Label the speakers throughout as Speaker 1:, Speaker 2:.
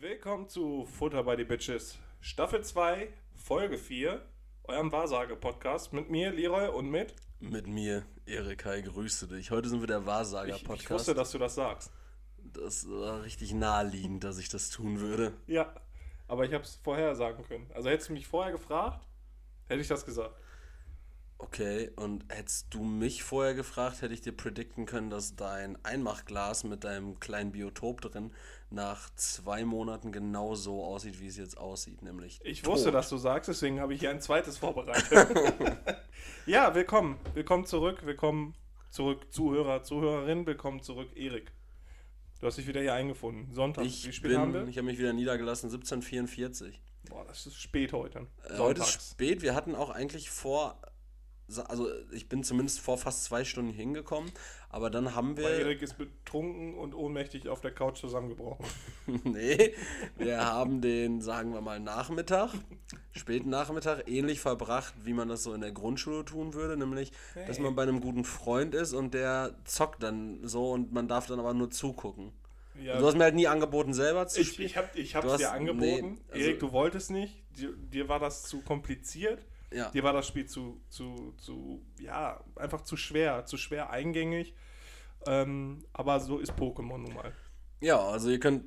Speaker 1: willkommen zu Futter bei die Bitches, Staffel 2, Folge 4, eurem Wahrsage-Podcast mit mir, Leroy, und mit.
Speaker 2: Mit mir, Erik, hi, grüße dich. Heute sind wir der
Speaker 1: Ich,
Speaker 2: Wahrsager-Podcast.
Speaker 1: ich wusste, dass du das sagst.
Speaker 2: Das war richtig naheliegend, dass ich das tun würde.
Speaker 1: Ja, aber ich habe es vorher sagen können. Also hättest du mich vorher gefragt, hätte ich das gesagt.
Speaker 2: Okay, und hättest du mich vorher gefragt, hätte ich dir predikten können, dass dein Einmachglas mit deinem kleinen Biotop drin nach zwei Monaten genau so aussieht, wie es jetzt aussieht, nämlich
Speaker 1: Ich
Speaker 2: tot.
Speaker 1: wusste, dass du sagst, deswegen habe ich hier ein zweites vorbereitet. ja, willkommen. Willkommen zurück. Willkommen zurück, Zuhörer, Zuhörerin. Willkommen zurück, Erik. Du hast dich wieder hier eingefunden. Sonntag.
Speaker 2: Ich
Speaker 1: Wie spät
Speaker 2: bin,
Speaker 1: haben wir?
Speaker 2: ich habe mich wieder niedergelassen, 1744.
Speaker 1: Boah, das ist spät heute.
Speaker 2: Äh, heute ist spät. Wir hatten auch eigentlich vor, sa- also ich bin zumindest vor fast zwei Stunden hingekommen, aber dann haben
Speaker 1: Weil
Speaker 2: wir,
Speaker 1: Erik ist betrunken und ohnmächtig auf der Couch zusammengebrochen.
Speaker 2: nee, wir haben den, sagen wir mal, Nachmittag, späten Nachmittag ähnlich verbracht, wie man das so in der Grundschule tun würde, nämlich, dass
Speaker 1: Hey.
Speaker 2: man bei einem guten Freund ist und der zockt dann so und man darf dann aber nur zugucken.
Speaker 1: Ja,
Speaker 2: Du hast mir halt nie angeboten, selber zu
Speaker 1: ich,
Speaker 2: spielen.
Speaker 1: ich, hab, ich hab's
Speaker 2: Du hast-
Speaker 1: dir angeboten.
Speaker 2: nee, also-
Speaker 1: Erik, du wolltest nicht. Dir, dir war das zu kompliziert.
Speaker 2: Ja.
Speaker 1: Dir war das Spiel zu, zu, zu, ja, einfach zu schwer, zu schwer eingängig. Ähm, aber so ist Pokémon nun mal.
Speaker 2: Ja, also ihr könnt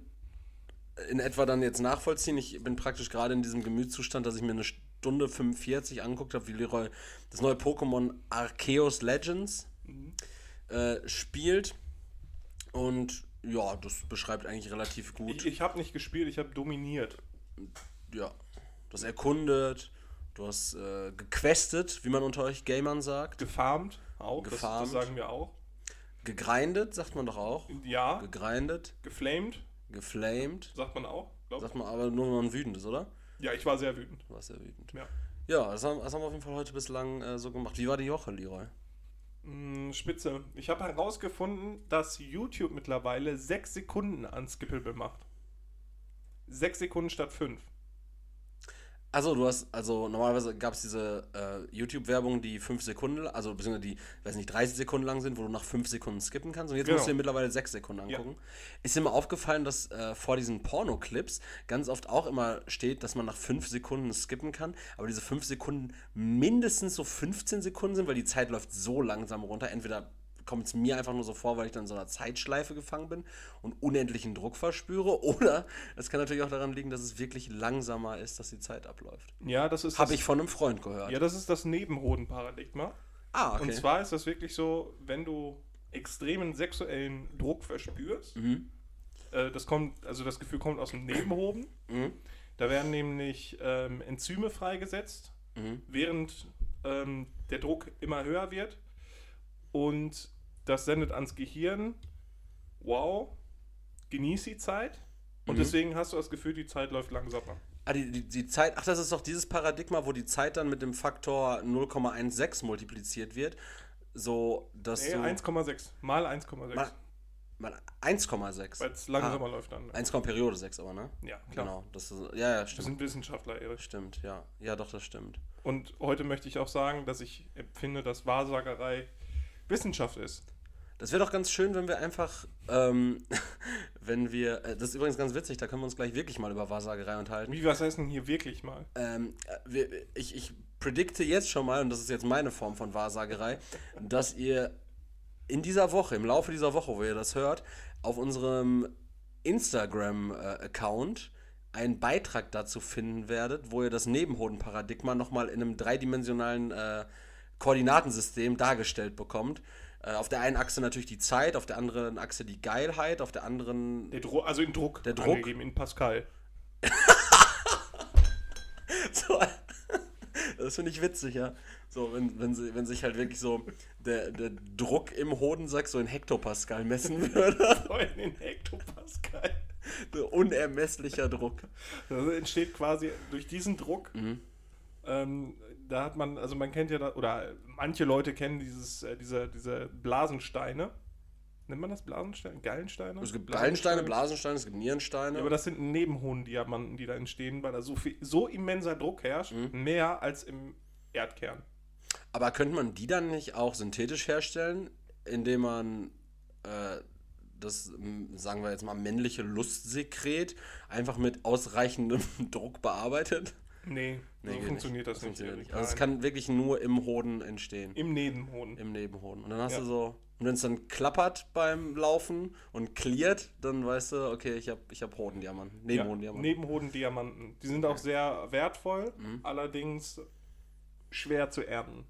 Speaker 2: in etwa dann jetzt nachvollziehen. Ich bin praktisch gerade in diesem Gemütszustand, dass ich mir eine Stunde 45 angeguckt habe, wie Leroy das neue Pokémon Arceus Legends
Speaker 1: Mhm.
Speaker 2: äh, spielt. Und ja, das beschreibt eigentlich relativ gut.
Speaker 1: Ich, ich habe nicht gespielt, ich habe dominiert.
Speaker 2: ja, du hast erkundet, du hast äh, gequestet, wie man unter euch Gamern sagt.
Speaker 1: Gefarmt auch, das, das
Speaker 2: Gefarmt.
Speaker 1: sagen wir auch.
Speaker 2: Gegrindet, sagt man doch auch.
Speaker 1: Ja,
Speaker 2: Gegrindet,
Speaker 1: geflamed,
Speaker 2: geflamed.
Speaker 1: sagt man auch, glaub ich.
Speaker 2: Sagt man aber nur, wenn man wütend ist, oder?
Speaker 1: Ja, ich war sehr wütend.
Speaker 2: Du warst ja wütend.
Speaker 1: Ja.
Speaker 2: Ja, das haben, das haben wir auf jeden Fall heute bislang äh, so gemacht. Wie war die Woche, Leroy?
Speaker 1: Mm, Spitze. Ich habe herausgefunden, dass YouTube mittlerweile 6 Sekunden unskippable macht. 6 Sekunden statt 5.
Speaker 2: Also du hast, also normalerweise gab es diese äh, YouTube-Werbung, die 5 Sekunden, also beziehungsweise die, weiß nicht, 30 Sekunden lang sind, wo du nach 5 Sekunden skippen kannst. Und jetzt
Speaker 1: Genau.
Speaker 2: musst du dir mittlerweile 6 Sekunden
Speaker 1: Ja.
Speaker 2: angucken. Ist dir mal aufgefallen, dass äh, vor diesen Porno-Clips ganz oft auch immer steht, dass man nach 5 Sekunden skippen kann, aber diese 5 Sekunden mindestens so 15 Sekunden sind, weil die Zeit läuft so langsam runter. Entweder kommt es mir einfach nur so vor, weil ich dann in so einer Zeitschleife gefangen bin und unendlichen Druck verspüre, oder es kann natürlich auch daran liegen, dass es wirklich langsamer ist, dass die Zeit abläuft.
Speaker 1: Ja, das ist
Speaker 2: Habe
Speaker 1: das,
Speaker 2: ich von einem Freund gehört.
Speaker 1: ja, das ist das Nebenhoden-Paradigma.
Speaker 2: ah, okay.
Speaker 1: Und zwar ist das wirklich so, wenn du extremen sexuellen Druck verspürst,
Speaker 2: Mhm.
Speaker 1: äh, das kommt, also das Gefühl kommt aus dem Nebenhoden.
Speaker 2: Mhm.
Speaker 1: Da werden nämlich ähm, Enzyme freigesetzt,
Speaker 2: Mhm.
Speaker 1: während ähm, der Druck immer höher wird. Und das sendet ans Gehirn, wow, genieß die Zeit. Und
Speaker 2: Mhm.
Speaker 1: deswegen hast du das Gefühl, die Zeit läuft langsamer.
Speaker 2: Ah, die, die, die Zeit, ach, das ist doch dieses Paradigma, wo die Zeit dann mit dem Faktor 0,16 multipliziert wird. So, dass
Speaker 1: Nee,
Speaker 2: du.
Speaker 1: 1,6 mal 1,6,
Speaker 2: mal, mal 1,6.
Speaker 1: weil es langsamer läuft dann.
Speaker 2: 1, Periode 6 aber, ne?
Speaker 1: Ja, klar.
Speaker 2: Ah. Äh, Genau. Das ist, ja, ja,
Speaker 1: Wir
Speaker 2: stimmt.
Speaker 1: sind Wissenschaftler, Erich.
Speaker 2: Stimmt, ja. Ja, doch, das stimmt.
Speaker 1: Und heute möchte ich auch sagen, dass ich empfinde, dass Wahrsagerei Wissenschaft ist.
Speaker 2: Das wäre doch ganz schön, wenn wir einfach, ähm, wenn wir, äh, das ist übrigens ganz witzig, da können wir uns gleich wirklich mal über Wahrsagerei unterhalten.
Speaker 1: Wie, was heißt denn hier wirklich mal?
Speaker 2: Ähm, äh, wir, ich, ich predikte jetzt schon mal, und das ist jetzt meine Form von Wahrsagerei, dass ihr in dieser Woche, im Laufe dieser Woche, wo ihr das hört, auf unserem Instagram-Account einen Beitrag dazu finden werdet, wo ihr das Nebenhoden-Paradigma nochmal in einem dreidimensionalen äh, Koordinatensystem dargestellt bekommt. Äh, auf der einen Achse natürlich die Zeit, auf der anderen Achse die Geilheit, auf der anderen
Speaker 1: Der Dro also in Druck,
Speaker 2: Der Druck?
Speaker 1: angegeben in Pascal.
Speaker 2: So, das finde ich witzig, ja. So, wenn, wenn, sie, wenn sich halt wirklich so der, der Druck im Hodensack so in Hektopascal messen würde.
Speaker 1: Oh, in den Hektopascal.
Speaker 2: So Unermesslicher Druck.
Speaker 1: Das entsteht quasi durch diesen Druck.
Speaker 2: Mhm.
Speaker 1: Ähm, da hat man, also man kennt ja, da, oder manche Leute kennen dieses, äh, diese, diese Blasensteine. Nennt man das Blasensteine? Gallensteine?
Speaker 2: Es gibt Gallensteine, Blasensteine, es gibt Nierensteine.
Speaker 1: Ja, aber das sind Nebenhohndiamanten, die da entstehen, weil da so, viel, so immenser Druck herrscht,
Speaker 2: Mhm.
Speaker 1: mehr als im Erdkern.
Speaker 2: aber könnte man die dann nicht auch synthetisch herstellen, indem man äh, das, m, sagen wir jetzt mal, männliche Lustsekret einfach mit ausreichendem Druck bearbeitet?
Speaker 1: Nee,
Speaker 2: Nee,
Speaker 1: so
Speaker 2: geht
Speaker 1: funktioniert das, nicht.
Speaker 2: funktioniert
Speaker 1: Erik.
Speaker 2: Also es
Speaker 1: Nein.
Speaker 2: kann wirklich nur im Hoden entstehen.
Speaker 1: Im Nebenhoden.
Speaker 2: Im Nebenhoden. Und dann hast
Speaker 1: Ja.
Speaker 2: du so, und wenn es dann klappert beim Laufen und cleart, dann weißt du, okay, ich habe ich hab Hodendiamant.
Speaker 1: ja,
Speaker 2: Nebenhodendiamant.
Speaker 1: Nebenhoden-Diamanten. Die sind auch sehr wertvoll,
Speaker 2: Mhm.
Speaker 1: allerdings schwer zu ernten.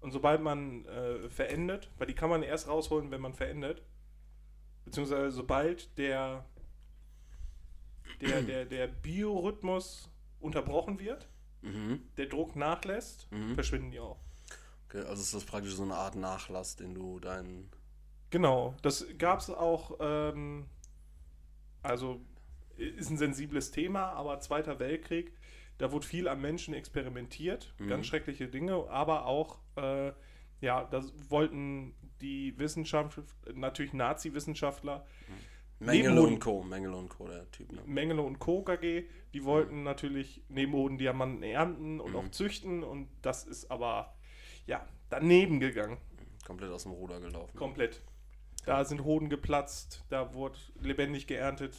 Speaker 1: Und sobald man äh, verendet, weil die kann man erst rausholen, wenn man verendet, beziehungsweise sobald der, der, der, der Biorhythmus unterbrochen wird,
Speaker 2: Mhm.
Speaker 1: der Druck nachlässt,
Speaker 2: Mhm.
Speaker 1: verschwinden die auch.
Speaker 2: Okay, also ist das praktisch so eine Art Nachlass, den du deinen.
Speaker 1: Genau, das gab es auch, ähm, also ist ein sensibles Thema, aber Zweiter Weltkrieg, da wurde viel am Menschen experimentiert,
Speaker 2: Mhm.
Speaker 1: ganz schreckliche Dinge, aber auch, äh, ja, das wollten die Wissenschaft, natürlich Nazi-Wissenschaftler,
Speaker 2: Mhm. Mengele
Speaker 1: Nebenhoden.
Speaker 2: und Co. Mengele und Co. der Typ. Ne?
Speaker 1: Mengele und Co. KG, die wollten natürlich Nebenhoden-Diamanten ernten und
Speaker 2: Mhm.
Speaker 1: auch züchten und das ist aber, ja, daneben gegangen.
Speaker 2: Komplett aus dem Ruder gelaufen.
Speaker 1: Komplett. Da sind Hoden geplatzt, da wurde lebendig geerntet.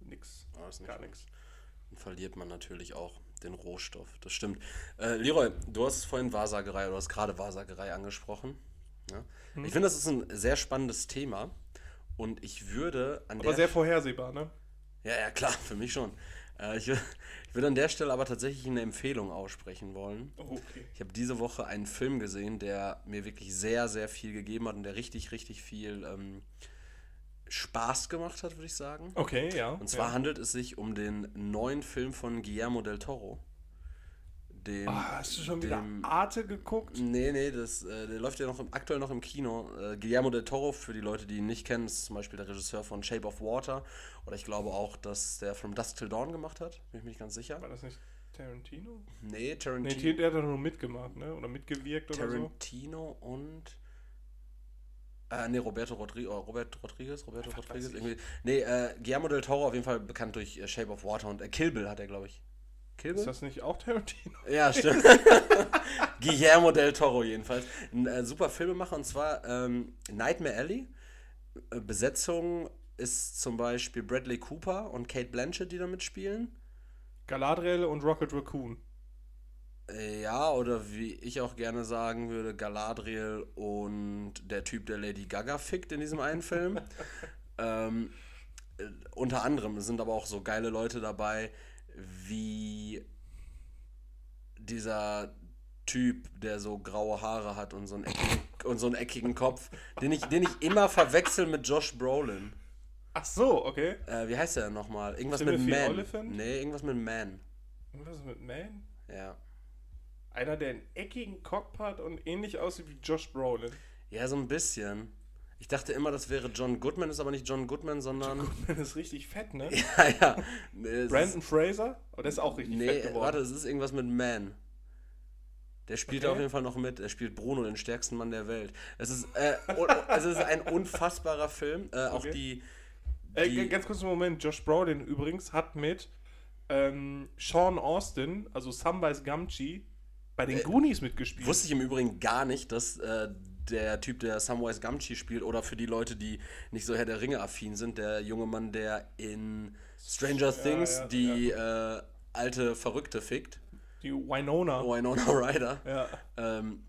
Speaker 1: Nix.
Speaker 2: Ah, ist nicht
Speaker 1: Gar
Speaker 2: schlimm.
Speaker 1: nichts.
Speaker 2: Dann verliert man natürlich auch den Rohstoff. Das stimmt. Äh, Leroy, du hast vorhin Wahrsagerei oder hast gerade Wahrsagerei angesprochen. Ja?
Speaker 1: Hm?
Speaker 2: Ich finde, das ist ein sehr spannendes Thema. Und ich würde an
Speaker 1: Aber
Speaker 2: der
Speaker 1: sehr vorhersehbar, ne?
Speaker 2: Ja, ja, klar, für mich schon. Äh, ich, wür- ich würde an der Stelle aber tatsächlich eine Empfehlung aussprechen wollen.
Speaker 1: Okay.
Speaker 2: Ich habe diese Woche einen Film gesehen, der mir wirklich sehr, sehr viel gegeben hat und der richtig, richtig viel ähm, Spaß gemacht hat, würde ich sagen.
Speaker 1: Okay, ja.
Speaker 2: Und zwar
Speaker 1: ja.
Speaker 2: handelt es sich um den neuen Film von Guillermo del Toro. Dem,
Speaker 1: Ah, hast du schon wieder
Speaker 2: dem-
Speaker 1: Arte geguckt?
Speaker 2: Nee, nee, das, äh, der läuft ja noch im, aktuell noch im Kino. Äh, Guillermo del Toro, für die Leute, die ihn nicht kennen, ist zum Beispiel der Regisseur von Shape of Water. Oder ich glaube auch, dass der From Dusk Till Dawn gemacht hat. Bin ich mir nicht ganz sicher.
Speaker 1: War das nicht Tarantino?
Speaker 2: Nee,
Speaker 1: Nee,
Speaker 2: Tarantino.
Speaker 1: der hat da nur mitgemacht, ne? Oder mitgewirkt oder so.
Speaker 2: Tarantino und. Äh, nee, Roberto Rodriguez, Robert Rodriguez, Roberto
Speaker 1: Einfach
Speaker 2: Rodriguez,
Speaker 1: weiß ich.
Speaker 2: irgendwie. Nee, äh, Guillermo del Toro auf jeden Fall bekannt durch äh, Shape of Water und äh, Kill Bill hat er, glaube ich. Kill Bill?
Speaker 1: Ist das nicht auch Tarantino?
Speaker 2: Ja, stimmt. Guillermo del Toro jedenfalls. Ein äh, super Filmemacher und zwar ähm, Nightmare Alley. Äh, Besetzung ist zum Beispiel Bradley Cooper und Kate Blanchett, die da mitspielen.
Speaker 1: Galadriel und Rocket Raccoon.
Speaker 2: Äh, ja, oder wie ich auch gerne sagen würde, Galadriel und der Typ, der Lady Gaga fickt in diesem einen Film. ähm, äh, unter anderem sind aber auch so geile Leute dabei, wie dieser Typ, der so graue Haare hat und so einen eckigen, und so einen eckigen Kopf, den ich, den ich immer verwechsel mit Josh Brolin.
Speaker 1: Ach so, okay.
Speaker 2: Äh, wie heißt der denn nochmal? Irgendwas mit
Speaker 1: Timothy
Speaker 2: Man.
Speaker 1: Oliphant?
Speaker 2: Nee, irgendwas mit Man.
Speaker 1: Was ist mit Man?
Speaker 2: Ja.
Speaker 1: Einer, der einen eckigen Kopf hat und ähnlich aussieht wie Josh Brolin.
Speaker 2: Ja, so ein bisschen. Ich dachte immer, das wäre John Goodman, ist aber nicht John Goodman, sondern.
Speaker 1: Das ist richtig fett, ne?
Speaker 2: ja, ja. Nee, es
Speaker 1: Brandon Fraser? Oh, der ist auch
Speaker 2: ist,
Speaker 1: richtig
Speaker 2: nee
Speaker 1: fett geworden.
Speaker 2: warte, es ist irgendwas mit Man. Der spielt da
Speaker 1: Okay.
Speaker 2: auf jeden Fall noch mit. Er spielt Bruno, den stärksten Mann der Welt. Es ist, äh, un- es ist ein unfassbarer Film. Äh, auch
Speaker 1: Okay.
Speaker 2: die.
Speaker 1: Äh,
Speaker 2: die
Speaker 1: g- ganz kurz einen Moment. Josh Brolin übrigens hat mit ähm, Sean Austin, also Samwise Gamgee, bei den Goonies mitgespielt.
Speaker 2: Wusste ich im Übrigen gar nicht, dass äh, der Typ, der Samwise Gamgee spielt, oder für die Leute, die nicht so Herr der Ringe-affin sind, der junge Mann, der in Stranger
Speaker 1: Ja,
Speaker 2: Things
Speaker 1: Ah, ja,
Speaker 2: die äh, alte Verrückte fickt,
Speaker 1: Die Winona.
Speaker 2: Winona Ryder.
Speaker 1: Ja.
Speaker 2: Ähm,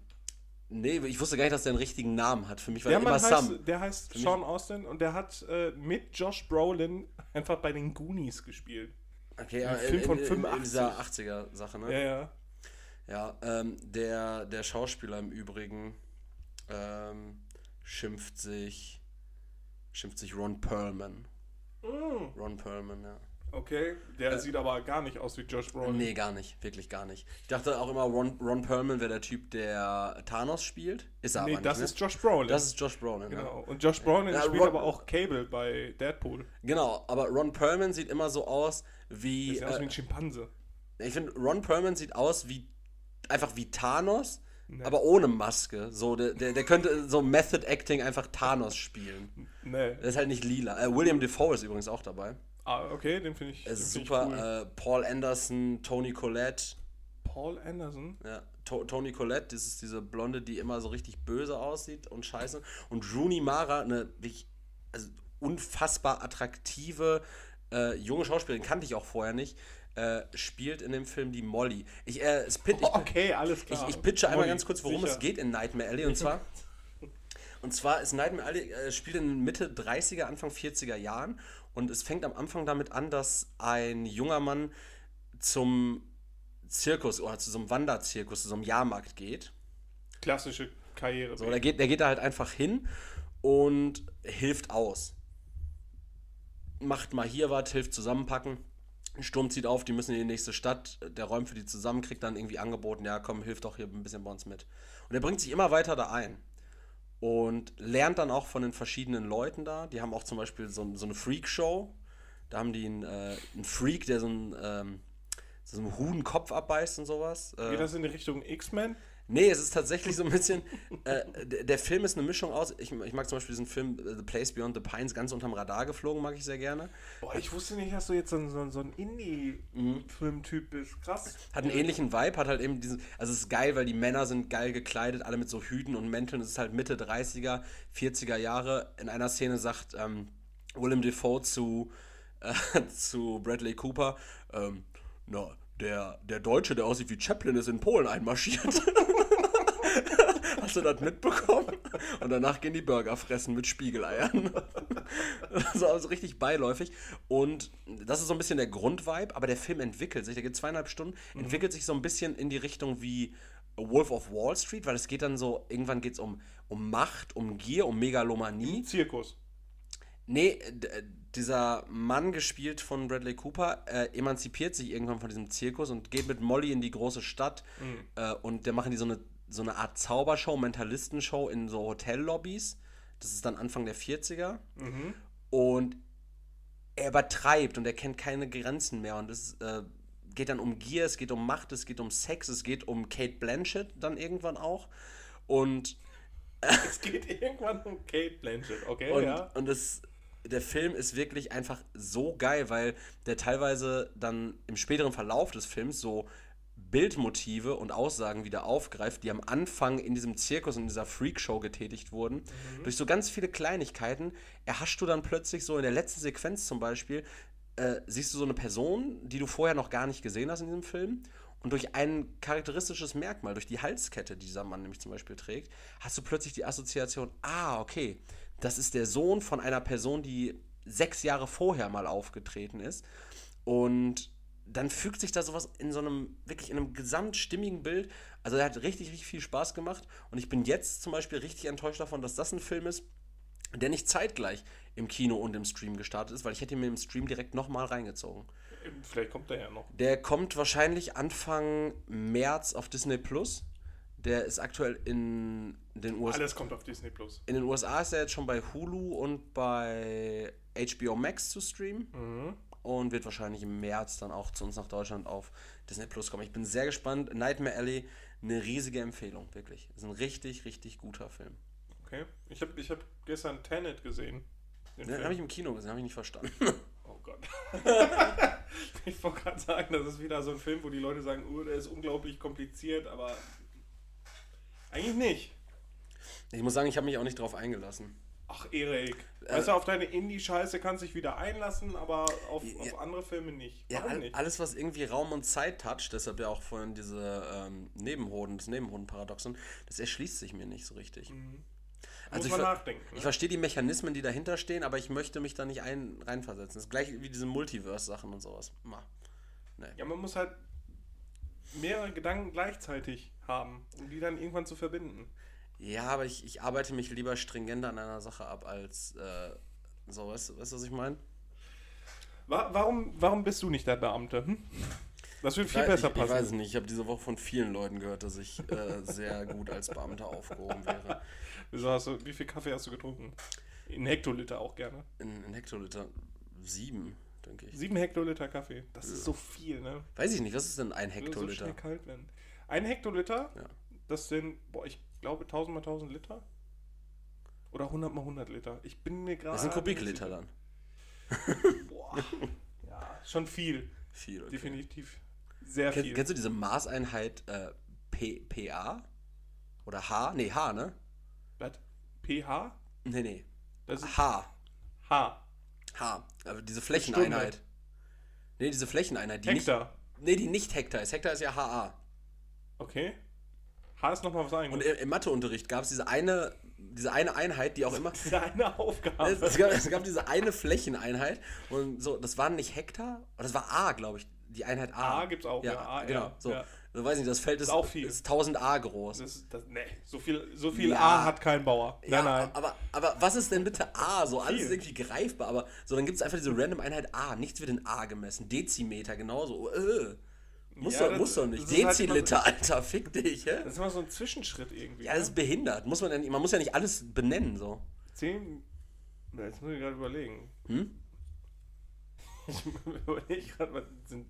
Speaker 2: nee, ich wusste gar nicht, dass der einen richtigen Namen hat. Für mich war
Speaker 1: Der
Speaker 2: der
Speaker 1: Mann
Speaker 2: immer Sam.
Speaker 1: heißt, der heißt Sean Austin und der hat äh, mit Josh Brolin einfach bei den Goonies gespielt.
Speaker 2: Okay,
Speaker 1: Ein
Speaker 2: aber
Speaker 1: Film von
Speaker 2: in dieser 80er-Sache,
Speaker 1: Ja,
Speaker 2: ne?
Speaker 1: ja.
Speaker 2: Ja, ähm, der, der Schauspieler im Übrigen ähm, schimpft sich schimpft sich Ron Perlman.
Speaker 1: Mm.
Speaker 2: Ron Perlman, ja.
Speaker 1: Okay. Der sieht aber gar nicht aus wie Josh Brolin.
Speaker 2: Nee, gar nicht. Wirklich gar nicht. Ich dachte auch immer, Ron, Ron Perlman wäre der Typ, der Thanos spielt. Ist er
Speaker 1: Nee,
Speaker 2: aber
Speaker 1: das
Speaker 2: nicht,
Speaker 1: ist
Speaker 2: ne?
Speaker 1: Josh Brolin.
Speaker 2: Das ist Josh Brolin, ja.
Speaker 1: genau. Und Josh Brolin
Speaker 2: Ja,
Speaker 1: spielt
Speaker 2: Rob-
Speaker 1: aber auch Cable bei Deadpool.
Speaker 2: Genau, aber Ron Perlman sieht immer so aus wie.
Speaker 1: Sieht aus
Speaker 2: äh,
Speaker 1: wie ein Schimpanse.
Speaker 2: Ich finde, Ron Perlman sieht aus wie einfach wie Thanos, aber ohne Maske. So, der, der, der könnte so Method Acting einfach Thanos spielen.
Speaker 1: Nee.
Speaker 2: Der ist halt nicht lila. Äh, William Defoe ist übrigens auch dabei.
Speaker 1: Ah, okay, den finde ich,
Speaker 2: Es
Speaker 1: den
Speaker 2: ist
Speaker 1: find ich
Speaker 2: super.
Speaker 1: cool.
Speaker 2: Äh, Paul Anderson, Tony Collette.
Speaker 1: Paul Anderson?
Speaker 2: Ja, to Tony Collette, das ist diese Blonde, die immer so richtig böse aussieht und scheiße. Und Rooney Mara, eine wirklich also unfassbar attraktive äh, junge Schauspielerin, kannte ich auch vorher nicht, äh, spielt in dem Film die Molly. Ich, äh, es pit, ich,
Speaker 1: Okay, alles
Speaker 2: ich,
Speaker 1: klar.
Speaker 2: ich pitche einmal
Speaker 1: Molly,
Speaker 2: ganz kurz, worum
Speaker 1: sicher.
Speaker 2: es geht in Nightmare Alley. Und zwar, und zwar ist Nightmare Alley äh, spielt in Mitte 30er, Anfang 40er Jahren. Und es fängt am Anfang damit an, dass ein junger Mann zum Zirkus oder zu so einem Wanderzirkus, zu so einem Jahrmarkt geht.
Speaker 1: Klassische Karriere.
Speaker 2: So, der geht, der geht da halt einfach hin und hilft aus. Macht mal hier was, hilft zusammenpacken. Sturm zieht auf, die müssen in die nächste Stadt. Der räumt für die zusammen, kriegt dann irgendwie angeboten, ja komm, hilf doch hier ein bisschen bei uns mit. Und er bringt sich immer weiter da ein. Und lernt dann auch von den verschiedenen Leuten da. Die haben auch zum Beispiel so, so eine Freak-Show. Da haben die einen, äh, einen Freak, der so einen, ähm, so einen Huhn Kopf abbeißt und sowas. Äh,
Speaker 1: geht das in die Richtung X-Men?
Speaker 2: Nee, es ist tatsächlich so ein bisschen. äh, d- der Film ist eine Mischung aus. Ich, ich mag zum Beispiel diesen Film äh, The Place Beyond the Pines, ganz unterm Radar geflogen, mag ich sehr gerne.
Speaker 1: Boah, ich wusste nicht, dass du jetzt so, ein- so, ein- so ein Indie-Filmtyp bist. Krass.
Speaker 2: Hat einen ähnlichen Vibe, hat halt eben diesen. Also, es ist geil, weil die Männer sind geil gekleidet, alle mit so Hüten und Mänteln. Es ist halt Mitte 30er, 40er Jahre. In einer Szene sagt ähm, Willem Dafoe zu, äh, zu Bradley Cooper: ähm, Na, der, der Deutsche, der aussieht wie Chaplin, ist in Polen einmarschiert. Hast du das mitbekommen? Und danach gehen die Burger fressen mit Spiegeleiern. so also richtig beiläufig. Und das ist so ein bisschen der Grundvibe, aber der Film entwickelt sich, der geht zweieinhalb Stunden, entwickelt sich so ein bisschen in die Richtung wie Wolf of Wall Street, weil es geht dann so, irgendwann geht es um, um Macht, um Gier, um Megalomanie.
Speaker 1: Zirkus.
Speaker 2: Nee, d- äh, dieser Mann, gespielt von Bradley Cooper, äh, emanzipiert sich irgendwann von diesem Zirkus und geht mit Molly in die große Stadt. Äh, und da machen die so eine, so eine Art Zaubershow, Mentalistenshow in so Hotellobbys. Das ist dann Anfang der 40er. Und er übertreibt und er kennt keine Grenzen mehr. Und es äh, geht dann um Gier, es geht um Macht, es geht um Sex, es geht um Kate Blanchett dann irgendwann auch. Und
Speaker 1: Es geht irgendwann um Kate Blanchett, okay?
Speaker 2: und,
Speaker 1: ja.
Speaker 2: und es, der Film ist wirklich einfach so geil, weil der teilweise dann im späteren Verlauf des Films so Bildmotive und Aussagen wieder aufgreift, die am Anfang in diesem Zirkus und dieser Freakshow getätigt wurden.
Speaker 1: Mhm.
Speaker 2: Durch so ganz viele Kleinigkeiten erhaschst du dann plötzlich so in der letzten Sequenz zum Beispiel, äh, siehst du so eine Person, die du vorher noch gar nicht gesehen hast in diesem Film. Und durch ein charakteristisches Merkmal, durch die Halskette, die dieser Mann nämlich zum Beispiel trägt, hast du plötzlich die Assoziation, ah, okay, das ist der Sohn von einer Person, die sechs Jahre vorher mal aufgetreten ist. Und dann fügt sich da sowas in so einem, wirklich in einem gesamtstimmigen Bild. Also er hat richtig, richtig viel Spaß gemacht. Und ich bin jetzt zum Beispiel richtig enttäuscht davon, dass das ein Film ist, der nicht zeitgleich im Kino und im Stream gestartet ist, weil ich hätte ihn mir im Stream direkt nochmal reingezogen.
Speaker 1: Vielleicht kommt er ja noch.
Speaker 2: Der kommt wahrscheinlich Anfang März auf Disney Plus. Der ist aktuell in den USA.
Speaker 1: Alles kommt auf Disney Plus.
Speaker 2: In den USA ist er jetzt schon bei Hulu und bei HBO Max zu streamen. Und wird wahrscheinlich im März dann auch zu uns nach Deutschland auf Disney Plus kommen. Ich bin sehr gespannt. Nightmare Alley, eine riesige Empfehlung, wirklich. Ist ein richtig, richtig guter Film.
Speaker 1: Okay. Ich habe ich hab gestern Tenet gesehen. Den
Speaker 2: Den
Speaker 1: Film.
Speaker 2: habe ich im Kino gesehen, habe ich nicht verstanden.
Speaker 1: Oh Gott. ich wollte gerade sagen, das ist wieder so ein Film, wo die Leute sagen, oh, der ist unglaublich kompliziert, aber eigentlich nicht.
Speaker 2: Ich muss sagen, ich habe mich auch nicht drauf eingelassen.
Speaker 1: Ach, Erik.
Speaker 2: Äh,
Speaker 1: weißt du, auf deine Indie-Scheiße kannst du dich wieder einlassen, aber auf, auf
Speaker 2: Ja.
Speaker 1: andere Filme nicht.
Speaker 2: Ja,
Speaker 1: Warum
Speaker 2: all-
Speaker 1: nicht?
Speaker 2: alles, was irgendwie Raum und Zeit toucht, deshalb ja auch vorhin diese ähm, Nebenhoden, das Nebenhoden-Paradoxon, das erschließt sich mir nicht so richtig.
Speaker 1: Mhm.
Speaker 2: Also ich,
Speaker 1: Muss man
Speaker 2: ver-
Speaker 1: nachdenken. Ne?
Speaker 2: ich verstehe die Mechanismen, die dahinter stehen, aber ich möchte mich da nicht ein reinversetzen. Das ist gleich wie diese Multiverse-Sachen und sowas. Ma.
Speaker 1: Ja, man muss halt mehrere Gedanken gleichzeitig haben, um die dann irgendwann zu verbinden.
Speaker 2: Ja, aber ich, ich arbeite mich lieber stringenter an einer Sache ab als äh, so, weißt du, weißt, du, was ich meine?
Speaker 1: Wa warum, warum bist du nicht der Beamte? Hm? Das wird viel besser
Speaker 2: ich, ich
Speaker 1: passen.
Speaker 2: weiß es nicht, ich habe diese Woche von vielen Leuten gehört, dass ich äh, sehr gut als Beamter aufgehoben wäre.
Speaker 1: Wieso hast du, wie viel Kaffee hast du getrunken? In Hektoliter auch gerne.
Speaker 2: In, in Hektoliter sieben, denke ich.
Speaker 1: Sieben Hektoliter Kaffee. Das ist so viel, ne?
Speaker 2: Weiß ich nicht, was ist denn ein
Speaker 1: Würde So
Speaker 2: Hektoliter?
Speaker 1: schnell kalt werden. Ein Hektoliter,
Speaker 2: Ja.
Speaker 1: das sind, boah, ich glaube 1000 mal 1000 Liter. Oder 100 mal 100 Liter. Ich bin mir gerade.
Speaker 2: das sind Kubikliter dann.
Speaker 1: Boah. Ja, schon viel.
Speaker 2: Viel, okay.
Speaker 1: Definitiv. Sehr
Speaker 2: Kenn,
Speaker 1: viel.
Speaker 2: kennst du diese Maßeinheit äh, P, PA? Oder H? Nee, H, ne?
Speaker 1: Was? pH?
Speaker 2: Nee, nee.
Speaker 1: Das ist
Speaker 2: H.
Speaker 1: H.
Speaker 2: H. Aber diese Flächeneinheit. Nee, diese Flächeneinheit, die nicht.
Speaker 1: Hektar.
Speaker 2: Nee, die nicht Hektar ist. Hektar ist ja HA.
Speaker 1: Okay. H ist nochmal was
Speaker 2: Und
Speaker 1: anderes.
Speaker 2: im, im Matheunterricht gab es diese eine, diese eine Einheit, die auch immer.
Speaker 1: Diese eine Aufgabe.
Speaker 2: Es, es, gab, es gab diese eine Flächeneinheit und so, das waren nicht Hektar, aber das war A, glaube ich. Die Einheit A.
Speaker 1: A gibt's auch, ja, A,
Speaker 2: genau.
Speaker 1: ja,
Speaker 2: so.
Speaker 1: ja.
Speaker 2: So, weiß nicht, das Feld ist,
Speaker 1: auch viel.
Speaker 2: ist 1000 A groß.
Speaker 1: Das, das, nee, so viel, so viel
Speaker 2: Ja.
Speaker 1: A hat kein Bauer.
Speaker 2: ja,
Speaker 1: Nein, nein.
Speaker 2: Aber, aber was ist denn bitte A? So alles
Speaker 1: Viel.
Speaker 2: ist irgendwie greifbar, aber so dann gibt es einfach diese random Einheit A. Nichts wird in A gemessen. Dezimeter genauso. Äh. Muss,
Speaker 1: Ja,
Speaker 2: doch,
Speaker 1: das-
Speaker 2: muss doch nicht.
Speaker 1: das ist halt
Speaker 2: Deziliter, Alter, fick dich, hä?
Speaker 1: Das ist immer so ein Zwischenschritt irgendwie. ne?
Speaker 2: Ja, das ist behindert. Muss man, ja nicht, man muss ja nicht alles benennen, so.
Speaker 1: Zehn. Na, Jetzt muss ich gerade überlegen.
Speaker 2: Hm?
Speaker 1: Ich überlege gerade, was sind.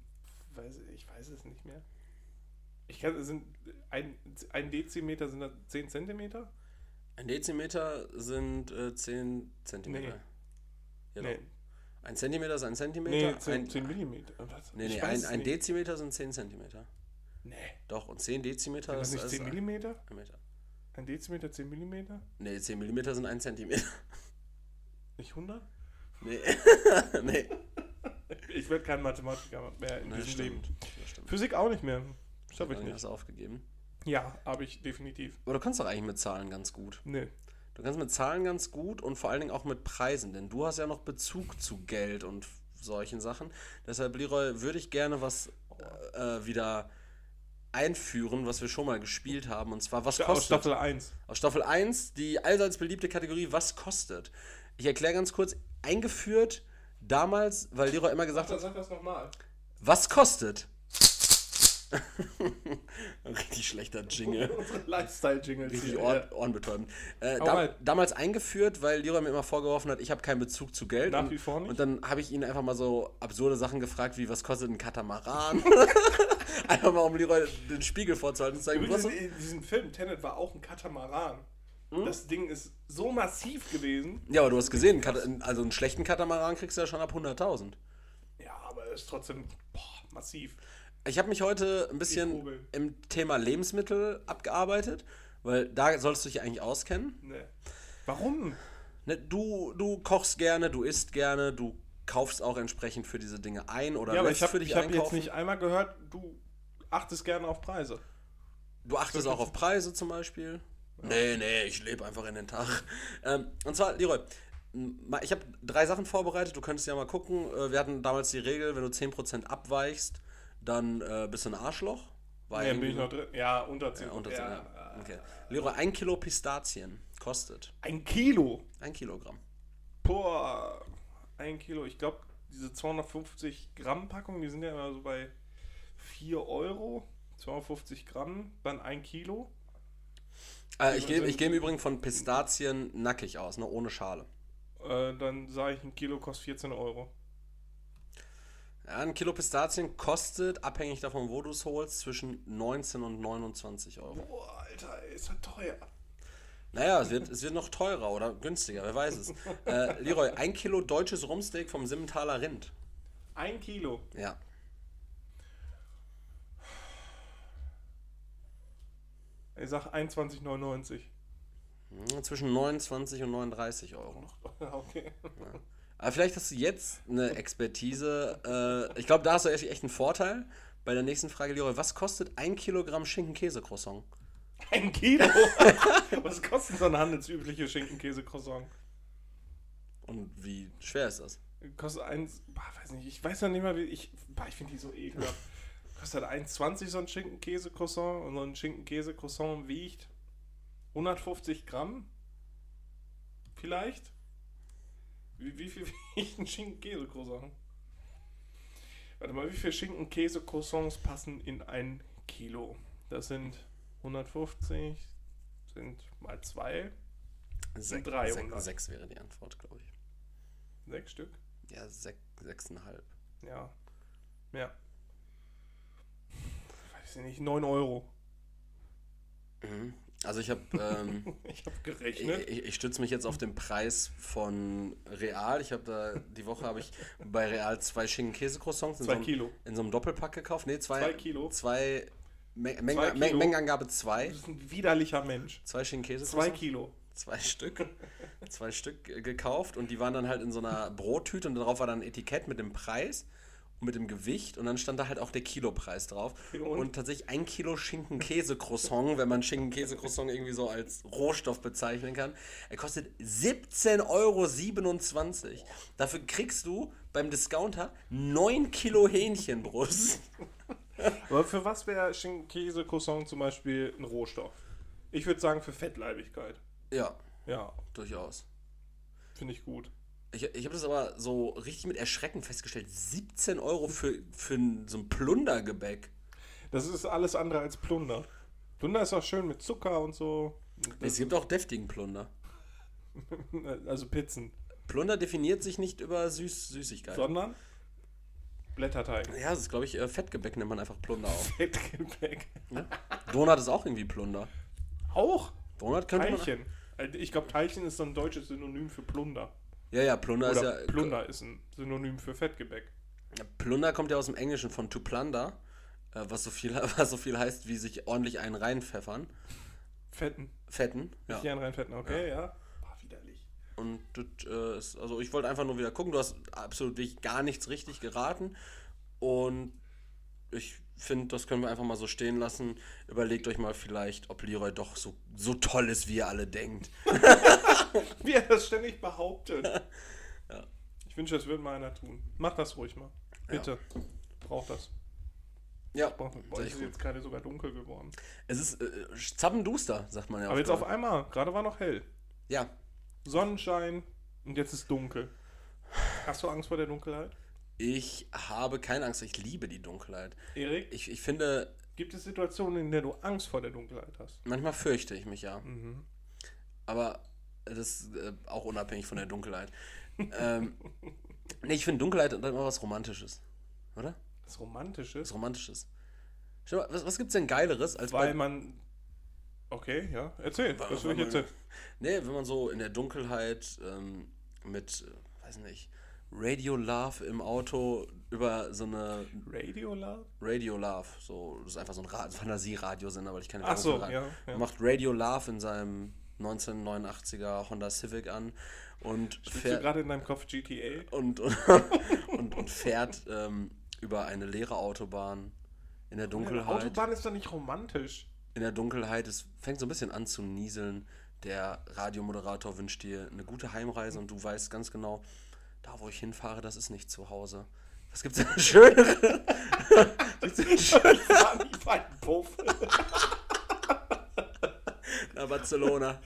Speaker 1: Weiß, ich weiß es nicht mehr. Ich kann, sind ein, ein Dezimeter sind das 10 Zentimeter?
Speaker 2: Ein Dezimeter sind äh, 10 Zentimeter. Ja,
Speaker 1: Nee,
Speaker 2: doch. Ein Zentimeter ist ein Zentimeter.
Speaker 1: nee 10,
Speaker 2: Genau. ein,
Speaker 1: 10 Millimeter. Was?
Speaker 2: nee,
Speaker 1: Ich
Speaker 2: nee,
Speaker 1: weiß
Speaker 2: ein,
Speaker 1: es
Speaker 2: ein
Speaker 1: nicht.
Speaker 2: Dezimeter sind 10 Zentimeter.
Speaker 1: Nee,
Speaker 2: Doch, und 10 Dezimeter
Speaker 1: das
Speaker 2: ist,
Speaker 1: nicht
Speaker 2: ist äh,
Speaker 1: 10
Speaker 2: ein
Speaker 1: Millimeter?
Speaker 2: Meter.
Speaker 1: Ein Dezimeter, 10 Millimeter?
Speaker 2: Nee, 10 Millimeter sind 1 Zentimeter.
Speaker 1: Nicht 100?
Speaker 2: Nee. nee.
Speaker 1: Ich werde kein Mathematiker mehr in
Speaker 2: Nee,
Speaker 1: diesem Leben.
Speaker 2: stimmt. Genau, Das stimmt.
Speaker 1: Physik auch nicht mehr. Schaffe ich
Speaker 2: Dann hast
Speaker 1: nicht.
Speaker 2: du aufgegeben.
Speaker 1: Ja, habe ich definitiv.
Speaker 2: Aber du kannst doch eigentlich mit Zahlen ganz gut.
Speaker 1: Nee.
Speaker 2: Du kannst mit Zahlen ganz gut und vor allen Dingen auch mit Preisen, denn du hast ja noch Bezug zu Geld und solchen Sachen. Deshalb, Leroy, würde ich gerne was äh, äh, wieder einführen, was wir schon mal gespielt haben. Und zwar, was
Speaker 1: Aus
Speaker 2: kostet.
Speaker 1: Staffel 1.
Speaker 2: Aus Staffel 1, die allseits beliebte Kategorie Was kostet? Ich erkläre ganz kurz, eingeführt damals, weil Leroy immer gesagt hat,
Speaker 1: Sag das nochmal.
Speaker 2: was kostet? Richtig schlechter Jingle.
Speaker 1: Unsere Lifestyle-Jingles
Speaker 2: Richtig
Speaker 1: hier.
Speaker 2: Ohren, ohrenbetäubend. Äh, dam
Speaker 1: Alright.
Speaker 2: damals eingeführt, weil Leroy mir immer vorgeworfen hat, ich habe keinen Bezug zu Geld.
Speaker 1: Nach
Speaker 2: und,
Speaker 1: wie vor nicht.
Speaker 2: Und dann habe ich ihn einfach mal so absurde Sachen gefragt, wie was kostet ein Katamaran? einfach mal, um Leroy den Spiegel vorzuhalten und zu sagen,
Speaker 1: Übrigens,
Speaker 2: was
Speaker 1: in diesem Film Tenet war auch ein Katamaran.
Speaker 2: Hm?
Speaker 1: Das Ding ist so massiv gewesen.
Speaker 2: Ja, aber du hast gesehen, Kat- also einen schlechten Katamaran kriegst du ja schon ab 100.000.
Speaker 1: Ja, aber es ist trotzdem boah, massiv.
Speaker 2: Ich habe mich heute ein
Speaker 1: Die
Speaker 2: bisschen
Speaker 1: Vogel.
Speaker 2: im Thema Lebensmittel abgearbeitet, weil da sollst du dich eigentlich auskennen.
Speaker 1: Ne. Warum?
Speaker 2: Ne, du, du kochst gerne, du isst gerne, du kaufst auch entsprechend für diese Dinge ein oder
Speaker 1: Ja, aber
Speaker 2: lässt
Speaker 1: ich
Speaker 2: für
Speaker 1: habe
Speaker 2: dich
Speaker 1: hab jetzt
Speaker 2: einkaufen.
Speaker 1: nicht einmal gehört, du achtest gerne auf Preise.
Speaker 2: Du achtest auch auf Preise zum Beispiel. Nee, nee, ich lebe einfach in den Tag. Ähm, und zwar, Leroy, m- ma- ich habe drei Sachen vorbereitet, du könntest ja mal gucken. Äh, Wir hatten damals die Regel, wenn du 10% abweichst, dann äh, bist du ein Arschloch. War
Speaker 1: Ja, bin
Speaker 2: irgendwie
Speaker 1: ich noch drin. Ja, unter 10.
Speaker 2: Ja, unter zehn,
Speaker 1: ja. Äh,
Speaker 2: ja. okay. Leroy, ein Kilo Pistazien kostet
Speaker 1: Ein Kilo.
Speaker 2: ein Kilogramm.
Speaker 1: Boah, ein Kilo. Ich glaube, diese 250 Gramm Packung, die sind ja immer so bei 4 Euro. 250 Gramm, dann ein Kilo.
Speaker 2: Äh, ich
Speaker 1: Ja,
Speaker 2: gehe
Speaker 1: sind-
Speaker 2: ich geh im Übrigen von Pistazien nackig aus, ne, ohne Schale.
Speaker 1: Äh, dann sage ich, ein Kilo kostet 14 Euro.
Speaker 2: Ja, ein Kilo Pistazien kostet, abhängig davon, wo du es holst, zwischen 19 und 29 Euro.
Speaker 1: Boah, Alter, ey, ist das teuer.
Speaker 2: Naja, es wird, es wird noch teurer oder günstiger, wer weiß es. Äh, Leroy, ein Kilo deutsches Rumsteak vom Simmentaler Rind.
Speaker 1: Ein Kilo.
Speaker 2: Ja.
Speaker 1: Ich sag 21,99.
Speaker 2: Hm, Zwischen 29 und 39 Euro.
Speaker 1: Okay.
Speaker 2: Aber vielleicht hast du jetzt eine Expertise. Äh, ich glaube, da hast du echt echt einen Vorteil. Bei der nächsten Frage, Leroy, was kostet ein Kilogramm Schinken-Käse-Croissant?
Speaker 1: Ein Kilo? Was kostet so ein handelsübliche Schinkenkäse-Croissant?
Speaker 2: Und wie schwer ist das?
Speaker 1: Kostet eins, boah, weiß nicht, ich weiß noch nicht mal, wie ich, boah, ich finde die so ekelhaft. Kostet 1,20 so ein Schinkenkäse-Croissant und so ein Schinkenkäse-Croissant wiegt 150 Gramm? Vielleicht? Wie, wie viel wiegt ein Schinkenkäse-Croissant? Warte mal, wie viele Schinkenkäse-Croissants passen in ein Kilo? Das sind 150, sind mal zwei,
Speaker 2: Sech-
Speaker 1: 300.
Speaker 2: sech- Sechs wäre die Antwort, glaube ich.
Speaker 1: sechs Stück.
Speaker 2: Ja, sech, sechseinhalb.
Speaker 1: Ja. Ja. Weiß ich nicht, 9 Euro.
Speaker 2: Mhm. Also ich habe... Ähm,
Speaker 1: Ich ne? habe
Speaker 2: Ich,
Speaker 1: gerechnet.
Speaker 2: ich, ich stütze mich jetzt auf den Preis von Real. Ich habe da die Woche habe ich bei Real zwei Schinken-Käse-Croissants in, so
Speaker 1: Zwei
Speaker 2: einem-
Speaker 1: Kilo.
Speaker 2: in so einem Doppelpack gekauft. Nee, zwei,
Speaker 1: Zwei Kilo.
Speaker 2: Zwei, Me Menge,
Speaker 1: Zwei
Speaker 2: Men-
Speaker 1: Kilo.
Speaker 2: Mengenangabe
Speaker 1: Du
Speaker 2: zwei.
Speaker 1: bist ein widerlicher Mensch.
Speaker 2: Zwei Schinken-Käse.
Speaker 1: Zwei Kilo.
Speaker 2: Zwei Stück. zwei Stück äh, gekauft und die waren dann halt in so einer Brottüte und darauf war dann ein Etikett mit dem Preis und mit dem Gewicht und dann stand da halt auch der Kilopreis drauf.
Speaker 1: Und?
Speaker 2: Und, tatsächlich ein Kilo Schinken-Käse-Croissant, wenn man Schinken-Käse-Croissant irgendwie so als Rohstoff bezeichnen kann, er kostet 17,27 Euro. Dafür kriegst du beim Discounter 9 Kilo Hähnchenbrust.
Speaker 1: Aber für was wäre Käse Croissant zum Beispiel ein Rohstoff? Ich würde sagen für Fettleibigkeit.
Speaker 2: Ja,
Speaker 1: Ja,
Speaker 2: durchaus.
Speaker 1: finde ich gut.
Speaker 2: Ich, ich habe das aber so richtig mit Erschrecken festgestellt. 17 Euro für, für n- so ein Plundergebäck.
Speaker 1: Das ist alles andere als Plunder. Plunder ist auch schön mit Zucker und so.
Speaker 2: Es gibt auch deftigen Plunder.
Speaker 1: Also Pizzen.
Speaker 2: Plunder definiert sich nicht über Süß Süßigkeit.
Speaker 1: Sondern Blätterteig.
Speaker 2: Ja, das ist, glaube ich, äh, Fettgebäck nennt man einfach Plunder auch.
Speaker 1: Fettgebäck.
Speaker 2: Ne? Donut ist auch irgendwie Plunder.
Speaker 1: Auch
Speaker 2: Donut könnte
Speaker 1: Teilchen. Also Ich glaube, Teilchen ist so ein deutsches Synonym für Plunder.
Speaker 2: man. Ja, ja, Plunder
Speaker 1: Oder
Speaker 2: ist ja.
Speaker 1: Plunder ist ein Synonym für Fettgebäck.
Speaker 2: Plunder kommt ja aus dem Englischen von to plunder, äh, was, so viel, was so viel heißt wie sich ordentlich einen reinpfeffern.
Speaker 1: Fetten.
Speaker 2: Fetten. Ja.
Speaker 1: Nicht hier reinfetten, okay, ja. War widerlich.
Speaker 2: Und das äh, ist, also ich wollte einfach nur wieder gucken, du hast absolut wirklich gar nichts richtig geraten. Und ich finde, das können wir einfach mal so stehen lassen. Überlegt euch mal vielleicht, ob Leroy doch so, so toll ist, wie ihr alle denkt.
Speaker 1: Wie er das ständig behauptet. Ich wünsche, das würde mal einer tun. Mach das ruhig mal. Bitte. Braucht das.
Speaker 2: Ja,
Speaker 1: Braucht das. Boah,
Speaker 2: sehr
Speaker 1: es ist
Speaker 2: gut.
Speaker 1: jetzt gerade sogar dunkel geworden.
Speaker 2: Es ist äh, zappenduster, sagt man ja.
Speaker 1: Aber
Speaker 2: auch
Speaker 1: jetzt auf
Speaker 2: immer.
Speaker 1: einmal. Gerade war noch hell.
Speaker 2: Ja,
Speaker 1: Sonnenschein und jetzt ist dunkel. Hast du Angst vor der Dunkelheit?
Speaker 2: ich habe keine Angst, ich liebe die Dunkelheit.
Speaker 1: Erik,
Speaker 2: Ich, ich finde,
Speaker 1: gibt es Situationen, in der du Angst vor der Dunkelheit hast?
Speaker 2: manchmal fürchte ich mich ja.
Speaker 1: Mhm.
Speaker 2: Aber das ist äh, auch unabhängig von der Dunkelheit. ähm, nee, ich finde Dunkelheit hat immer was Romantisches. Oder?
Speaker 1: Das Romantische
Speaker 2: Was
Speaker 1: ist,
Speaker 2: Romantisches. Stell mal, Was, was gibt's denn Geileres als
Speaker 1: weil
Speaker 2: bei.
Speaker 1: man. Okay, ja. Erzähl.
Speaker 2: Weil-
Speaker 1: Was will ich
Speaker 2: weil
Speaker 1: jetzt?
Speaker 2: man-
Speaker 1: sehen?
Speaker 2: Nee, wenn man so in der Dunkelheit ähm, mit, äh, weiß nicht, Radio Love im Auto über so eine
Speaker 1: Radio Love?
Speaker 2: Radio Love, so, das ist einfach so ein Ra- Fantasie-Radiosender, weil ich keine
Speaker 1: Ach so,
Speaker 2: für Ra-
Speaker 1: ja, ja.
Speaker 2: Macht Radio Love in seinem 1989er Honda Civic an und
Speaker 1: Bist du
Speaker 2: fährt
Speaker 1: gerade in deinem Kopf GTA?
Speaker 2: und, und, und, und fährt ähm, über eine leere Autobahn in der Dunkelheit.
Speaker 1: Autobahn ist doch nicht romantisch.
Speaker 2: In der Dunkelheit, es fängt so ein bisschen an zu nieseln. Der Radiomoderator wünscht dir eine gute Heimreise und du weißt ganz genau, da wo ich hinfahre, das ist nicht zu Hause. Was gibt's denn Schöneres? Gibt's denn Schöneres?
Speaker 1: Ich war ein Puff.
Speaker 2: Na, Barcelona.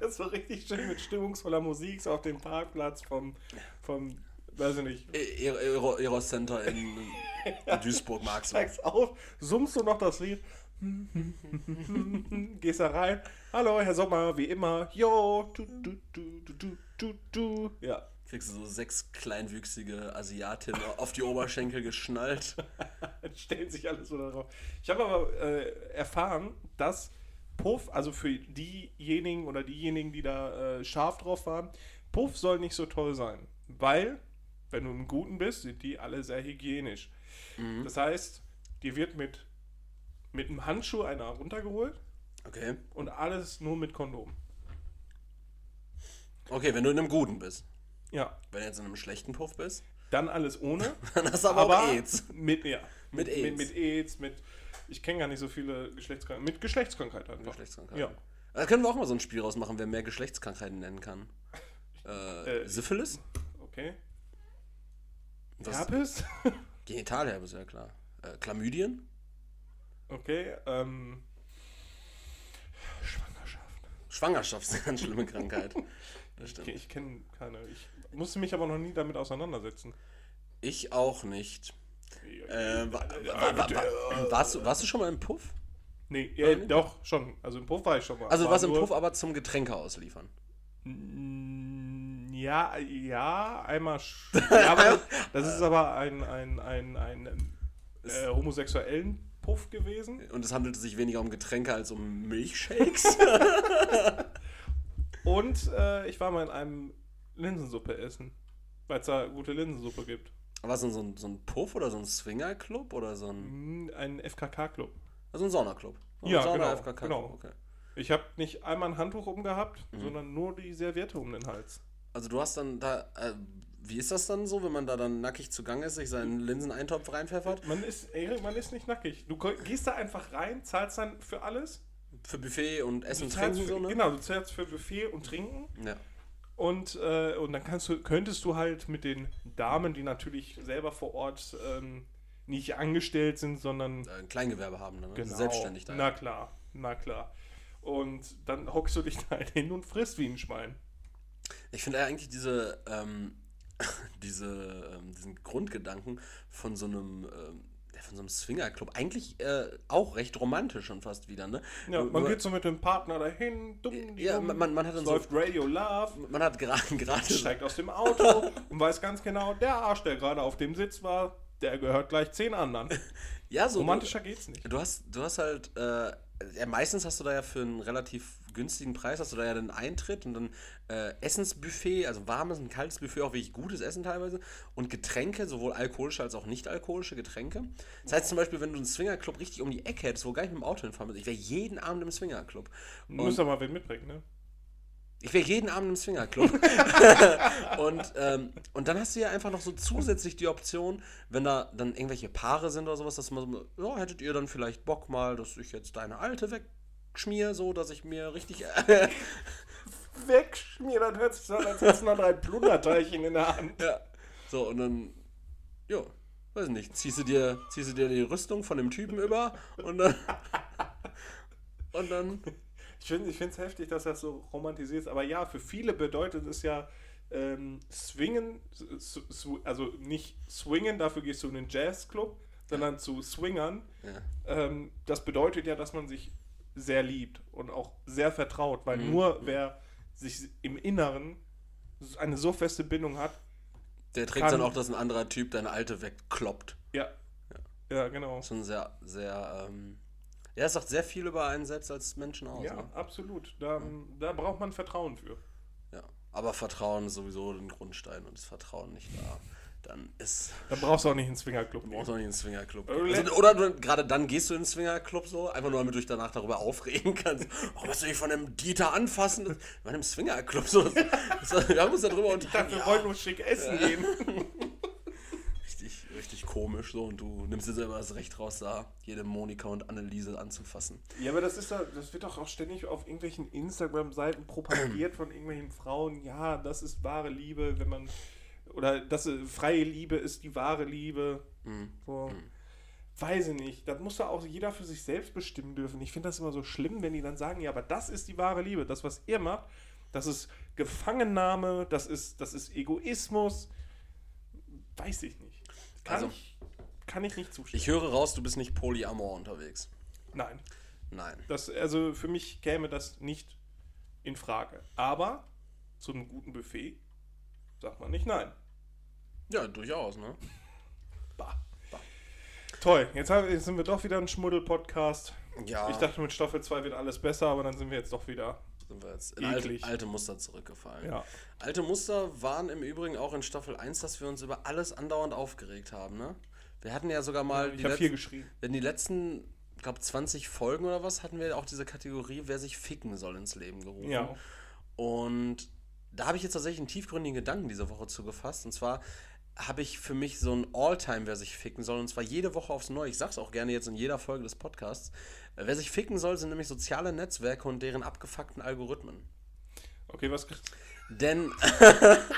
Speaker 1: Das war richtig schön mit stimmungsvoller Musik so auf dem Parkplatz vom, vom weiß ich nicht,
Speaker 2: E- E- Euro, Euro Center in, in Duisburg magst du.
Speaker 1: steigst auf, summst du noch das Lied, gehst da rein, hallo Herr Sommer, wie immer, yo, du, du, du, du, du, du, du. Ja,
Speaker 2: Kriegst du so sechs kleinwüchsige Asiatinnen auf die Oberschenkel geschnallt.
Speaker 1: dann stellen sich alle so darauf. Ich habe aber äh, erfahren, dass Puff, also für diejenigen oder diejenigen, die da äh, scharf drauf waren, Puff soll nicht so toll sein, weil, wenn du im Guten bist, sind die alle sehr hygienisch.
Speaker 2: Mhm.
Speaker 1: Das heißt, dir wird mit, mit einem Handschuh einer runtergeholt
Speaker 2: Okay.
Speaker 1: und alles nur mit Kondom.
Speaker 2: Okay, wenn du in einem guten bist.
Speaker 1: Ja,
Speaker 2: Wenn du jetzt in einem schlechten Puff bist,
Speaker 1: dann alles ohne,
Speaker 2: dann hast du aber,
Speaker 1: aber
Speaker 2: auch AIDS.
Speaker 1: mit ja,
Speaker 2: Mit
Speaker 1: Mit,
Speaker 2: AIDS.
Speaker 1: mit AIDS, mit ich kenne gar nicht so viele Geschlechtskrankheiten, mit Geschlechtskrankheit einfach.
Speaker 2: Geschlechtskrankheiten.
Speaker 1: Ja.
Speaker 2: Da können wir auch mal so ein Spiel rausmachen, wer mehr Geschlechtskrankheiten nennen kann. Äh,
Speaker 1: Äh,
Speaker 2: Syphilis?
Speaker 1: Okay.
Speaker 2: Das
Speaker 1: Herpes?
Speaker 2: Genitalherpes, ja klar. Äh, Chlamydien?
Speaker 1: Okay, ähm. Schwangerschaft.
Speaker 2: Schwangerschaft ist eine ganz schlimme Krankheit.
Speaker 1: Okay,
Speaker 2: Das stimmt.
Speaker 1: ich kenne keine. Ich musste mich aber noch nie damit auseinandersetzen.
Speaker 2: Ich auch nicht. Äh, wa- wa-
Speaker 1: Ja,
Speaker 2: wa- wa-
Speaker 1: der-
Speaker 2: wa- warst, du, warst du schon mal im Puff?
Speaker 1: Nee, äh, doch, schon. Also im Puff war ich schon mal.
Speaker 2: Also du
Speaker 1: War
Speaker 2: warst im
Speaker 1: nur-
Speaker 2: Puff, aber zum Getränke ausliefern.
Speaker 1: Mm, Ja, ja, einmal. sch- Ja, aber das ist aber ein, ein, ein, ein äh, homosexuellen Puff gewesen.
Speaker 2: Und es handelte sich weniger um Getränke als um Milchshakes.
Speaker 1: Und äh, ich war mal in einem Linsensuppe essen, weil es da gute Linsensuppe gibt.
Speaker 2: War es denn so ein, so ein Puff oder so ein Swingerclub oder so ein,
Speaker 1: Mm, Ein FKK-Club.
Speaker 2: also ein Saunaclub?
Speaker 1: Ja, genau,
Speaker 2: FKK.
Speaker 1: genau.
Speaker 2: Okay.
Speaker 1: Ich habe nicht einmal ein Handtuch umgehabt,
Speaker 2: Mhm.
Speaker 1: sondern nur die Serviette um den Hals.
Speaker 2: Also du hast dann da, äh, wie ist das dann so, wenn man da dann nackig zugange ist, sich seinen Linseneintopf reinpfeffert?
Speaker 1: Man ist, Erik, man ist nicht nackig. Du ko- gehst da einfach rein, zahlst dann für alles.
Speaker 2: Für Buffet und Essen
Speaker 1: Du
Speaker 2: und
Speaker 1: zahlst für,
Speaker 2: Trinken so, ne?
Speaker 1: Genau, du zahlst für Buffet und Trinken.
Speaker 2: Ja.
Speaker 1: Und, äh, und dann kannst du, könntest du halt mit den Damen, die natürlich selber vor Ort ähm, nicht angestellt sind, sondern
Speaker 2: Äh, Ein Kleingewerbe haben dann, ne?
Speaker 1: genau,
Speaker 2: Selbstständig da.
Speaker 1: Na klar, na klar. Und dann hockst du dich da halt hin und frisst wie ein Schwein.
Speaker 2: Ich finde ja eigentlich diese, ähm, diese, ähm, diesen Grundgedanken von so einem, ähm, ja, von so einem Swingerclub eigentlich äh, auch recht romantisch schon fast wieder, ne?
Speaker 1: Ja,
Speaker 2: Nur-
Speaker 1: man
Speaker 2: nur-
Speaker 1: geht so mit dem Partner dahin, dumm,
Speaker 2: Ja,
Speaker 1: dumm,
Speaker 2: man- man- man hat dann
Speaker 1: es
Speaker 2: so-
Speaker 1: läuft Radio Love,
Speaker 2: man hat gerade gerade
Speaker 1: steigt aus dem Auto und weiß ganz genau, der Arsch, der gerade auf dem Sitz war, der gehört gleich zehn anderen.
Speaker 2: ja so
Speaker 1: Romantischer geht's nicht.
Speaker 2: Du hast, du hast halt, äh, ja, meistens hast du da ja für einen relativ günstigen Preis, hast du da ja den Eintritt und dann äh, Essensbuffet, also warmes und kaltes Buffet, auch wirklich gutes Essen teilweise und Getränke, sowohl alkoholische als auch nicht alkoholische Getränke. Das heißt zum Beispiel, wenn du einen Swingerclub richtig um die Ecke hättest, wo gar nicht mit dem Auto hinfahren müsste, ich wäre jeden Abend im Swingerclub.
Speaker 1: Du musst aber wen mitbringen, ne?
Speaker 2: Ich wäre jeden Abend im Swingerclub. und, ähm, und dann hast du ja einfach noch so zusätzlich die Option, wenn da dann irgendwelche Paare sind oder sowas, dass man so, ja, hättet ihr dann vielleicht Bock mal, dass ich jetzt deine alte wegschmier, so dass ich mir richtig.
Speaker 1: Wegschmieren, das hört sich so an, als hättest du noch drei Plunderteilchen in der Hand.
Speaker 2: ja. So, und dann, ja, weiß nicht, ziehst du, dir, ziehst du dir die Rüstung von dem Typen über und dann. und dann.
Speaker 1: Ich finde es heftig, dass das so romantisiert ist. Aber ja, für viele bedeutet es ja ähm, swingen, s- s- also nicht swingen, dafür gehst du in den Jazzclub, sondern zu swingern.
Speaker 2: Ja.
Speaker 1: Ähm, das bedeutet ja, dass man sich sehr liebt und auch sehr vertraut, weil
Speaker 2: Mhm.
Speaker 1: nur wer sich im Inneren s- eine so feste Bindung hat,
Speaker 2: Der trägt
Speaker 1: Kann-
Speaker 2: dann auch, dass ein anderer Typ deine alte wegkloppt.
Speaker 1: ja. Ja, genau.
Speaker 2: schon sehr, sehr, ähm, ja, es sagt sehr viel über einen selbst als Menschen aus.
Speaker 1: Ja,
Speaker 2: Ne?
Speaker 1: absolut. Da, da braucht man Vertrauen für.
Speaker 2: ja. Aber Vertrauen ist sowieso ein Grundstein und ist Vertrauen nicht da, dann ist
Speaker 1: Da brauchst du auch nicht einen Swingerclub.
Speaker 2: brauchst du auch nicht in den Swingerclub.
Speaker 1: Oh, let's-
Speaker 2: Also, oder du, gerade dann gehst du in den Swingerclub so, einfach nur damit du dich danach darüber aufregen kannst. Warum hast du dich von dem Dieter anfassen? Bei einem Swingerclub so. so wir haben uns darüber
Speaker 1: Ich dachte,
Speaker 2: unterhalten.
Speaker 1: wir
Speaker 2: Ja,
Speaker 1: wollen nur schick essen gehen.
Speaker 2: richtig, richtig komisch so und du nimmst dir selber das Recht raus, da jede Monika und Anneliese anzufassen.
Speaker 1: Ja, aber das ist doch, das wird doch auch ständig auf irgendwelchen Instagram-Seiten propagiert von irgendwelchen Frauen. Ja, das ist wahre Liebe, wenn man oder das äh, freie Liebe ist die wahre Liebe. So. Weiß ich nicht. Das muss doch auch jeder für sich selbst bestimmen dürfen. Ich finde das immer so schlimm, wenn die dann sagen, ja, aber das ist die wahre Liebe. Das, was ihr macht, das ist Gefangennahme, das ist, das ist Egoismus. Weiß ich nicht. Kann,
Speaker 2: Also-
Speaker 1: ich, kann ich nicht zustimmen.
Speaker 2: Ich höre raus, du bist nicht polyamor unterwegs.
Speaker 1: Nein.
Speaker 2: Nein.
Speaker 1: Das, also für mich käme das nicht in Frage. Aber zu einem guten Buffet sagt man nicht nein.
Speaker 2: Ja, durchaus, ne?
Speaker 1: Bah. Toll, jetzt, haben, jetzt sind wir doch wieder ein Schmuddel-Podcast.
Speaker 2: Ja,
Speaker 1: Ich dachte, mit Staffel 2 wird alles besser, aber dann sind wir jetzt doch wieder.
Speaker 2: sind wir jetzt in alte,
Speaker 1: eklig.
Speaker 2: alte Muster zurückgefallen.
Speaker 1: Ja.
Speaker 2: Alte Muster waren im Übrigen auch in Staffel 1, dass wir uns über alles andauernd aufgeregt haben, ne? Wir hatten ja sogar mal
Speaker 1: Ich
Speaker 2: die,
Speaker 1: habe viel
Speaker 2: letzten,
Speaker 1: geschrieben.
Speaker 2: in die letzten, ich glaube 20 Folgen oder was, hatten wir auch diese Kategorie, wer sich ficken soll ins Leben gerufen.
Speaker 1: Ja.
Speaker 2: Und da habe ich jetzt tatsächlich einen tiefgründigen Gedanken diese Woche zugefasst. Und zwar habe ich für mich so ein All-Time, wer sich ficken soll. Und zwar jede Woche aufs Neue. Ich sag's auch gerne jetzt in jeder Folge des Podcasts. Äh, Wer sich ficken soll, sind nämlich soziale Netzwerke und deren abgefuckten Algorithmen.
Speaker 1: Okay, was.
Speaker 2: Denn,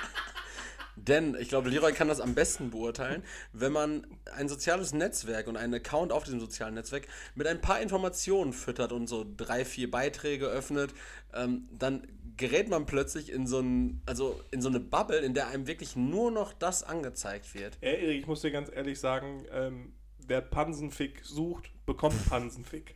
Speaker 2: denn ich glaube, Leroy kann das am besten beurteilen, wenn man ein soziales Netzwerk und einen Account auf diesem sozialen Netzwerk mit ein paar Informationen füttert und so drei, vier Beiträge öffnet, ähm, dann gerät man plötzlich in so, ein, also in so eine Bubble, in der einem wirklich nur noch das angezeigt wird.
Speaker 1: Ey, Erik, ich muss dir ganz ehrlich sagen, ähm, wer Pansenfick sucht, bekommt Pansenfick.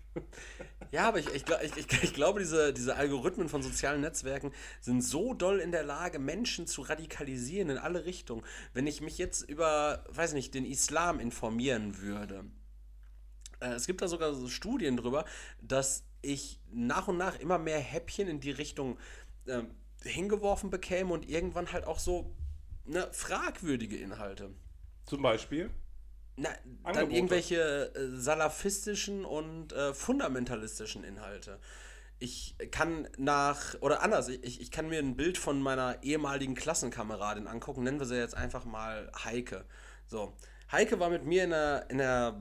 Speaker 2: Ja, aber ich, ich, gla- ich, ich, ich glaube, diese, diese Algorithmen von sozialen Netzwerken sind so doll in der Lage, Menschen zu radikalisieren in alle Richtungen. Wenn ich mich jetzt über, weiß nicht, den Islam informieren würde. Äh, es gibt da sogar so Studien drüber, dass ich nach und nach immer mehr Häppchen in die Richtung ähm, hingeworfen bekäme und irgendwann halt auch so ne, fragwürdige Inhalte.
Speaker 1: Zum Beispiel.
Speaker 2: Na, dann
Speaker 1: Angebote.
Speaker 2: irgendwelche äh, salafistischen und äh, fundamentalistischen Inhalte. ich kann nach, oder anders, ich, ich kann mir ein Bild von meiner ehemaligen Klassenkameradin angucken, nennen wir sie jetzt einfach mal Heike. So, Heike war mit mir in der, in der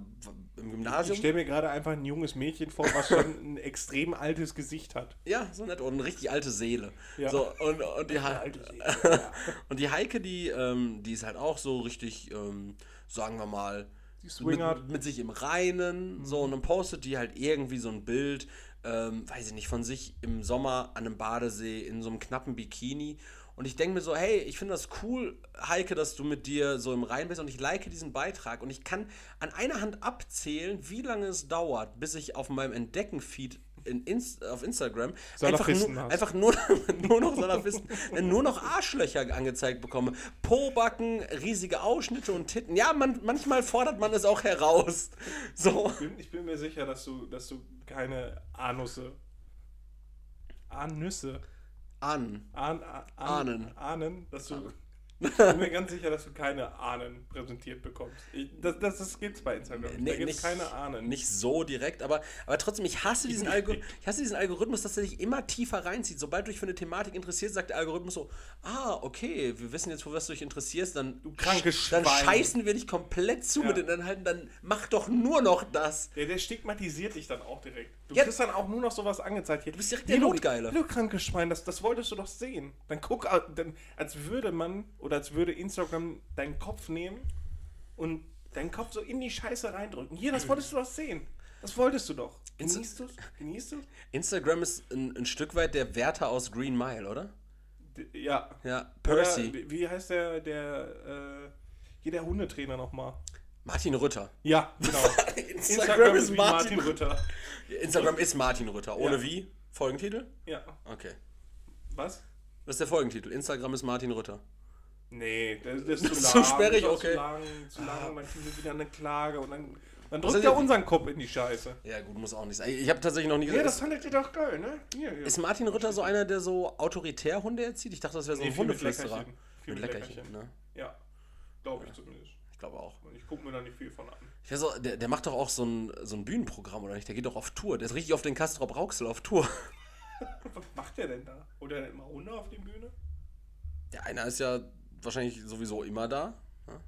Speaker 2: im Gymnasium.
Speaker 1: Ich stelle mir gerade einfach ein junges Mädchen vor, was schon ein extrem altes Gesicht hat.
Speaker 2: Ja, so nett. Und eine richtig alte Seele.
Speaker 1: Ja.
Speaker 2: So, und, und, die
Speaker 1: Eine
Speaker 2: Hei-
Speaker 1: alte Seele, ja.
Speaker 2: und die Heike, die, ähm, die ist halt auch so richtig, ähm, sagen wir mal,
Speaker 1: Die Mhm. swingert.
Speaker 2: mit, mit sich im Reinen. So, und dann postet die halt irgendwie so ein Bild, ähm, weiß ich nicht, von sich im Sommer an einem Badesee in so einem knappen Bikini. Und ich denke mir so, hey, ich finde das cool, Heike, dass du mit dir so im Reinen bist. Und ich like diesen Beitrag. Und ich kann an einer Hand abzählen, wie lange es dauert, bis ich auf meinem Entdecken-Feed in Inst auf Instagram einfach
Speaker 1: Salafisten
Speaker 2: nur,
Speaker 1: hast.
Speaker 2: einfach nur, nur noch Salafisten, wenn nur noch Arschlöcher angezeigt bekomme. Pobacken, riesige Ausschnitte und Titten. Ja, man, manchmal fordert man es auch heraus. So.
Speaker 1: Bin- Ich bin mir sicher, dass du, dass du keine Anusse. Anüsse.
Speaker 2: An.
Speaker 1: An, an,
Speaker 2: Ahnen.
Speaker 1: Ahnen, dass du. Ich bin mir ganz sicher, dass du keine Ahnen präsentiert bekommst. Ich, das, das, das gibt's bei Instagram. Nee, da gibt's keine Ahnen.
Speaker 2: nicht so direkt, aber, aber trotzdem, ich hasse, diesen Algo ich hasse diesen Algorithmus, dass er dich immer tiefer reinzieht. Sobald du dich für eine Thematik interessierst, sagt der Algorithmus so, ah, okay, wir wissen jetzt, für was du dich interessierst, dann, du
Speaker 1: krankes
Speaker 2: dann
Speaker 1: Schwein.
Speaker 2: scheißen wir dich komplett zu
Speaker 1: Ja.
Speaker 2: mit den Inhalten, dann mach doch nur noch das.
Speaker 1: Der, der stigmatisiert dich dann auch direkt. Du
Speaker 2: Ja.
Speaker 1: kriegst dann auch nur noch sowas angezeigt. Hier, du
Speaker 2: bist direkt der Notgeile.
Speaker 1: Du krankes Schwein, das, das wolltest du doch sehen. Dann guck, au- dann, als würde man oder als würde Instagram deinen Kopf nehmen und deinen Kopf so in die Scheiße reindrücken. Hier, das wolltest du doch sehen. Das wolltest du doch.
Speaker 2: Insta-
Speaker 1: Genießt du's? Genießt du's?
Speaker 2: Instagram ist ein, ein Stück weit der Wärter aus Green Mile, oder?
Speaker 1: D ja.
Speaker 2: Ja,
Speaker 1: Oder
Speaker 2: Percy.
Speaker 1: wie- wie heißt der, der, äh, hier der Hundetrainer nochmal?
Speaker 2: Martin Rütter.
Speaker 1: Ja, genau.
Speaker 2: Instagram ist
Speaker 1: wie
Speaker 2: Martin
Speaker 1: Rütter.
Speaker 2: Instagram ist Martin Rütter. Ohne
Speaker 1: Ja.
Speaker 2: wie? Folgentitel?
Speaker 1: Ja.
Speaker 2: Okay.
Speaker 1: Was?
Speaker 2: Das ist der Folgentitel. Instagram ist Martin Rütter.
Speaker 1: Nee, das, das ist zu
Speaker 2: ist
Speaker 1: lang.
Speaker 2: zu sperrig,
Speaker 1: das ist auch
Speaker 2: okay.
Speaker 1: Zu lang, zu lang, und dann kriegen wir wieder eine Klage und dann, dann
Speaker 2: ist
Speaker 1: drückt er
Speaker 2: denn-
Speaker 1: unseren Kopf in die Scheiße.
Speaker 2: Ja, gut, muss auch nicht sein. Ich habe tatsächlich noch nie
Speaker 1: Ja,
Speaker 2: gesagt.
Speaker 1: das fandet ihr doch geil, ne? Hier, hier.
Speaker 2: ist Martin Rütter so einer, der so autoritär Hunde erzieht? Ich dachte, das wäre so ein
Speaker 1: Nee, viel mit
Speaker 2: Hundeflüsterer.
Speaker 1: Leckerchen. Viel
Speaker 2: Mit
Speaker 1: mit
Speaker 2: Leckerchen,
Speaker 1: Leckerchen.
Speaker 2: ne?
Speaker 1: ja, glaube ich zumindest.
Speaker 2: Ich glaube auch.
Speaker 1: Ich gucke mir da nicht viel von an.
Speaker 2: Ich weiß auch der, der macht doch auch so ein, so ein Bühnenprogramm, oder nicht? Der geht doch auf Tour. Der ist richtig auf den Castrop Rauxel auf Tour.
Speaker 1: Was macht der denn da? Oder er immer Hunde auf der Bühne?
Speaker 2: Der eine ist ja wahrscheinlich sowieso immer da. ne?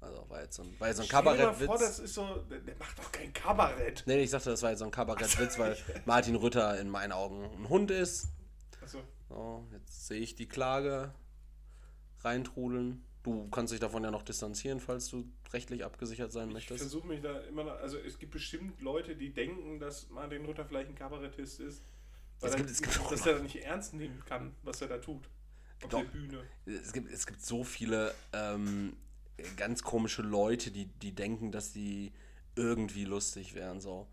Speaker 2: Also war jetzt so ein, war jetzt so ein
Speaker 1: Stell dir mal vor,
Speaker 2: Kabarettwitz.
Speaker 1: das ist so, der, der macht doch kein Kabarett.
Speaker 2: Nee, ich sagte, das war jetzt so ein Kabarettwitz, weil Martin Rütter in meinen Augen ein Hund ist.
Speaker 1: Also,
Speaker 2: So, jetzt sehe ich die Klage reintrudeln. Du kannst dich davon ja noch distanzieren, falls du rechtlich abgesichert sein
Speaker 1: ich
Speaker 2: möchtest.
Speaker 1: versuche mich da immer noch, also es gibt bestimmt Leute, die denken, dass Martin Luther vielleicht ein Kabarettist ist, weil
Speaker 2: Es
Speaker 1: er,
Speaker 2: gibt- es gibt auch
Speaker 1: dass
Speaker 2: noch-
Speaker 1: er nicht ernst nehmen kann, was er da tut. Auf
Speaker 2: Doch.
Speaker 1: der Bühne.
Speaker 2: Es gibt, es gibt so viele ähm, ganz komische Leute, die, die denken, dass die irgendwie lustig wären. So.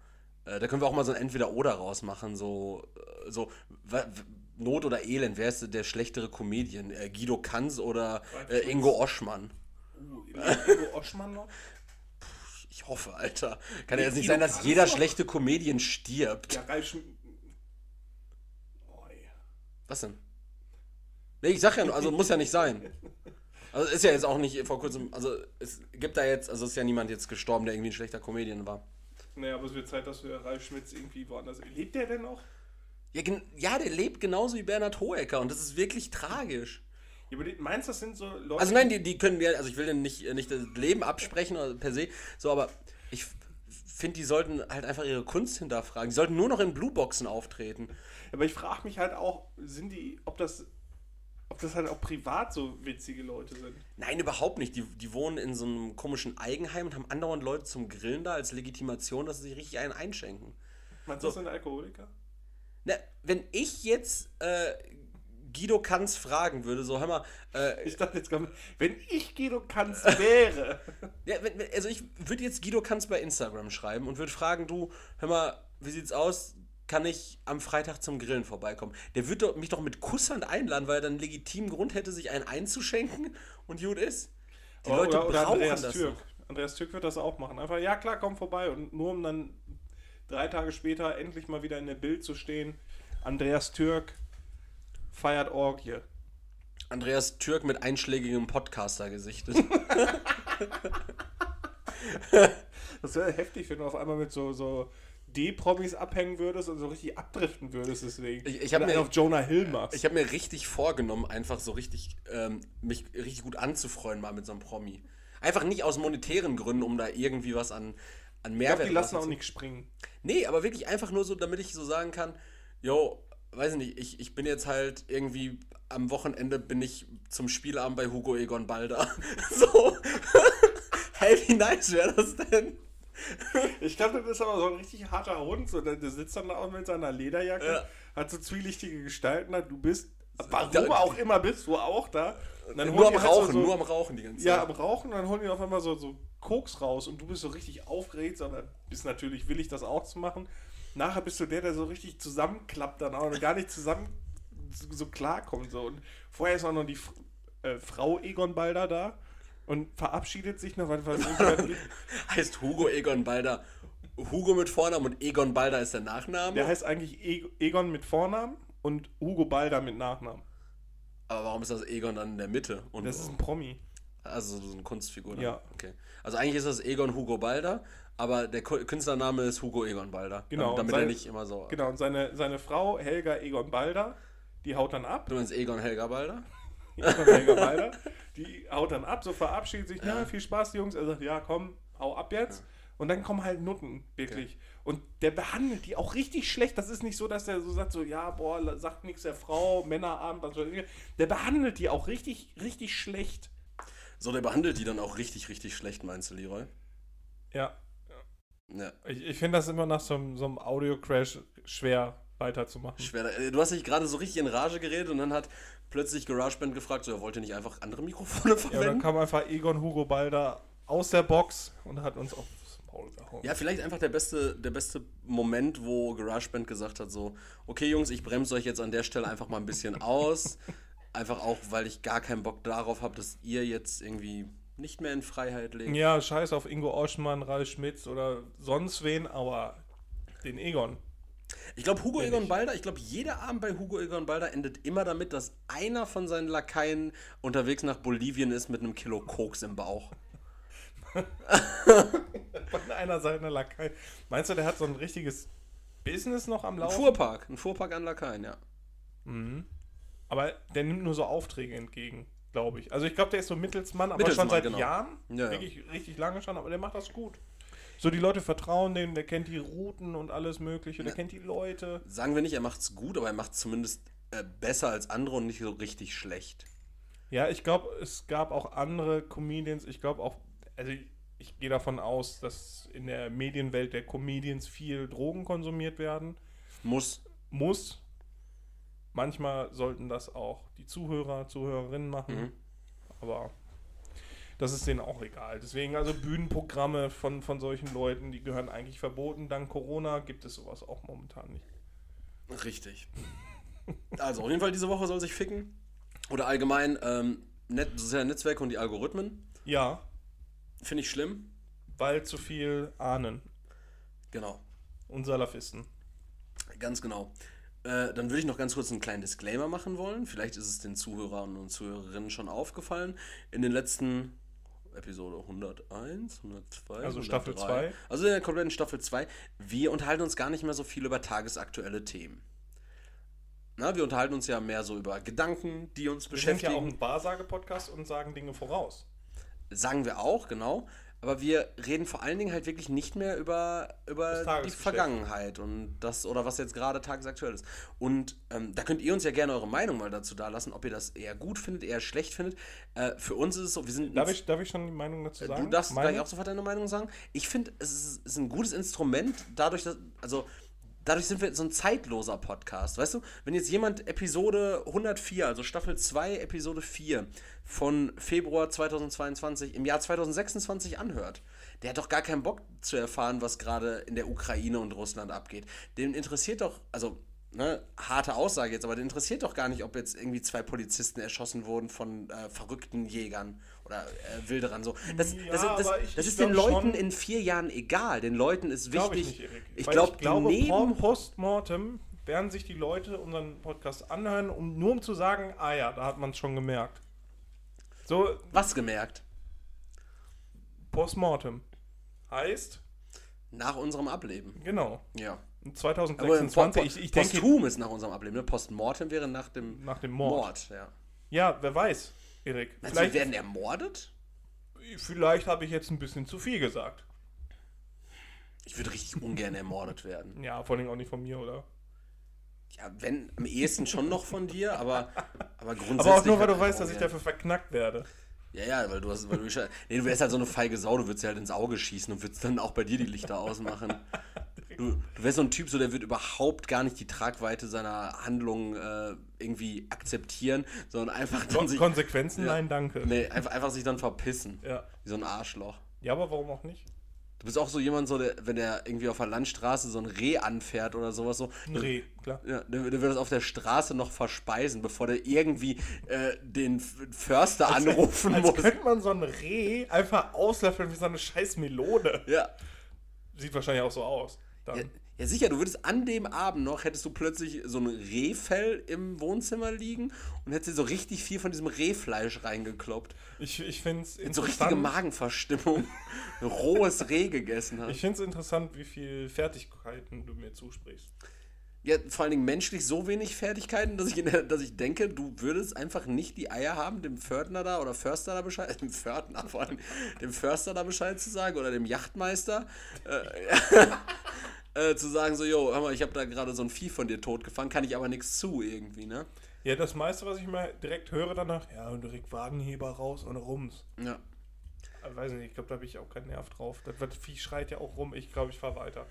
Speaker 2: Äh, da können wir auch mal so ein Entweder-Oder rausmachen. So, äh, so wa- w- Not oder Elend, wer ist der schlechtere Comedian? Äh, Guido Kanz oder äh, Ingo Oschmann?
Speaker 1: Uh, lebt Ingo Oschmann noch?
Speaker 2: Ich hoffe, Alter. Kann ja jetzt nicht
Speaker 1: Guido
Speaker 2: sein, dass
Speaker 1: Kanz
Speaker 2: jeder
Speaker 1: noch?
Speaker 2: schlechte Comedian stirbt.
Speaker 1: Ja, Ralf Schm Oi.
Speaker 2: Was denn? Nee, ich sag ja, nur, also muss ja nicht sein. Also ist ja jetzt auch nicht vor kurzem, also es gibt da jetzt, also ist ja niemand jetzt gestorben, der irgendwie ein schlechter Comedian war.
Speaker 1: Naja, aber es wird Zeit, dass wir Ralf Schmitz irgendwie woanders. Lebt der denn noch?
Speaker 2: Ja, gen- ja, der lebt genauso wie Bernhard Hoecker und das ist wirklich tragisch.
Speaker 1: Ja, aber die- meinst du, das sind so Leute.
Speaker 2: Also nein, die, die können ja, also ich will denen nicht, nicht das Leben absprechen oder per se, so, aber ich finde, die sollten halt einfach ihre Kunst hinterfragen. Die sollten nur noch in Blueboxen auftreten.
Speaker 1: aber ich frage mich halt auch, sind die, ob das, ob das halt auch privat so witzige Leute sind.
Speaker 2: Nein, überhaupt nicht. Die, die wohnen in so einem komischen Eigenheim und haben andauernd Leute zum Grillen da als Legitimation, dass sie sich richtig einen einschenken.
Speaker 1: Meinst du, das sind Alkoholiker?
Speaker 2: Na, wenn ich jetzt äh, Guido Kanz fragen würde, so, hör mal, äh,
Speaker 1: Ich dachte jetzt, komm, wenn ich Guido Kanz wäre.
Speaker 2: ja, wenn, wenn- also ich würde jetzt Guido Kanz bei Instagram schreiben und würde fragen, du, hör mal, wie sieht's aus? Kann ich am Freitag zum Grillen vorbeikommen? Der würde mich doch mit Kusshand einladen, weil er dann legitimen Grund hätte, sich einen einzuschenken und gut ist. Die
Speaker 1: Oder-
Speaker 2: Leute
Speaker 1: oder, oder
Speaker 2: brauchen
Speaker 1: Andreas
Speaker 2: das.
Speaker 1: Türk.
Speaker 2: doch.
Speaker 1: Andreas Türk wird das auch machen. Einfach, ja klar, komm vorbei. Und nur um dann drei Tage später endlich mal wieder in der Bild zu stehen. Andreas Türk feiert Orgie.
Speaker 2: Andreas Türk mit einschlägigem Podcaster-Gesicht.
Speaker 1: Das wäre heftig, wenn du auf einmal mit so, so D-Promis abhängen würdest und so richtig abdriften würdest deswegen.
Speaker 2: Ich- ich hab
Speaker 1: Oder
Speaker 2: mir-
Speaker 1: einen auf Jonah Hill machst.
Speaker 2: Ich habe mir richtig vorgenommen, einfach so richtig, ähm, mich richtig gut anzufreuen mal mit so einem Promi. Einfach nicht aus monetären Gründen, um da irgendwie was an, an
Speaker 1: ich
Speaker 2: Mehrwert
Speaker 1: glaube, die lassen auch
Speaker 2: rauszuziehen.
Speaker 1: nicht springen.
Speaker 2: Nee, aber wirklich einfach nur so, damit ich so sagen kann, yo, weiß ich nicht, ich, ich bin jetzt halt irgendwie am Wochenende bin ich zum Spielabend bei Hugo Egon Balder. so. hey, wie nice wäre das denn?
Speaker 1: Ich glaube, das ist aber so ein richtig harter Hund. So, der, der sitzt dann auch mit seiner Lederjacke,
Speaker 2: Ja. Also,
Speaker 1: hat so zwielichtige Gestalten, hat- du bist, warum
Speaker 2: da- Äh,
Speaker 1: auch immer bist du auch da. Und dann
Speaker 2: nur
Speaker 1: holen
Speaker 2: am
Speaker 1: die halt so-
Speaker 2: Rauchen,
Speaker 1: so,
Speaker 2: nur am Rauchen die ganze
Speaker 1: Ja,
Speaker 2: Zeit.
Speaker 1: am Rauchen, dann holen die auf einmal so, so Koks raus und du bist so richtig aufgeregt, sondern bist natürlich willig, das auch zu machen. Nachher bist du der, der so richtig zusammenklappt dann auch und gar nicht zusammen so, so klarkommt. So. Und vorher ist auch noch die F äh, Frau Egon Balder da und verabschiedet sich noch, weil weil-
Speaker 2: Heißt Hugo Egon Balder. Hugo mit Vornamen und Egon Balder ist der Nachname.
Speaker 1: der heißt eigentlich E- Egon mit Vornamen und Hugo Balder mit Nachnamen.
Speaker 2: Aber warum ist das Egon dann in der Mitte? Und
Speaker 1: Das ist ein Promi.
Speaker 2: also so eine Kunstfigur. dann?
Speaker 1: Ja.
Speaker 2: Okay. Also eigentlich ist das Egon Hugo Balder, aber der Ku- Künstlername ist Hugo Egon Balder.
Speaker 1: Genau,
Speaker 2: Damit, damit
Speaker 1: sein-
Speaker 2: er nicht immer so.
Speaker 1: Genau, und seine, seine Frau Helga Egon Balder, die haut dann ab.
Speaker 2: Du meinst Egon Helga Balder?
Speaker 1: Egon Helga Balder. Die haut dann ab, so verabschiedet sich, na, viel Spaß, die Jungs. Er sagt, ja, komm, hau ab jetzt. Und dann kommen halt Nutten, wirklich. Und der behandelt die auch richtig schlecht. Das ist nicht so, dass der so sagt, so, ja, boah, la- sagt nichts der Frau, Männerabend, was weiß ich. Der behandelt die auch richtig, richtig schlecht.
Speaker 2: So, der behandelt die dann auch richtig, richtig schlecht, meinst du, Leroy?
Speaker 1: Ja,
Speaker 2: Ja.
Speaker 1: ich, finde das immer nach so, einem Audio-Crash schwer weiterzumachen.
Speaker 2: Schwer. äh, Du hast dich gerade so richtig in Rage geredet und dann hat plötzlich GarageBand gefragt, so, er wollte nicht einfach andere Mikrofone
Speaker 1: Ja, dann
Speaker 2: verwenden? Ja,
Speaker 1: kam einfach Egon Hugo Balder aus der Box und hat uns aufs Maul gehauen.
Speaker 2: vielleicht einfach der beste, der beste Moment, wo GarageBand gesagt hat, so, okay, Jungs, ich bremse euch jetzt an der Stelle einfach mal ein bisschen aus. einfach auch, weil ich gar keinen Bock darauf habe, dass ihr jetzt irgendwie nicht mehr in Freiheit lebt.
Speaker 1: Ja, scheiß auf Ingo Oschmann, Ralf Schmitz oder sonst wen, aber den Egon.
Speaker 2: Ich glaube, Hugo
Speaker 1: Wenn
Speaker 2: Egon
Speaker 1: nicht.
Speaker 2: Balder, ich glaube, jeder Abend bei Hugo Egon Balder endet immer damit, dass einer von seinen Lakaien unterwegs nach Bolivien ist mit einem Kilo Koks im Bauch.
Speaker 1: Von einer seiner Lakai. Meinst du, der hat so ein richtiges Business noch am
Speaker 2: Ein
Speaker 1: Laufen?
Speaker 2: Fuhrpark, ein Fuhrpark an Lakaien, ja.
Speaker 1: Aber der nimmt nur so Aufträge entgegen, glaube ich. Also ich glaube, der ist so Mittelsmann, aber
Speaker 2: Mittelsmann,
Speaker 1: schon seit
Speaker 2: genau.
Speaker 1: Jahren.
Speaker 2: Ja, ja.
Speaker 1: Wirklich richtig lange schon, aber der macht das gut. So, die Leute vertrauen dem, der kennt die Routen und alles Mögliche, der
Speaker 2: Ja.
Speaker 1: kennt die Leute.
Speaker 2: Sagen wir nicht, er macht's gut, aber er macht's zumindest äh, besser als andere und nicht so richtig schlecht.
Speaker 1: Ja, ich glaube, es gab auch andere Comedians. Ich glaube auch, also ich, ich gehe davon aus, dass in der Medienwelt der Comedians viel Drogen konsumiert werden.
Speaker 2: Muss.
Speaker 1: Muss. Manchmal sollten das auch die Zuhörer, Zuhörerinnen machen.
Speaker 2: Mhm.
Speaker 1: Aber das ist denen auch egal. Deswegen, also Bühnenprogramme von, von solchen Leuten, die gehören eigentlich verboten. Dank Corona gibt es sowas auch momentan nicht.
Speaker 2: Richtig. Also auf jeden Fall diese Woche soll sich ficken. Oder allgemein ähm, Net soziale Netzwerke und die Algorithmen.
Speaker 1: Ja,
Speaker 2: Finde ich schlimm.
Speaker 1: weil zu viel Ahnen
Speaker 2: Genau.
Speaker 1: und Salafisten.
Speaker 2: Ganz genau. Äh, dann würde ich noch ganz kurz einen kleinen Disclaimer machen wollen. Vielleicht ist es den Zuhörern und Zuhörerinnen schon aufgefallen. In den letzten Episode 101, 102,
Speaker 1: Also Staffel
Speaker 2: 103,
Speaker 1: zwei.
Speaker 2: Also in der kompletten Staffel 2. Wir unterhalten uns gar nicht mehr so viel über tagesaktuelle Themen. Na, wir unterhalten uns ja mehr so über Gedanken, die uns
Speaker 1: Wir sind ja auch
Speaker 2: beschäftigen.
Speaker 1: ein Wahrsage-Podcast und sagen Dinge voraus.
Speaker 2: Sagen wir auch, genau. Aber wir reden vor allen Dingen halt wirklich nicht mehr über,
Speaker 1: Das
Speaker 2: über die
Speaker 1: Tagesgeschäft.
Speaker 2: Vergangenheit und das oder was jetzt gerade tagesaktuell ist. Und ähm, da könnt ihr uns ja gerne eure Meinung mal dazu dalassen, ob ihr das eher gut findet, eher schlecht findet. Äh, für uns ist es so, wir sind.
Speaker 1: Darf ich, darf ich schon die Meinung dazu sagen?
Speaker 2: Du darfst
Speaker 1: Meine?
Speaker 2: gleich auch sofort deine Meinung sagen. Ich finde, es ist, es ist ein gutes Instrument, dadurch, dass, also, dadurch sind wir so ein zeitloser Podcast. Weißt du, wenn jetzt jemand Episode 104, also Staffel 2, Episode 4 von Februar 2022 im Jahr 2026 anhört, der hat doch gar keinen Bock zu erfahren, was gerade in der Ukraine und Russland abgeht. Dem interessiert doch, also. Ne, harte Aussage jetzt, aber den interessiert doch gar nicht, ob jetzt irgendwie zwei Polizisten erschossen wurden von äh, verrückten Jägern oder äh, Wilderern. So. Das,
Speaker 1: Ja,
Speaker 2: das, das,
Speaker 1: aber ich-
Speaker 2: das
Speaker 1: ich
Speaker 2: ist den
Speaker 1: glaub
Speaker 2: Leuten
Speaker 1: schon-
Speaker 2: in vier Jahren egal. Den Leuten ist
Speaker 1: Glaube
Speaker 2: wichtig.
Speaker 1: ich, nicht, Erik.
Speaker 2: ich
Speaker 1: Weil
Speaker 2: glaub,
Speaker 1: ich glaube,
Speaker 2: neben
Speaker 1: vor Postmortem werden sich die Leute unseren Podcast anhören, um nur um zu sagen, ah ja, da hat man es schon gemerkt. So,
Speaker 2: was gemerkt.
Speaker 1: Postmortem heißt,
Speaker 2: Nach unserem Ableben.
Speaker 1: Genau.
Speaker 2: Ja.
Speaker 1: Und
Speaker 2: Aber im
Speaker 1: 2026,
Speaker 2: po po
Speaker 1: ich, ich denke,
Speaker 2: posthum ist nach unserem Ableben. Ne? Postmortem wäre nach dem
Speaker 1: nach dem Mord.
Speaker 2: Mord ja.
Speaker 1: Ja, wer weiß, Erik.
Speaker 2: Also wir
Speaker 1: Vielleicht,
Speaker 2: werden ermordet?
Speaker 1: vielleicht habe ich jetzt ein bisschen zu viel gesagt.
Speaker 2: Ich würde richtig ungern ermordet werden.
Speaker 1: Ja, vor allem auch nicht von mir, oder?
Speaker 2: Ja, wenn, am ehesten schon noch von dir, aber, aber grundsätzlich.
Speaker 1: Aber auch nur, weil du
Speaker 2: halt
Speaker 1: weißt, dass ich
Speaker 2: ungern.
Speaker 1: dafür verknackt werde.
Speaker 2: Ja, ja, weil du hast, weil du, schon- nee, du wärst halt so eine feige Sau, du würdest dir halt ins Auge schießen und würdest dann auch bei dir die Lichter ausmachen. Du, du wärst so ein Typ, so der wird überhaupt gar nicht die Tragweite seiner Handlungen äh, irgendwie akzeptieren, sondern einfach dann
Speaker 1: Kon
Speaker 2: sich,
Speaker 1: Konsequenzen?
Speaker 2: Ja.
Speaker 1: Nein, danke.
Speaker 2: nee, einfach, einfach sich dann verpissen.
Speaker 1: Ja.
Speaker 2: Wie so ein Arschloch.
Speaker 1: ja, aber warum auch nicht?
Speaker 2: Du bist auch so jemand, so der, wenn der irgendwie auf der Landstraße so ein Reh anfährt oder sowas so.
Speaker 1: Ein Reh, klar.
Speaker 2: Ja, der, der wird das auf der Straße noch verspeisen, bevor der irgendwie äh, den F- Förster anrufen
Speaker 1: Als
Speaker 2: muss.
Speaker 1: könnte man so ein Reh einfach auslöffeln wie so eine scheiß Melone.
Speaker 2: Ja.
Speaker 1: Sieht wahrscheinlich auch so aus. Dann.
Speaker 2: Ja, ja, sicher, du würdest an dem Abend noch, hättest du plötzlich so ein Rehfell im Wohnzimmer liegen und hättest dir so richtig viel von diesem Rehfleisch reingekloppt.
Speaker 1: Ich, ich finde es
Speaker 2: So richtige
Speaker 1: interessant,
Speaker 2: Magenverstimmung. Ein Rohes Reh gegessen hast.
Speaker 1: ich find's interessant, wie viel Fertigkeiten du mir zusprichst.
Speaker 2: Ja, vor allen Dingen menschlich so wenig Fertigkeiten, dass ich, in der, dass ich denke, du würdest einfach nicht die Eier haben, dem Fördner da oder Förster da Bescheid, äh, dem Fördner vor allem, dem Förster da Bescheid zu sagen oder dem Yachtmeister äh, äh, zu sagen so, jo, hör mal, ich habe da gerade so ein Vieh von dir totgefangen, kann ich aber nichts zu irgendwie, ne?
Speaker 1: Ja, das meiste, was ich mal direkt höre danach, ja, und direkt Wagenheber raus und rums.
Speaker 2: Ja.
Speaker 1: Ich weiß nicht, ich glaube, da habe ich auch keinen Nerv drauf. Das wird- Vieh schreit ja auch rum. Ich glaube, ich fahre weiter.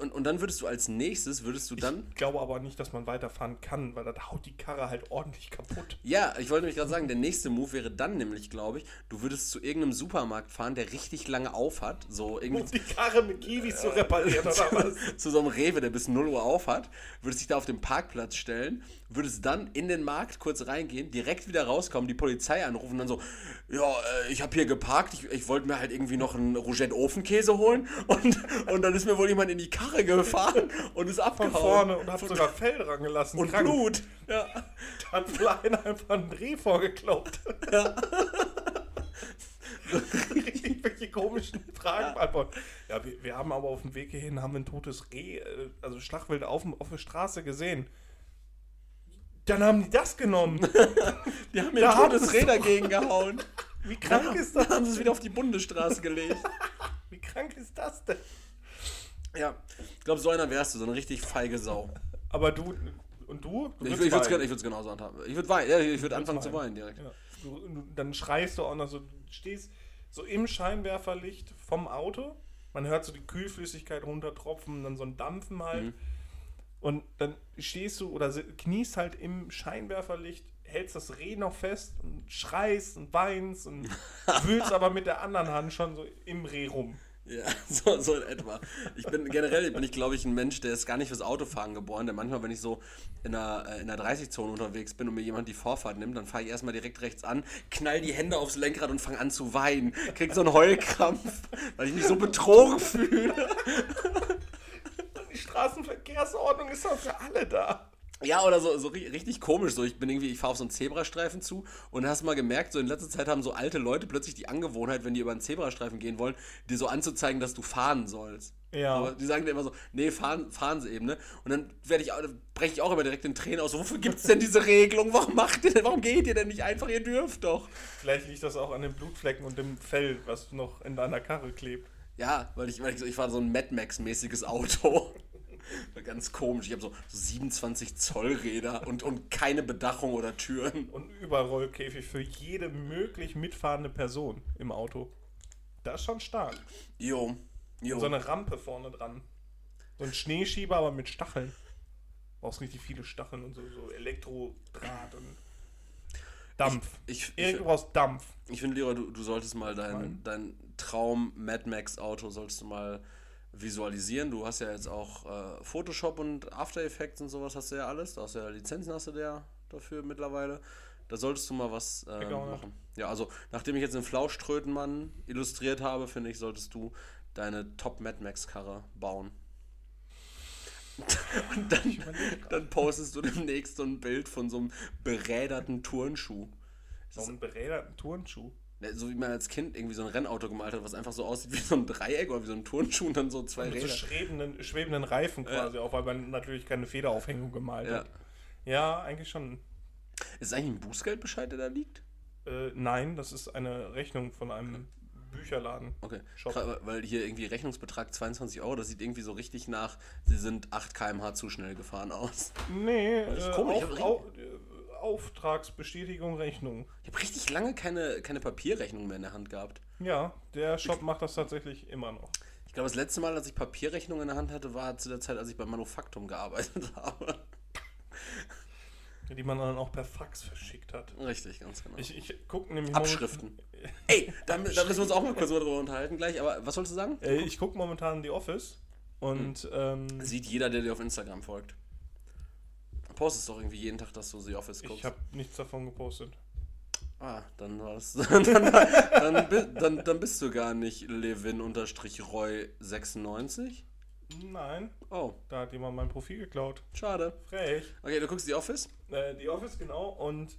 Speaker 2: Und, und dann würdest du als nächstes, würdest du dann...
Speaker 1: Ich glaube aber nicht, dass man weiterfahren kann, weil das haut die Karre halt ordentlich kaputt.
Speaker 2: Ja, ich wollte nämlich gerade sagen, der nächste Move wäre dann nämlich, glaube ich, du würdest zu irgendeinem Supermarkt fahren, der richtig lange auf hat, so irgendwie
Speaker 1: Um die Karre mit Kiwis zu reparieren Oh, oder was?
Speaker 2: zu so einem Rewe, der bis 0 Uhr auf hat, würdest dich da auf den Parkplatz stellen, würdest dann in den Markt kurz reingehen, direkt wieder rauskommen, die Polizei anrufen und dann so, ja, äh, ich habe hier geparkt, ich, ich wollte mir halt irgendwie noch einen Rougette Ofenkäse holen und, und dann ist mir wohl jemand in die Karre gefahren und ist
Speaker 1: Von
Speaker 2: abgehauen.
Speaker 1: vorne und hab sogar Fell dran gelassen.
Speaker 2: und
Speaker 1: Krank.
Speaker 2: Blut. Ja.
Speaker 1: Da hat Flein einfach einen Dreh vorgekloppt. Richtig welche komischen Fragen beantwortet. Ja, wir, wir haben aber auf dem Weg hierhin haben wir ein totes Reh, äh, also Schlachtwild auf, dem- auf der Straße gesehen. Dann haben die das genommen.
Speaker 2: Die haben mir
Speaker 1: Da
Speaker 2: ein
Speaker 1: haben
Speaker 2: totes
Speaker 1: sie
Speaker 2: Reh dagegen gehauen.
Speaker 1: Wie krank ist
Speaker 2: Dann
Speaker 1: das?
Speaker 2: haben sie es wieder auf die Bundesstraße gelegt.
Speaker 1: Wie krank ist das denn?
Speaker 2: Ja. Ich glaube, so einer wärst du, so eine richtig feige Sau.
Speaker 1: Aber du und du? du
Speaker 2: Ich,
Speaker 1: würdest
Speaker 2: ich würde
Speaker 1: weinen.
Speaker 2: es genauso handhaben. Ich würde weinen, ja, ich würde anfangen zu
Speaker 1: weinen.
Speaker 2: weinen direkt.
Speaker 1: Ja. Du, du, dann schreist du auch noch so, du stehst so im Scheinwerferlicht vom Auto. Man hört so die Kühlflüssigkeit runtertropfen, dann so ein Dampfen halt. Und dann stehst du oder si- kniest halt im Scheinwerferlicht, hältst das Reh noch fest und schreist und weinst und wühlst aber mit der anderen Hand schon so im Reh rum.
Speaker 2: Ja, so, so in etwa. Ich bin generell, bin ich glaube ich ein Mensch, der ist gar nicht fürs Autofahren geboren. Der manchmal, wenn ich so in einer, äh, in einer 30-Zone unterwegs bin und mir jemand die Vorfahrt nimmt, dann fahre ich erstmal direkt rechts an, knall die Hände aufs Lenkrad und fange an zu weinen. Krieg so einen Heulkrampf, weil ich mich so betrogen fühle.
Speaker 1: Die Straßenverkehrsordnung ist doch für alle da.
Speaker 2: Ja, oder so, so ri- richtig komisch. So, ich bin irgendwie, ich fahre auf so einen Zebrastreifen zu und hast mal gemerkt, so in letzter Zeit haben so alte Leute plötzlich die Angewohnheit, wenn die über einen Zebrastreifen gehen wollen, dir so anzuzeigen, dass du fahren sollst.
Speaker 1: Ja.
Speaker 2: Aber die sagen dir immer so, nee, fahren, fahren sie eben, ne? Und dann werde ich, au- dann breche ich auch immer direkt in Tränen aus. so, Wofür gibt's denn diese Regelung? Warum macht ihr denn, warum geht ihr denn nicht einfach? Ihr dürft doch.
Speaker 1: Vielleicht liegt das auch an den Blutflecken und dem Fell, was noch in deiner Karre klebt.
Speaker 2: Ja, weil ich, weil ich, so- ich fahre so ein Mad Max-mäßiges Auto. Ganz komisch. Ich habe so 27 Zoll Räder und, und keine Bedachung oder Türen.
Speaker 1: und Überrollkäfig für jede möglich mitfahrende Person im Auto. Das ist schon stark.
Speaker 2: Jo. Jo.
Speaker 1: So eine Rampe vorne dran. So ein Schneeschieber, aber mit Stacheln. Brauchst richtig viele Stacheln und so, so Elektrodraht und Dampf.
Speaker 2: Ich, ich,
Speaker 1: Erik, du brauchst Dampf.
Speaker 2: ich finde, Leroy, du, du solltest mal dein, dein Traum Mad Max Auto solltest du mal visualisieren. Du hast ja jetzt auch äh, Photoshop und After Effects und sowas hast du ja alles. Da hast du ja Lizenzen hast du ja dafür mittlerweile. Da solltest du mal was äh,
Speaker 1: auch nicht.
Speaker 2: machen. Ja, also nachdem ich jetzt den Flauschtrötenmann illustriert habe, finde ich, solltest du deine Top Mad Max Karre bauen. Und dann, dann postest du demnächst so ein Bild von so einem beräderten Turnschuh.
Speaker 1: So einen beräderten Turnschuh.
Speaker 2: Ne, So wie man als Kind irgendwie so ein Rennauto gemalt hat, was einfach so aussieht wie so ein Dreieck oder wie so ein Turnschuh und dann so zwei
Speaker 1: Mit
Speaker 2: Räder.
Speaker 1: so schwebenden, schwebenden Reifen quasi auch, weil man natürlich keine Federaufhängung gemalt
Speaker 2: Ja.
Speaker 1: hat. Ja, eigentlich schon.
Speaker 2: Ist eigentlich ein Bußgeldbescheid, der da liegt?
Speaker 1: Äh, nein, das ist eine Rechnung von einem Bücherladen.
Speaker 2: Okay.
Speaker 1: Shop.
Speaker 2: Kra- Weil hier irgendwie Rechnungsbetrag 22 Euro, das sieht irgendwie so richtig nach, sie sind 8 km/h zu schnell gefahren aus.
Speaker 1: Nee,
Speaker 2: ist
Speaker 1: äh,
Speaker 2: komisch,
Speaker 1: auf,
Speaker 2: ich hab-
Speaker 1: au, äh, Auftragsbestätigung, Rechnung.
Speaker 2: Ich habe richtig lange keine, keine Papierrechnung mehr in der Hand gehabt.
Speaker 1: Ja, der Shop macht das tatsächlich immer noch.
Speaker 2: Ich glaube, das letzte Mal, als ich Papierrechnung in der Hand hatte, war zu der Zeit, als ich beim Manufaktum gearbeitet habe.
Speaker 1: Die man dann auch per Fax verschickt hat.
Speaker 2: Richtig, ganz genau.
Speaker 1: Ich, ich gucke nämlich momentan-
Speaker 2: Abschriften. Ey, da, mü- da müssen wir uns auch mal kurz mal drüber unterhalten gleich. Aber was sollst du sagen?
Speaker 1: Äh, ich gucke momentan The Office und
Speaker 2: Hm.
Speaker 1: ähm,
Speaker 2: Sieht jeder, der dir auf Instagram folgt. Du Postest doch irgendwie jeden Tag, dass du The Office guckst.
Speaker 1: ich habe nichts davon gepostet.
Speaker 2: ah, dann war das. Dann, dann, dann, bi- dann, dann bist du gar nicht Levin-Roy96.
Speaker 1: Nein,
Speaker 2: Oh,
Speaker 1: da hat jemand mein Profil geklaut.
Speaker 2: schade.
Speaker 1: Frech.
Speaker 2: Okay, du guckst The Office.
Speaker 1: Äh, The Office, genau, und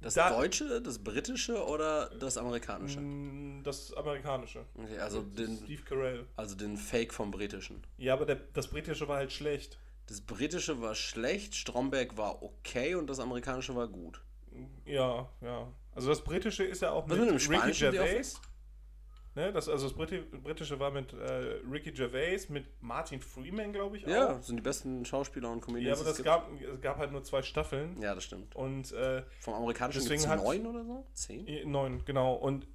Speaker 2: Das
Speaker 1: Da- Hm.
Speaker 2: deutsche, das britische oder das amerikanische?
Speaker 1: mh, ähm, das amerikanische.
Speaker 2: Okay, also den,
Speaker 1: Steve Carell.
Speaker 2: also den Fake vom britischen.
Speaker 1: Ja, aber der, das britische war halt schlecht.
Speaker 2: Das britische war schlecht, Stromberg war okay und das amerikanische war gut.
Speaker 1: Ja, ja. Also das britische ist ja auch
Speaker 2: Was
Speaker 1: mit,
Speaker 2: mit dem
Speaker 1: Ricky
Speaker 2: spanischen The
Speaker 1: Gervais. Ne, das, also das Briti- britische war mit äh, Ricky Gervais, mit Martin Freeman, glaube ich,
Speaker 2: Ja,
Speaker 1: auch.
Speaker 2: sind die besten Schauspieler und
Speaker 1: Ja,
Speaker 2: Comedians.
Speaker 1: aber
Speaker 2: die es
Speaker 1: das gab, es gab halt nur zwei Staffeln.
Speaker 2: gibt. Ja, das stimmt.
Speaker 1: Und äh,
Speaker 2: Vom amerikanischen gibt es
Speaker 1: Deswegen hat-
Speaker 2: neun oder so? Zehn?
Speaker 1: neun, genau. Und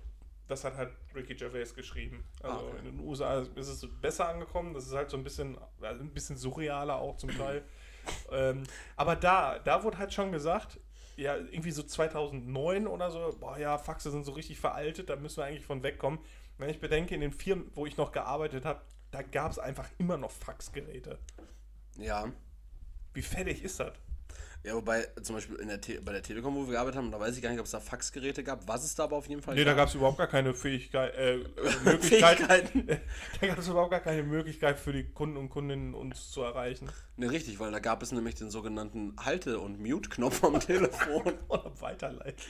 Speaker 1: das hat halt Ricky Gervais geschrieben. Also
Speaker 2: Ah, okay.
Speaker 1: in den USA ist es besser angekommen. Das ist halt so ein bisschen, also ein bisschen surrealer auch zum Teil. ähm, aber da, da wurde halt schon gesagt, ja, irgendwie so 2009 oder so, boah ja, Faxe sind so richtig veraltet, da müssen wir eigentlich von wegkommen. Wenn ich bedenke, in den Firmen, wo ich noch gearbeitet habe, da gab es einfach immer noch Faxgeräte.
Speaker 2: Ja.
Speaker 1: Wie fertig ist das?
Speaker 2: Ja, wobei zum Beispiel in der Te bei der Telekom, wo wir gearbeitet haben, da weiß ich gar nicht, ob es da Faxgeräte gab. Was es da aber auf jeden Fall
Speaker 1: Nee, da gab es überhaupt gar keine Fähigkeit, äh, Möglichkeit,
Speaker 2: Fähigkeiten.
Speaker 1: Da gab es überhaupt gar keine Möglichkeit für die Kunden und Kundinnen, uns zu erreichen.
Speaker 2: Ne, richtig, weil da gab es nämlich den sogenannten Halte- und Mute-Knopf am Telefon.
Speaker 1: Oder weiterleiten.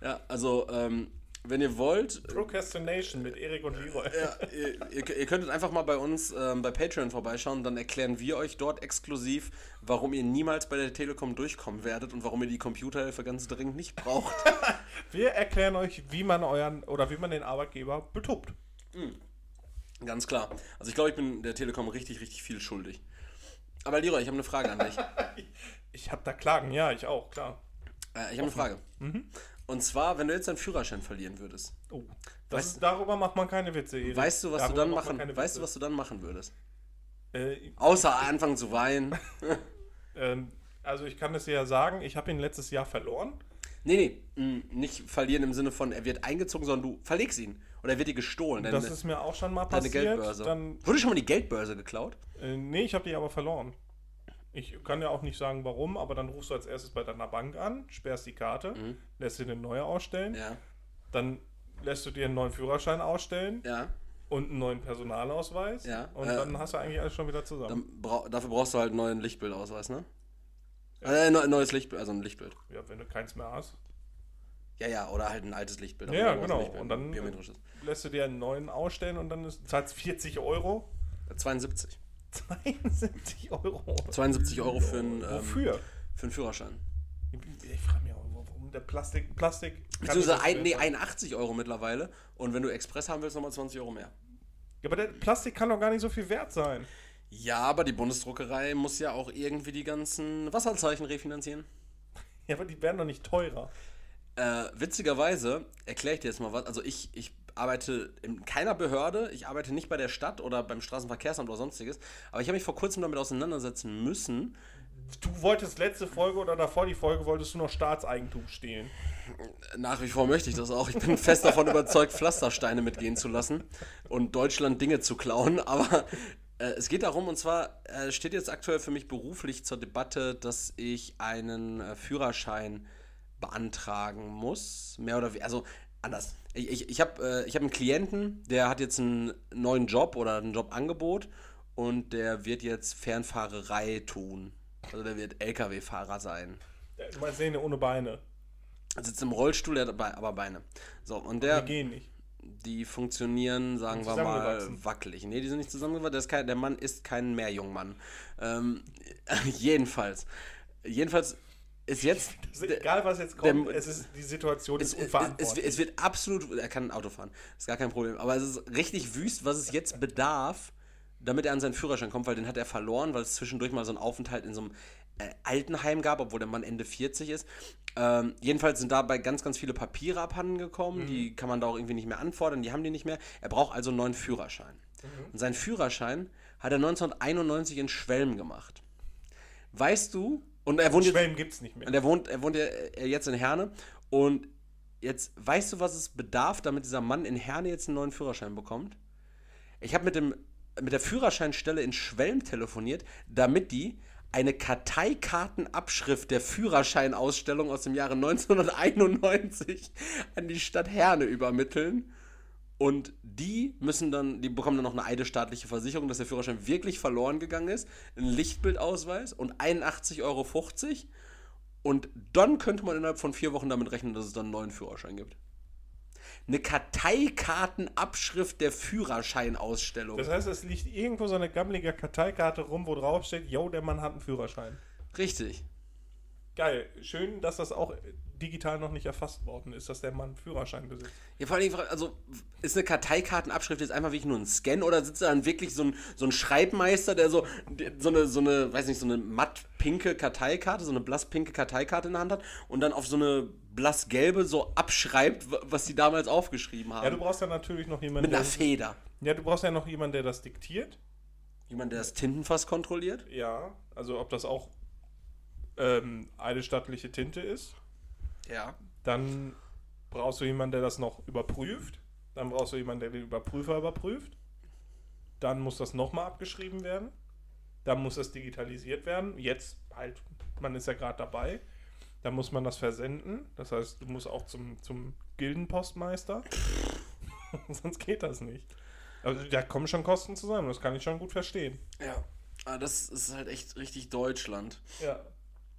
Speaker 2: Ja, also, ähm, wenn ihr wollt,
Speaker 1: Procrastination mit Erik und Leroy.
Speaker 2: Ja, ihr, ihr, ihr könntet einfach mal bei uns ähm, bei Patreon vorbeischauen, dann erklären wir euch dort exklusiv, warum ihr niemals bei der Telekom durchkommen werdet und warum ihr die Computerhilfe ganz dringend nicht braucht.
Speaker 1: Wir erklären euch, wie man euren oder wie man den Arbeitgeber betuppt.
Speaker 2: ganz klar. Also ich glaube, ich bin der Telekom richtig, richtig viel schuldig. Aber Leroy, ich habe eine Frage an dich.
Speaker 1: Ich hab da Klagen, ja, ich auch, klar.
Speaker 2: Äh, ich habe eine Frage.
Speaker 1: Mhm.
Speaker 2: Und zwar, wenn du jetzt deinen Führerschein verlieren würdest,
Speaker 1: Oh, das
Speaker 2: Weißt-
Speaker 1: ist, darüber macht man keine Witze, Erik.
Speaker 2: weißt du, was du
Speaker 1: Darüber
Speaker 2: dann
Speaker 1: macht man
Speaker 2: machen,
Speaker 1: keine
Speaker 2: weißt du,
Speaker 1: Witze.
Speaker 2: was du dann machen würdest?
Speaker 1: Äh,
Speaker 2: Außer anfangen zu weinen.
Speaker 1: ähm, also ich kann es dir ja sagen, ich habe ihn letztes Jahr verloren.
Speaker 2: Nee, nee, mh, nicht verlieren im Sinne von, er wird eingezogen, sondern du verlegst ihn. Oder er wird dir gestohlen.
Speaker 1: Das
Speaker 2: Deine-
Speaker 1: ist mir auch schon mal
Speaker 2: Deine
Speaker 1: passiert.
Speaker 2: Geldbörse.
Speaker 1: Dann,
Speaker 2: Wurde schon mal die Geldbörse geklaut?
Speaker 1: äh, nee, ich habe die aber verloren. Ich kann ja auch nicht sagen, warum, aber dann rufst du als erstes bei deiner Bank an, sperrst die Karte, lässt dir eine neue ausstellen,
Speaker 2: Mhm. Ja.
Speaker 1: dann lässt du dir einen neuen Führerschein ausstellen
Speaker 2: Ja.
Speaker 1: und einen neuen Personalausweis
Speaker 2: Ja,
Speaker 1: und
Speaker 2: äh,
Speaker 1: dann hast du eigentlich alles schon wieder zusammen.
Speaker 2: Dann brau- dafür brauchst du halt einen neuen Lichtbildausweis, ne? Äh, ein neu- neues Lichtbild, also ein Lichtbild.
Speaker 1: Ja, wenn du keins mehr hast,
Speaker 2: Ja, ja, oder halt ein altes Lichtbild. aber
Speaker 1: Ja,
Speaker 2: du brauchst
Speaker 1: genau.
Speaker 2: ein Lichtbild,
Speaker 1: Und dann-
Speaker 2: ein Biometrisches.
Speaker 1: lässt du dir einen neuen ausstellen und dann ist, zahlst 40 Euro.
Speaker 2: Äh, 72.
Speaker 1: 72 Euro.
Speaker 2: 72 Euro für einen, ähm,
Speaker 1: Wofür?
Speaker 2: für einen Führerschein.
Speaker 1: Ich frage mich auch, warum der Plastik. Plastik.
Speaker 2: Beziehungsweise ein, nee, 81 Euro mittlerweile. Und wenn du Express haben willst, nochmal 20 Euro mehr.
Speaker 1: Ja, aber der Plastik kann doch gar nicht so viel wert sein.
Speaker 2: Ja, aber die Bundesdruckerei muss ja auch irgendwie die ganzen Wasserzeichen refinanzieren.
Speaker 1: Ja, aber die werden doch nicht teurer.
Speaker 2: Äh, witzigerweise erkläre ich dir jetzt mal was. Also ich, ich arbeite in keiner Behörde, ich arbeite nicht bei der Stadt oder beim Straßenverkehrsamt oder sonstiges, aber ich habe mich vor kurzem damit auseinandersetzen müssen.
Speaker 1: Du wolltest letzte Folge oder davor die Folge, wolltest du noch Staatseigentum stehlen.
Speaker 2: Nach wie vor möchte ich das auch. Ich bin fest davon überzeugt, Pflastersteine mitgehen zu lassen und Deutschland Dinge zu klauen. Aber äh, es geht darum, und zwar äh, steht jetzt aktuell für mich beruflich zur Debatte, dass ich einen äh, Führerschein beantragen muss. Mehr oder weniger. Also anders. Ich, ich, ich habe äh, ich hab einen Klienten, der hat jetzt einen neuen Job oder ein Jobangebot und der wird jetzt Fernfahrerei tun. Also der wird Lkw-Fahrer sein.
Speaker 1: Äh, Du meinst Sehne ohne Beine.
Speaker 2: sitzt im Rollstuhl, er hat bei, aber Beine. So, und der,
Speaker 1: Die gehen nicht.
Speaker 2: die funktionieren, sagen wir mal,
Speaker 1: zusammengewachsen.
Speaker 2: wackelig. Nee, die sind nicht zusammengewachsen. Der, ist kein, der Mann ist kein Meerjungmann. Ähm, jedenfalls. Jedenfalls ist jetzt.
Speaker 1: Es ist egal, was jetzt kommt,
Speaker 2: der-
Speaker 1: es ist, die Situation
Speaker 2: Es,
Speaker 1: ist
Speaker 2: es, es,
Speaker 1: unverantwortlich.
Speaker 2: es wird absolut. Er kann ein Auto fahren. Ist gar kein Problem. Aber es ist richtig wüst, was es jetzt bedarf, damit er an seinen Führerschein kommt, weil den hat er verloren, weil es zwischendurch mal so einen Aufenthalt in so einem äh, Altenheim gab, obwohl der Mann Ende 40 ist. Ähm, jedenfalls sind dabei ganz, ganz viele Papiere abhanden gekommen. Die kann man da auch irgendwie nicht mehr anfordern. Die haben die nicht mehr. Er braucht also einen neuen Führerschein. Und seinen Führerschein hat er 1991 in Schwelm gemacht. Weißt du? Und er wohnt jetzt
Speaker 1: Schwelm gibt es nicht mehr.
Speaker 2: und er wohnt, er wohnt ja äh, jetzt in Herne. Und jetzt weißt du, was es bedarf, damit dieser Mann in Herne jetzt einen neuen Führerschein bekommt? Ich habe mit, dem- mit der Führerscheinstelle in Schwelm telefoniert, damit die eine Karteikartenabschrift der Führerscheinausstellung aus dem Jahre 1991 an die Stadt Herne übermitteln. Und die müssen dann, die bekommen dann noch eine eidesstaatliche Versicherung, dass der Führerschein wirklich verloren gegangen ist, einen Lichtbildausweis und 81,50 Euro. Und dann könnte man innerhalb von vier Wochen damit rechnen, dass es dann einen neuen Führerschein gibt. Eine Karteikartenabschrift der Führerscheinausstellung.
Speaker 1: Das heißt, es liegt irgendwo so eine gammelige Karteikarte rum, wo drauf steht, yo, der Mann hat einen Führerschein.
Speaker 2: Richtig.
Speaker 1: Geil. Schön, dass das auch digital noch nicht erfasst worden ist, dass der Mann einen Führerschein besitzt.
Speaker 2: Ja, vor allem, die Frage, also ist eine Karteikartenabschrift jetzt einfach wirklich nur ein Scan oder sitzt da dann wirklich so ein, so ein Schreibmeister, der so, so eine, so eine, weiß nicht, so eine matt-pinke Karteikarte, so eine blass-pinke Karteikarte in der Hand hat und dann auf so eine blass-gelbe so abschreibt, wa- was sie damals aufgeschrieben
Speaker 1: Ja, du
Speaker 2: haben?
Speaker 1: brauchst ja natürlich noch jemanden,
Speaker 2: Mit einer
Speaker 1: der,
Speaker 2: Feder.
Speaker 1: ja, du brauchst ja noch jemanden, der das diktiert.
Speaker 2: Jemand, der das Tintenfass kontrolliert?
Speaker 1: Ja, also ob das auch ähm, eine stattliche Tinte ist.
Speaker 2: Ja.
Speaker 1: Dann brauchst du jemanden, der das noch überprüft. Dann brauchst du jemanden, der den Überprüfer überprüft. Dann muss das nochmal abgeschrieben werden. Dann muss das digitalisiert werden. Jetzt halt, man ist ja gerade dabei. Dann muss man das versenden. Das heißt, du musst auch zum, zum Gildenpostmeister. Sonst geht das nicht. Also da kommen schon Kosten zusammen. Das kann ich schon gut verstehen.
Speaker 2: Ja. Aber das ist halt echt richtig Deutschland.
Speaker 1: Ja.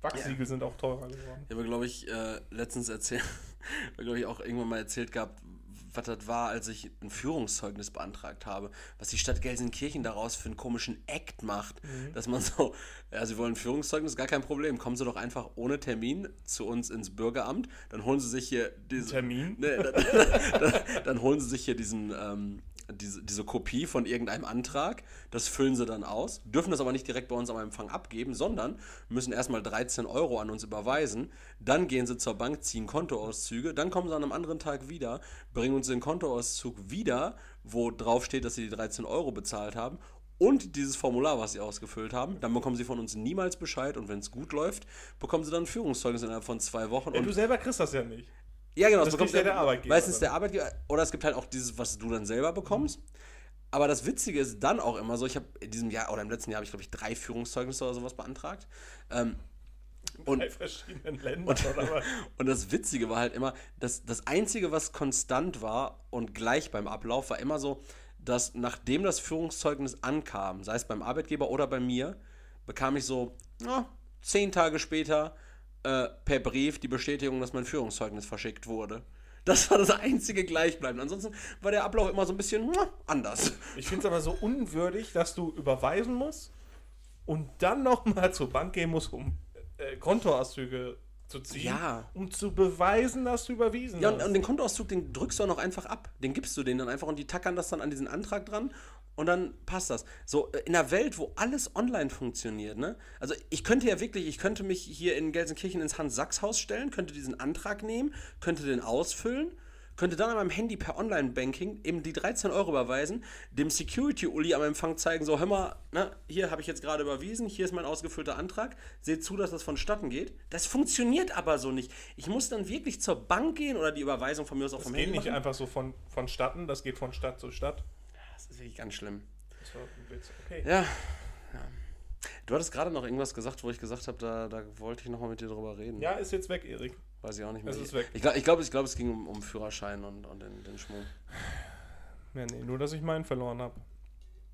Speaker 1: Wachsiegel sind auch teurer geworden.
Speaker 2: Ich habe, glaube ich, äh, letztens erzählt, glaube ich, auch irgendwann mal erzählt gehabt, was das war, als ich ein Führungszeugnis beantragt habe, was die Stadt Gelsenkirchen daraus für einen komischen Act macht, dass man so, ja, sie wollen ein Führungszeugnis, gar kein Problem, kommen sie doch einfach ohne Termin zu uns ins Bürgeramt, dann holen sie sich hier diese,
Speaker 1: Termin?
Speaker 2: Nee, dann, dann, dann holen sie sich hier diesen, ähm, diese, diese Kopie von irgendeinem Antrag, das füllen sie dann aus, dürfen das aber nicht direkt bei uns am Empfang abgeben, sondern müssen erstmal 13 Euro an uns überweisen, dann gehen sie zur Bank, ziehen Kontoauszüge, dann kommen sie an einem anderen Tag wieder, bringen uns den Kontoauszug wieder, wo drauf steht, dass sie die 13 Euro bezahlt haben und dieses Formular, was sie ausgefüllt haben, dann bekommen sie von uns niemals Bescheid und wenn es gut läuft, bekommen sie dann ein Führungszeugnis innerhalb von zwei Wochen.
Speaker 1: Ja,
Speaker 2: und
Speaker 1: du selber kriegst das ja nicht.
Speaker 2: ja, genau.
Speaker 1: Das kriegt ja der Arbeitgeber
Speaker 2: Meistens
Speaker 1: dann.
Speaker 2: der Arbeitgeber. Oder es gibt halt auch dieses, was du dann selber bekommst. Aber das Witzige ist dann auch immer so, ich habe in diesem Jahr oder im letzten Jahr habe ich, glaube ich, drei Führungszeugnisse oder sowas beantragt. Ähm, und,
Speaker 1: Bei verschiedenen Ländern oder was.
Speaker 2: und das Witzige war halt immer, dass das Einzige, was konstant war und gleich beim Ablauf, war immer so, dass nachdem das Führungszeugnis ankam, sei es beim Arbeitgeber oder bei mir, bekam ich so na, zehn Tage später äh, per Brief die Bestätigung, dass mein Führungszeugnis verschickt wurde. Das war das einzige Gleichbleibende. Ansonsten war der Ablauf immer so ein bisschen na, anders.
Speaker 1: Ich finde es aber so unwürdig, dass du überweisen musst und dann nochmal zur Bank gehen musst, um äh, Kontoauszüge zu ziehen,
Speaker 2: Ja.
Speaker 1: um zu beweisen, dass du überwiesen
Speaker 2: Ja, und,
Speaker 1: hast.
Speaker 2: und den Kontoauszug, den drückst du auch noch einfach ab. Den gibst du denen dann einfach und die tackern das dann an diesen Antrag dran und dann passt das. So, äh, in einer Welt, wo alles online funktioniert, ne? Also ich könnte ja wirklich, ich könnte mich hier in Gelsenkirchen ins Hans-Sachs-Haus stellen, könnte diesen Antrag nehmen, könnte den ausfüllen, könnte dann an meinem Handy per Online-Banking eben die 13 Euro überweisen, dem Security-Uli am Empfang zeigen, so, hör mal, ne, hier habe ich jetzt gerade überwiesen, hier ist mein ausgefüllter Antrag, seht zu, dass das vonstatten geht. Das funktioniert aber so nicht. Ich muss dann wirklich zur Bank gehen oder die Überweisung von mir aus auch
Speaker 1: das
Speaker 2: vom
Speaker 1: geht
Speaker 2: Handy
Speaker 1: nicht
Speaker 2: machen.
Speaker 1: einfach so von, vonstatten, das geht von Stadt zu Stadt.
Speaker 2: Das ist wirklich ganz schlimm.
Speaker 1: Das war ein Witz. Okay.
Speaker 2: Ja. ja. Du hattest gerade noch irgendwas gesagt, wo ich gesagt habe, da, da wollte ich nochmal mit dir drüber reden.
Speaker 1: Ja, ist jetzt weg, Erik.
Speaker 2: Weiß ich auch nicht mehr.
Speaker 1: Es ist weg.
Speaker 2: Ich glaube, ich glaub, ich glaub, es ging um, um Führerschein und, und den, den Schmuck.
Speaker 1: Ja, nee, nur, dass ich meinen verloren habe.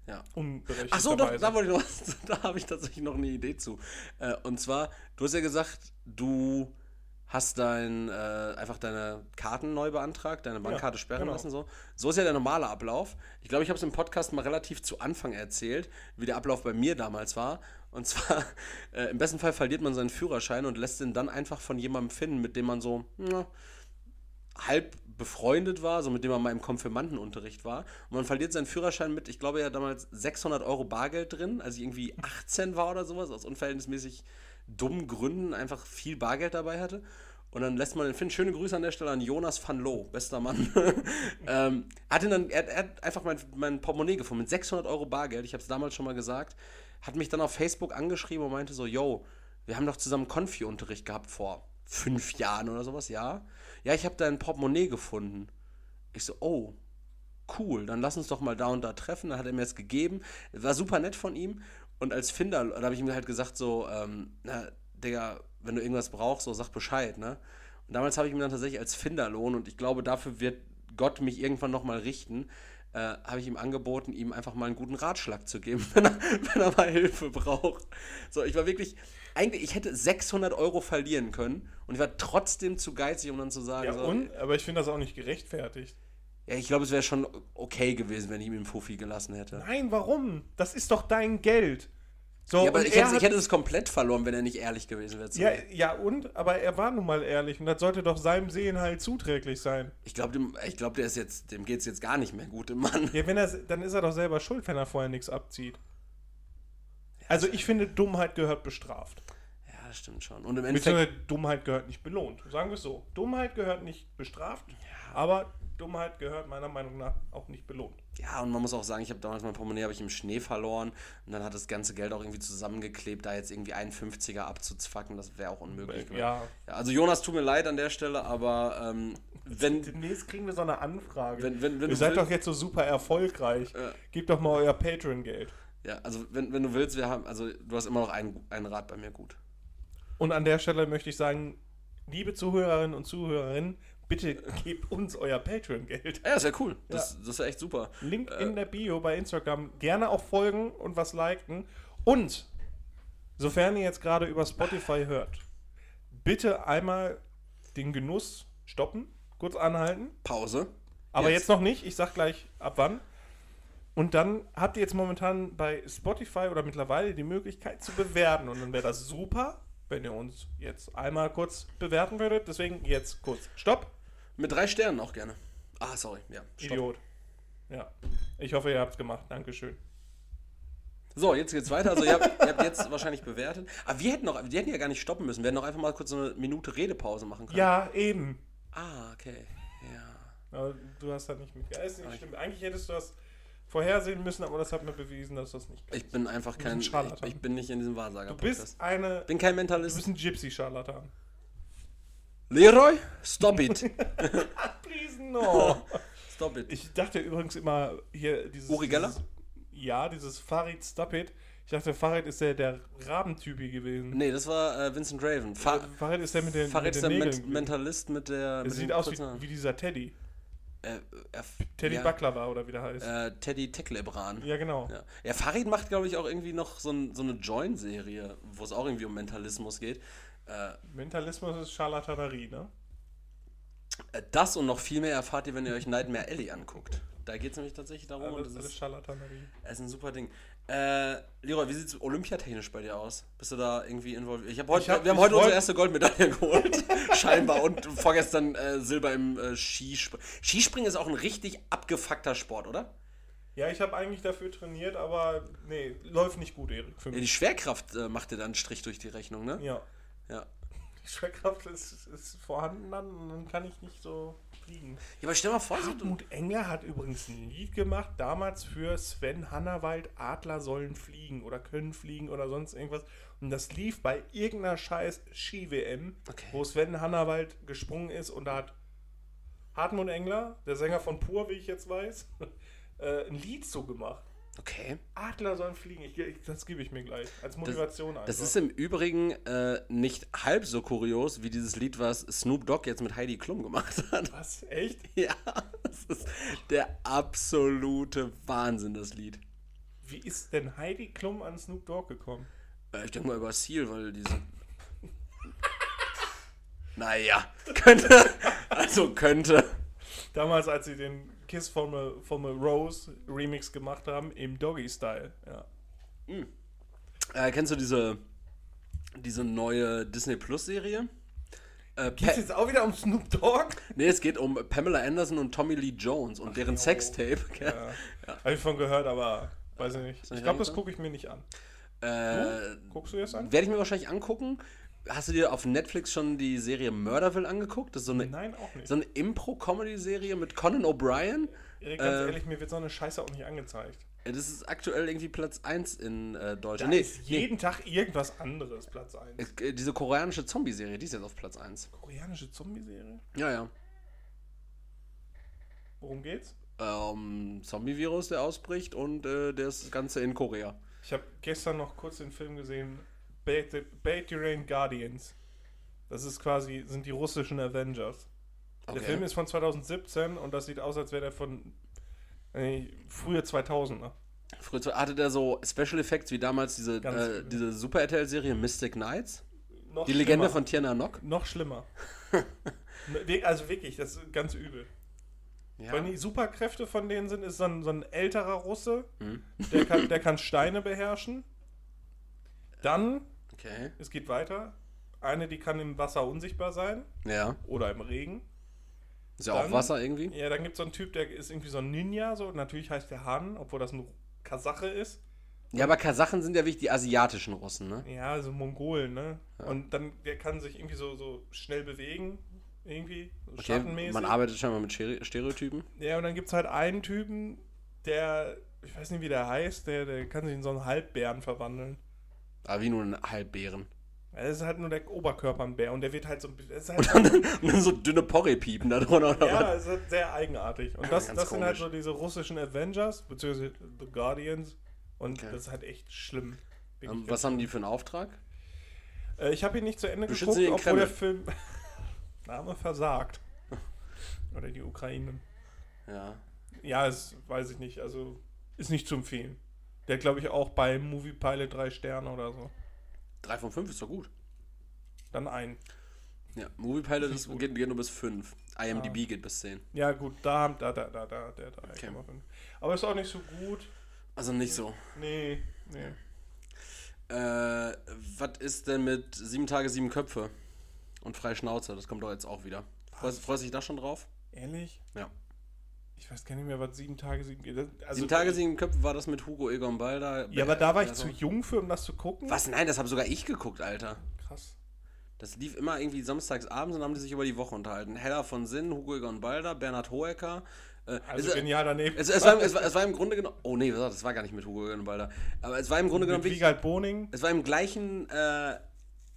Speaker 2: Ja.
Speaker 1: Unberechtigterweise.
Speaker 2: Ach so, doch, da wollte ich noch, was- da habe ich tatsächlich noch eine Idee zu. Äh, und zwar, du hast ja gesagt, du hast dein, äh, einfach deine Karten neu beantragt, deine Bankkarte sperren
Speaker 1: genau.
Speaker 2: lassen. So. so ist ja der normale Ablauf. Ich glaube, ich habe es im Podcast mal relativ zu Anfang erzählt, wie der Ablauf bei mir damals war. Und zwar, äh, im besten Fall verliert man seinen Führerschein und lässt den dann einfach von jemandem finden, mit dem man so na, halb befreundet war, so mit dem man mal im Konfirmandenunterricht war. Und man verliert seinen Führerschein mit, ich glaube ja damals 600 Euro Bargeld drin, als ich irgendwie 18 war oder sowas, aus unverhältnismäßig dummen Gründen einfach viel Bargeld dabei hatte. Und dann lässt man den finden. Schöne Grüße an der Stelle an Jonas van Loo, bester Mann. ähm, hat ihn dann, er, er hat einfach mein, mein Portemonnaie gefunden mit 600 Euro Bargeld. Ich habe es damals schon mal gesagt. Hat mich dann auf Facebook angeschrieben und meinte so, yo, wir haben doch zusammen Konfi-Unterricht gehabt vor fünf Jahren oder sowas, ja. Ja, ich habe dein Portemonnaie gefunden. Ich so, oh, cool, dann lass uns doch mal da und da treffen. Dann hat er mir das gegeben. War super nett von ihm. Und als Finder, da habe ich ihm halt gesagt, so, ähm, na, Digga, wenn du irgendwas brauchst, so sag Bescheid, ne? Und damals habe ich ihm dann tatsächlich als Finderlohn, und ich glaube, dafür wird Gott mich irgendwann nochmal richten, äh, habe ich ihm angeboten, ihm einfach mal einen guten Ratschlag zu geben, wenn er, wenn er mal Hilfe braucht. So, ich war wirklich, eigentlich, ich hätte 600 Euro verlieren können und ich war trotzdem zu geizig, um dann zu sagen,
Speaker 1: Ja,
Speaker 2: so,
Speaker 1: und? Aber ich finde das auch nicht gerechtfertigt.
Speaker 2: ja, ich glaube, es wäre schon okay gewesen, wenn ich ihm den Fuffi gelassen hätte.
Speaker 1: Nein, warum? Das ist doch dein Geld. So,
Speaker 2: ja, aber
Speaker 1: und
Speaker 2: ich
Speaker 1: er
Speaker 2: hätte,
Speaker 1: hat-
Speaker 2: ich hätte es komplett verloren, wenn er nicht ehrlich gewesen wäre. zu
Speaker 1: ja,
Speaker 2: mir.
Speaker 1: ja, und? Aber er war nun mal ehrlich und das sollte doch seinem Seelenheil zuträglich sein.
Speaker 2: Ich glaube, glaub, der ist jetzt, dem geht es jetzt gar nicht mehr gut, dem Mann.
Speaker 1: Ja, wenn er, dann ist er doch selber schuld, wenn er vorher nichts abzieht. Also ich finde, Dummheit gehört bestraft.
Speaker 2: Ja, das stimmt schon. Und im Endeffekt,
Speaker 1: Beziehungsweise Dummheit gehört nicht belohnt. Sagen wir es so. Dummheit gehört nicht bestraft, aber Dummheit gehört meiner Meinung nach auch nicht belohnt.
Speaker 2: ja, und man muss auch sagen, ich habe damals mein Portemonnaie habe ich im Schnee verloren und dann hat das ganze Geld auch irgendwie zusammengeklebt, da jetzt irgendwie 51er abzuzwacken, das wäre auch unmöglich gewesen.
Speaker 1: Äh, Ja.
Speaker 2: Ja, Also Jonas, tut mir leid an der Stelle, aber ähm, wenn,
Speaker 1: Demnächst kriegen wir so eine Anfrage.
Speaker 2: Wenn- wenn- wenn
Speaker 1: Ihr
Speaker 2: du
Speaker 1: seid
Speaker 2: willst- Äh.
Speaker 1: doch jetzt so super erfolgreich. Gebt doch mal euer Patreon-Geld.
Speaker 2: ja, also wenn, wenn du willst, wir haben, also du hast immer noch einen, einen Rat bei mir gut.
Speaker 1: Und an der Stelle möchte ich sagen, liebe Zuhörerinnen und Zuhörerinnen, bitte gebt uns euer Patreon-Geld.
Speaker 2: Ja, das wäre cool. Das, das wäre echt super.
Speaker 1: Link in der Bio bei Instagram. Gerne auch folgen und was liken. Und sofern ihr jetzt gerade über Spotify hört, bitte einmal den Genuss stoppen, kurz anhalten.
Speaker 2: Pause.
Speaker 1: Aber
Speaker 2: Jetzt.
Speaker 1: jetzt noch nicht. Ich sag gleich ab wann. Und dann habt ihr jetzt momentan bei Spotify oder mittlerweile die Möglichkeit zu bewerten. Und dann wäre das super, wenn ihr uns jetzt einmal kurz bewerten würdet. Deswegen jetzt kurz. Stopp.
Speaker 2: Mit drei Sternen auch gerne. Ah, sorry. Ja, stopp.
Speaker 1: Idiot. Ja. Ich hoffe, ihr habt's gemacht. Dankeschön.
Speaker 2: So, jetzt geht's weiter. Also, ihr habt, ihr habt jetzt wahrscheinlich bewertet. Aber wir hätten, noch, wir hätten ja gar nicht stoppen müssen. Wir hätten noch einfach mal kurz so eine Minute Redepause machen können.
Speaker 1: Ja, eben.
Speaker 2: Ah, okay. Ja.
Speaker 1: Aber du hast halt nicht mit. Ja, ist nicht schlimm. Eigentlich hättest du das vorhersehen müssen, aber das hat mir bewiesen, dass du das nicht kannst.
Speaker 2: Ich bin einfach kein.
Speaker 1: ein
Speaker 2: Ich,
Speaker 1: Scharlatan.
Speaker 2: ich bin nicht in diesem Wahrsager.
Speaker 1: Du bist eine.
Speaker 2: Bin kein
Speaker 1: Du
Speaker 2: Mentalist.
Speaker 1: bist ein Gypsy-Scharlatan.
Speaker 2: Leroy, stop it.
Speaker 1: Please no.
Speaker 2: Stop it.
Speaker 1: Ich dachte übrigens immer hier dieses.
Speaker 2: Uri Geller?
Speaker 1: Dieses, ja, dieses Farid Stapit. Ich dachte, Farid ist der, der Rabentypi gewesen.
Speaker 2: nee, das war äh, Vincent Raven. Fa
Speaker 1: Farid ist der mit den,
Speaker 2: Farid
Speaker 1: mit
Speaker 2: ist
Speaker 1: den
Speaker 2: der
Speaker 1: Nägeln.
Speaker 2: Men
Speaker 1: gewesen.
Speaker 2: Mentalist mit der.
Speaker 1: der
Speaker 2: mit
Speaker 1: sieht
Speaker 2: den
Speaker 1: aus wie,
Speaker 2: kurzen Haaren.
Speaker 1: wie dieser Teddy.
Speaker 2: Äh, er-
Speaker 1: Teddy
Speaker 2: ja,
Speaker 1: Baklava oder wie der heißt.
Speaker 2: äh, Teddy Tecklebran.
Speaker 1: ja, genau.
Speaker 2: Ja. ja, Farid macht, glaube ich, auch irgendwie noch so, ein, so eine Join-Serie, wo es auch irgendwie um Mentalismus geht. Äh,
Speaker 1: Mentalismus ist Scharlatanerie, ne?
Speaker 2: äh, das und noch viel mehr erfahrt ihr, wenn ihr euch Nightmare Alley anguckt. Da geht es nämlich tatsächlich darum und
Speaker 1: Alles,
Speaker 2: Oh, das
Speaker 1: alles
Speaker 2: ist,
Speaker 1: Scharlatanerie.
Speaker 2: das ist ein super Ding. Äh, Leroy, wie sieht es olympiatechnisch bei dir aus? Bist du da irgendwie involviert? Ich hab heute,
Speaker 1: Ich hab-
Speaker 2: wir haben
Speaker 1: ich
Speaker 2: heute unsere
Speaker 1: wollt-
Speaker 2: erste Goldmedaille geholt, scheinbar. Und vorgestern äh, Silber im äh, Skispringen. Skispringen ist auch ein richtig abgefuckter Sport, oder?
Speaker 1: Ja, ich habe eigentlich dafür trainiert, aber nee, läuft nicht gut, Erik, für
Speaker 2: Ja,
Speaker 1: mich.
Speaker 2: die Schwerkraft äh, macht dir dann einen Strich durch die Rechnung, ne?
Speaker 1: Ja.
Speaker 2: ja.
Speaker 1: Die Schwerkraft ist, ist vorhanden dann und dann kann ich nicht so fliegen.
Speaker 2: Ja, aber stell mal vor, so du,
Speaker 1: Hartmut Engler hat übrigens ein Lied gemacht, damals für Sven Hannawald, Adler sollen fliegen oder können fliegen oder sonst irgendwas. Und das lief bei irgendeiner scheiß Ski-WM,
Speaker 2: Okay.
Speaker 1: wo Sven Hannawald gesprungen ist und da hat Hartmut Engler, der Sänger von Pur, wie ich jetzt weiß, äh, ein Lied so gemacht.
Speaker 2: Okay.
Speaker 1: Adler sollen fliegen. Ich, ich, das gebe ich mir gleich. Als Motivation einfach.
Speaker 2: Das ist im Übrigen äh, nicht halb so kurios wie dieses Lied, was Snoop Dogg jetzt mit Heidi Klum gemacht hat.
Speaker 1: Was? Echt?
Speaker 2: Ja, das ist der absolute Wahnsinn, das Lied.
Speaker 1: Wie ist denn Heidi Klum an Snoop Dogg gekommen?
Speaker 2: Äh, ich denke mal über Seal, weil diese. Naja, könnte. Also könnte.
Speaker 1: Damals, als sie den Kiss from a, from a Rose Remix gemacht haben, im Doggy-Style. Ja.
Speaker 2: Äh, kennst du diese, diese neue Disney Plus-Serie? Äh,
Speaker 1: Geht
Speaker 2: pa
Speaker 1: jetzt auch wieder um Snoop Dogg?
Speaker 2: nee, es geht um Pamela Anderson und Tommy Lee Jones und deren
Speaker 1: jo.
Speaker 2: Sextape. gell?
Speaker 1: Ja. Habe ich von gehört, aber weiß ich nicht. Ich glaube, das gucke ich mir nicht an.
Speaker 2: Äh,
Speaker 1: Guckst du jetzt an?
Speaker 2: Werde ich mir wahrscheinlich angucken. Hast du dir auf Netflix schon die Serie Murderville angeguckt? Das ist so eine,
Speaker 1: Nein, auch nicht.
Speaker 2: so eine Impro-Comedy-Serie mit Conan O'Brien.
Speaker 1: Erik,
Speaker 2: äh,
Speaker 1: ganz ehrlich, mir wird so eine Scheiße auch nicht angezeigt.
Speaker 2: Das ist aktuell irgendwie Platz 1 in äh,
Speaker 1: Da
Speaker 2: Deutschland. Nee,
Speaker 1: ist jeden Tag irgendwas anderes, Platz 1.
Speaker 2: äh, diese koreanische Zombie-Serie, die ist jetzt auf Platz 1.
Speaker 1: Koreanische Zombie-Serie?
Speaker 2: Ja, ja.
Speaker 1: Worum geht's?
Speaker 2: Ähm, Zombie-Virus, der ausbricht und äh, das Ganze in Korea.
Speaker 1: Ich habe gestern noch kurz den Film gesehen, Bajurian Guardians. Das ist quasi, sind die russischen Avengers.
Speaker 2: Okay.
Speaker 1: Der Film ist von 2017 und das sieht aus, als wäre der von äh, früher 2000er.
Speaker 2: Früher zu- hatte der so Special Effects wie damals diese,
Speaker 1: Ganz genau.
Speaker 2: äh,
Speaker 1: übel.
Speaker 2: diese Super RTL-Serie Mystic Knights.
Speaker 1: Noch
Speaker 2: Die
Speaker 1: schlimmer.
Speaker 2: Legende von Tierna Nock.
Speaker 1: Noch schlimmer. Ne, wir- also wirklich, das ist ganz übel.
Speaker 2: Ja.
Speaker 1: Wenn die Superkräfte von denen sind, ist so ein, so ein älterer Russe,
Speaker 2: Mhm.
Speaker 1: der, kann, der kann Steine beherrschen. Dann,
Speaker 2: Okay.
Speaker 1: es geht weiter, eine, die kann im Wasser unsichtbar sein
Speaker 2: Ja.
Speaker 1: oder im Regen.
Speaker 2: Ist ja auch
Speaker 1: Dann-
Speaker 2: Wasser irgendwie.
Speaker 1: Ja, dann gibt es so einen Typ, der ist irgendwie so ein Ninja, so. Natürlich heißt der Han, obwohl das ein Kasache ist.
Speaker 2: Ja, aber Kasachen sind ja wirklich die asiatischen Russen, ne?
Speaker 1: Ja, also Mongolen, ne? Und dann, der kann sich irgendwie so, so schnell bewegen, irgendwie, so
Speaker 2: Okay,
Speaker 1: schattenmäßig.
Speaker 2: man arbeitet scheinbar mit Schere- Stereotypen.
Speaker 1: Ja, und dann gibt es halt einen Typen, der, ich weiß nicht, wie der heißt, der, der kann sich in so einen Halbbären verwandeln.
Speaker 2: Aber wie nur ein Halbbären.
Speaker 1: Ja, Das ist halt nur der Oberkörper ein Bär und der wird halt so. Das ist
Speaker 2: Und
Speaker 1: halt,
Speaker 2: dann, und dann so dünne Porree-Piepen da drunter oder
Speaker 1: ja,
Speaker 2: was?
Speaker 1: das ist halt sehr eigenartig. Und das,
Speaker 2: Ganz
Speaker 1: das sind halt
Speaker 2: komisch.
Speaker 1: so diese russischen Avengers, beziehungsweise The Guardians. Und
Speaker 2: Okay.
Speaker 1: das ist halt echt schlimm. Wirklich
Speaker 2: Ähm, Was haben die für einen Auftrag?
Speaker 1: Äh, ich habe ihn nicht zu Ende
Speaker 2: Beschützen Sie
Speaker 1: geguckt,
Speaker 2: den
Speaker 1: obwohl der
Speaker 2: Kreml.
Speaker 1: Film Name versagt. Oder die Ukraine.
Speaker 2: Ja.
Speaker 1: Ja, es weiß ich nicht. Also ist nicht zu empfehlen. Der glaube ich auch bei Movie Pilot drei Sterne oder so.
Speaker 2: Drei von fünf ist doch gut.
Speaker 1: Dann ein.
Speaker 2: Ja, Movie Pilot ist,
Speaker 1: gut.
Speaker 2: geht, geht nur bis fünf. IMDb geht bis zehn.
Speaker 1: Ja gut, da, da, da, da, da, da, da. Aber ist auch nicht so gut.
Speaker 2: Also nicht so.
Speaker 1: Nee, nee.
Speaker 2: Äh, was ist denn mit sieben Tage, sieben Köpfe? Und freie Schnauze, das kommt doch jetzt auch wieder. Freust, freust du dich da schon drauf?
Speaker 1: Ehrlich?
Speaker 2: Ja.
Speaker 1: Ich weiß gar nicht mehr, was sieben Tage, sieben... Also,
Speaker 2: sieben Tage, sieben Köpfe war das mit Hugo Egon Balder.
Speaker 1: Ja, aber da war ich
Speaker 2: Also-
Speaker 1: zu jung für, um das zu gucken.
Speaker 2: Was? Nein, das habe sogar ich geguckt, Alter.
Speaker 1: Krass.
Speaker 2: Das lief immer irgendwie samstags abends und haben die sich über die Woche unterhalten. Hella von Sinn, Hugo Egon Balder, Bernhard Hoeker. Äh,
Speaker 1: Also
Speaker 2: es,
Speaker 1: genial daneben.
Speaker 2: es, es, war, es, war, es war im Grunde genommen. Oh nee, das war gar nicht mit Hugo Egon Balder. Aber es war im Grunde
Speaker 1: Mit
Speaker 2: genommen wirklich.
Speaker 1: Wiegald Boning.
Speaker 2: Es war im gleichen, äh,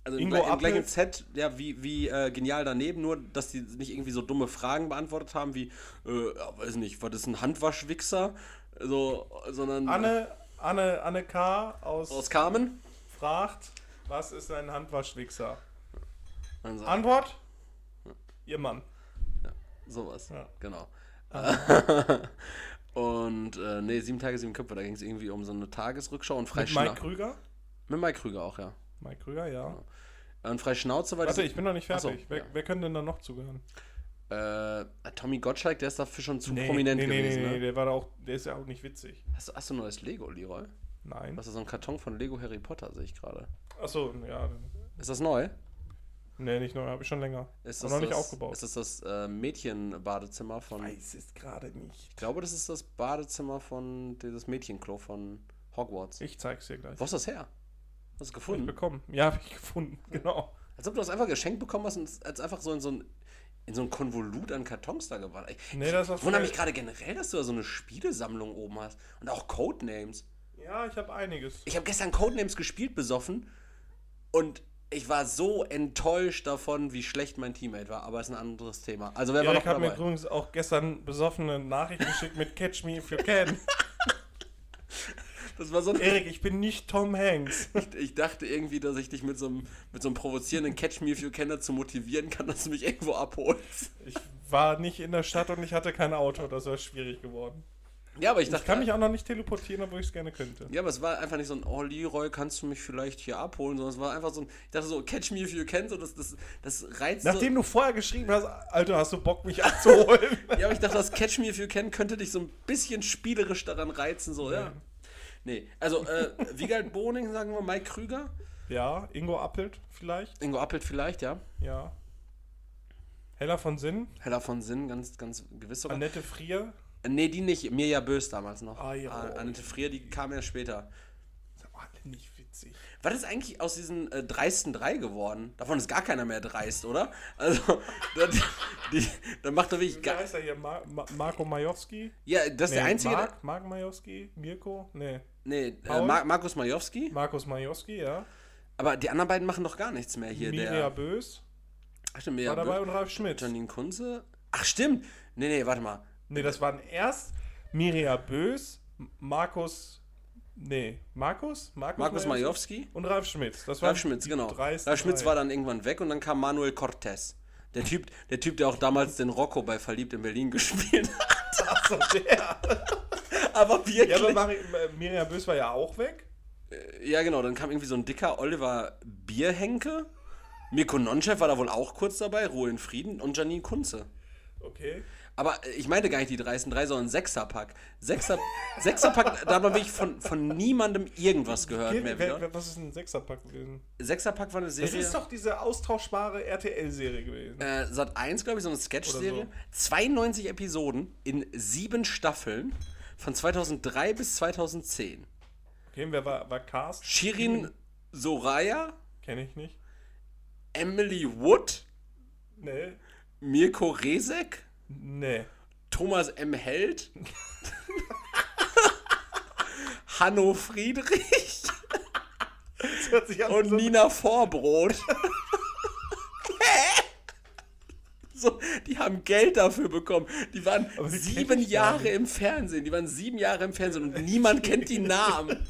Speaker 2: also im,
Speaker 1: Ingo
Speaker 2: gle- im
Speaker 1: Appel.
Speaker 2: gleichen Set, ja, wie, wie äh, genial daneben, nur dass die nicht irgendwie so dumme Fragen beantwortet haben wie, äh, ja, weiß nicht, was ist ein Handwaschwichser? So, sondern
Speaker 1: Anne, Anne, Anne K. aus,
Speaker 2: aus Carmen.
Speaker 1: fragt, was ist ein Handwaschwichser?
Speaker 2: Dann so,
Speaker 1: Antwort? Ihr Mann.
Speaker 2: sowas.
Speaker 1: Ja.
Speaker 2: Genau. und äh, nee, sieben Tage, sieben Köpfe, da ging es irgendwie um so eine Tagesrückschau und
Speaker 1: Mit Mike
Speaker 2: Freischnauze.
Speaker 1: Krüger?
Speaker 2: Mit Mike Krüger auch, ja.
Speaker 1: Mike Krüger, ja.
Speaker 2: Und Freischnauze war
Speaker 1: Warte,
Speaker 2: diese-
Speaker 1: ich bin noch nicht
Speaker 2: Ach so,
Speaker 1: fertig. wer,
Speaker 2: ja.
Speaker 1: wer könnte denn da noch zugehören?
Speaker 2: äh, Tommy Gottschalk, der ist dafür schon zu prominent gewesen. ne?
Speaker 1: der war da auch, der ist ja auch nicht witzig.
Speaker 2: Hast, du, hast du neues Lego, Leroy?
Speaker 1: Nein.
Speaker 2: Was ist so ein Karton von Lego Harry Potter, sehe ich gerade.
Speaker 1: Achso, ja.
Speaker 2: Ist das neu?
Speaker 1: Nee, nicht neu, habe ich schon länger.
Speaker 2: Ist
Speaker 1: Aber
Speaker 2: das
Speaker 1: noch nicht
Speaker 2: das,
Speaker 1: aufgebaut.
Speaker 2: Ist das das äh, Mädchenbadezimmer von. Ich
Speaker 1: weiß es gerade nicht.
Speaker 2: glaube, das ist das Badezimmer von. dieses Mädchenklo von Hogwarts.
Speaker 1: Ich zeig's dir gleich.
Speaker 2: Wo hast du das her? Hast du es
Speaker 1: Hab ich
Speaker 2: gefunden?
Speaker 1: bekommen. Ja, habe ich gefunden, genau.
Speaker 2: Als ob du das einfach geschenkt bekommen hast und es als einfach so in so ein. In so ein Konvolut an Kartons da gewandert. Ich,
Speaker 1: Nee, das ist
Speaker 2: ich
Speaker 1: auf
Speaker 2: wundere
Speaker 1: Fell.
Speaker 2: mich gerade generell, dass du da so eine Spielesammlung oben hast. Und auch Codenames.
Speaker 1: Ja, ich habe einiges.
Speaker 2: Ich habe gestern Codenames gespielt, besoffen. Und ich war so enttäuscht davon, wie schlecht mein Teammate war. Aber es ist ein anderes Thema. Also wer war noch
Speaker 1: Erik hat mir
Speaker 2: dabei?
Speaker 1: übrigens auch gestern besoffene Nachricht geschickt mit Catch Me If You Can.
Speaker 2: Das war so ein
Speaker 1: Erik, ich bin nicht Tom Hanks.
Speaker 2: ich, ich dachte irgendwie, dass ich dich mit so einem, mit so einem provozierenden Catch Me If You Can dazu motivieren kann, dass du mich irgendwo abholst.
Speaker 1: Ich war nicht in der Stadt und ich hatte kein Auto, das wäre schwierig geworden.
Speaker 2: Ja, aber ich dachte.
Speaker 1: Ich kann mich auch noch nicht teleportieren, obwohl ich es gerne könnte.
Speaker 2: ja, aber es war einfach nicht so ein, oh Leroy, kannst du mich vielleicht hier abholen, sondern es war einfach so ein, ich dachte so, catch me if you can, so das, das, das reizt
Speaker 1: Nachdem du vorher geschrieben hast, Alter, hast du Bock, mich abzuholen?
Speaker 2: so. Ja, aber ich dachte, das catch me if you can könnte dich so ein bisschen spielerisch daran reizen, so, ja. Nee, also äh, Wiegald Boning, sagen wir, Mike Krüger,
Speaker 1: ja, Ingo Appelt vielleicht.
Speaker 2: Ingo Appelt vielleicht, ja.
Speaker 1: Ja. Hella von Sinn,
Speaker 2: Heller von Sinn, ganz, ganz gewiss sogar. Äh,
Speaker 1: Annette Frier.
Speaker 2: Nee, die nicht. Mirja Bös damals noch.
Speaker 1: Ah, ja.
Speaker 2: An- Annette Frier, die kam ja später.
Speaker 1: Ist aber alle nicht witzig.
Speaker 2: Was ist eigentlich aus diesen äh, dreisten drei geworden? Davon ist gar keiner mehr dreist, oder? Also, das, die, dann macht doch wirklich
Speaker 1: Wie
Speaker 2: gar.
Speaker 1: heißt er hier? Mar Mar Marco Majowski?
Speaker 2: Ja, das ist der
Speaker 1: Nee,
Speaker 2: einzige. der-
Speaker 1: Marc, Marc Majowski? Mirko? Nee.
Speaker 2: nee, äh,
Speaker 1: Paul?
Speaker 2: Mar Markus Majowski.
Speaker 1: Markus Majowski, ja.
Speaker 2: Aber die anderen beiden machen doch gar nichts mehr hier.
Speaker 1: Mirja
Speaker 2: der,
Speaker 1: Bös
Speaker 2: ach, stimmt,
Speaker 1: war
Speaker 2: Mirja
Speaker 1: dabei
Speaker 2: Bös.
Speaker 1: und Ralf Schmidt.
Speaker 2: Janine Kunze. Ach, stimmt. Nee, nee, warte mal.
Speaker 1: Nee, das waren erst Mirja Bös, M- Markus. Nee, Markus?
Speaker 2: Markus Majowski.
Speaker 1: Und Ralf Schmitz. Das waren
Speaker 2: Ralf Schmitz,
Speaker 1: die
Speaker 2: genau.
Speaker 1: dreisten
Speaker 2: Ralf Schmitz
Speaker 1: drei.
Speaker 2: war dann irgendwann weg und dann kam Manuel Cortez. Der typ, der typ, der auch damals den Rocco bei Verliebt in Berlin gespielt hat.
Speaker 1: Achso, der.
Speaker 2: Aber wirklich.
Speaker 1: Ja, aber Mari äh, Mirja Bös war ja auch weg.
Speaker 2: Ja, genau, dann kam irgendwie so ein dicker Oliver Bierhenke. Mirko Nonchef war da wohl auch kurz dabei, Ruhe in Frieden und Janine Kunze.
Speaker 1: Okay.
Speaker 2: Aber äh, ich meinte gar nicht die 33, sondern Sechserpack. Sechser, Sechserpack, da hat man wirklich von, von niemandem irgendwas gehört
Speaker 1: Hier,
Speaker 2: mehr
Speaker 1: wer,
Speaker 2: wieder.
Speaker 1: wer, was ist denn ein Sechserpack gewesen?
Speaker 2: Sechserpack war eine
Speaker 1: Das
Speaker 2: Serie.
Speaker 1: ist doch diese austauschbare RTL-Serie gewesen.
Speaker 2: äh, Sat 1, glaube ich, so eine Sketch-Serie.
Speaker 1: Oder so.
Speaker 2: 92 Episoden in sieben Staffeln von 2003 bis 2010.
Speaker 1: Okay, wer war, war Cast?
Speaker 2: Shirin Soraya,
Speaker 1: Kenne ich nicht.
Speaker 2: Emily Wood,
Speaker 1: Nee.
Speaker 2: Mirko Resek,
Speaker 1: Nee.
Speaker 2: Thomas M. Held, Hanno Friedrich
Speaker 1: Das hört sich an
Speaker 2: und
Speaker 1: wie so-
Speaker 2: Nina Vorbrot. Hä? so, die haben Geld dafür bekommen. Die waren
Speaker 1: Aber die kenn
Speaker 2: sieben
Speaker 1: ich gar
Speaker 2: Jahre im Fernsehen. Die waren sieben Jahre im Fernsehen und niemand kennt die Namen.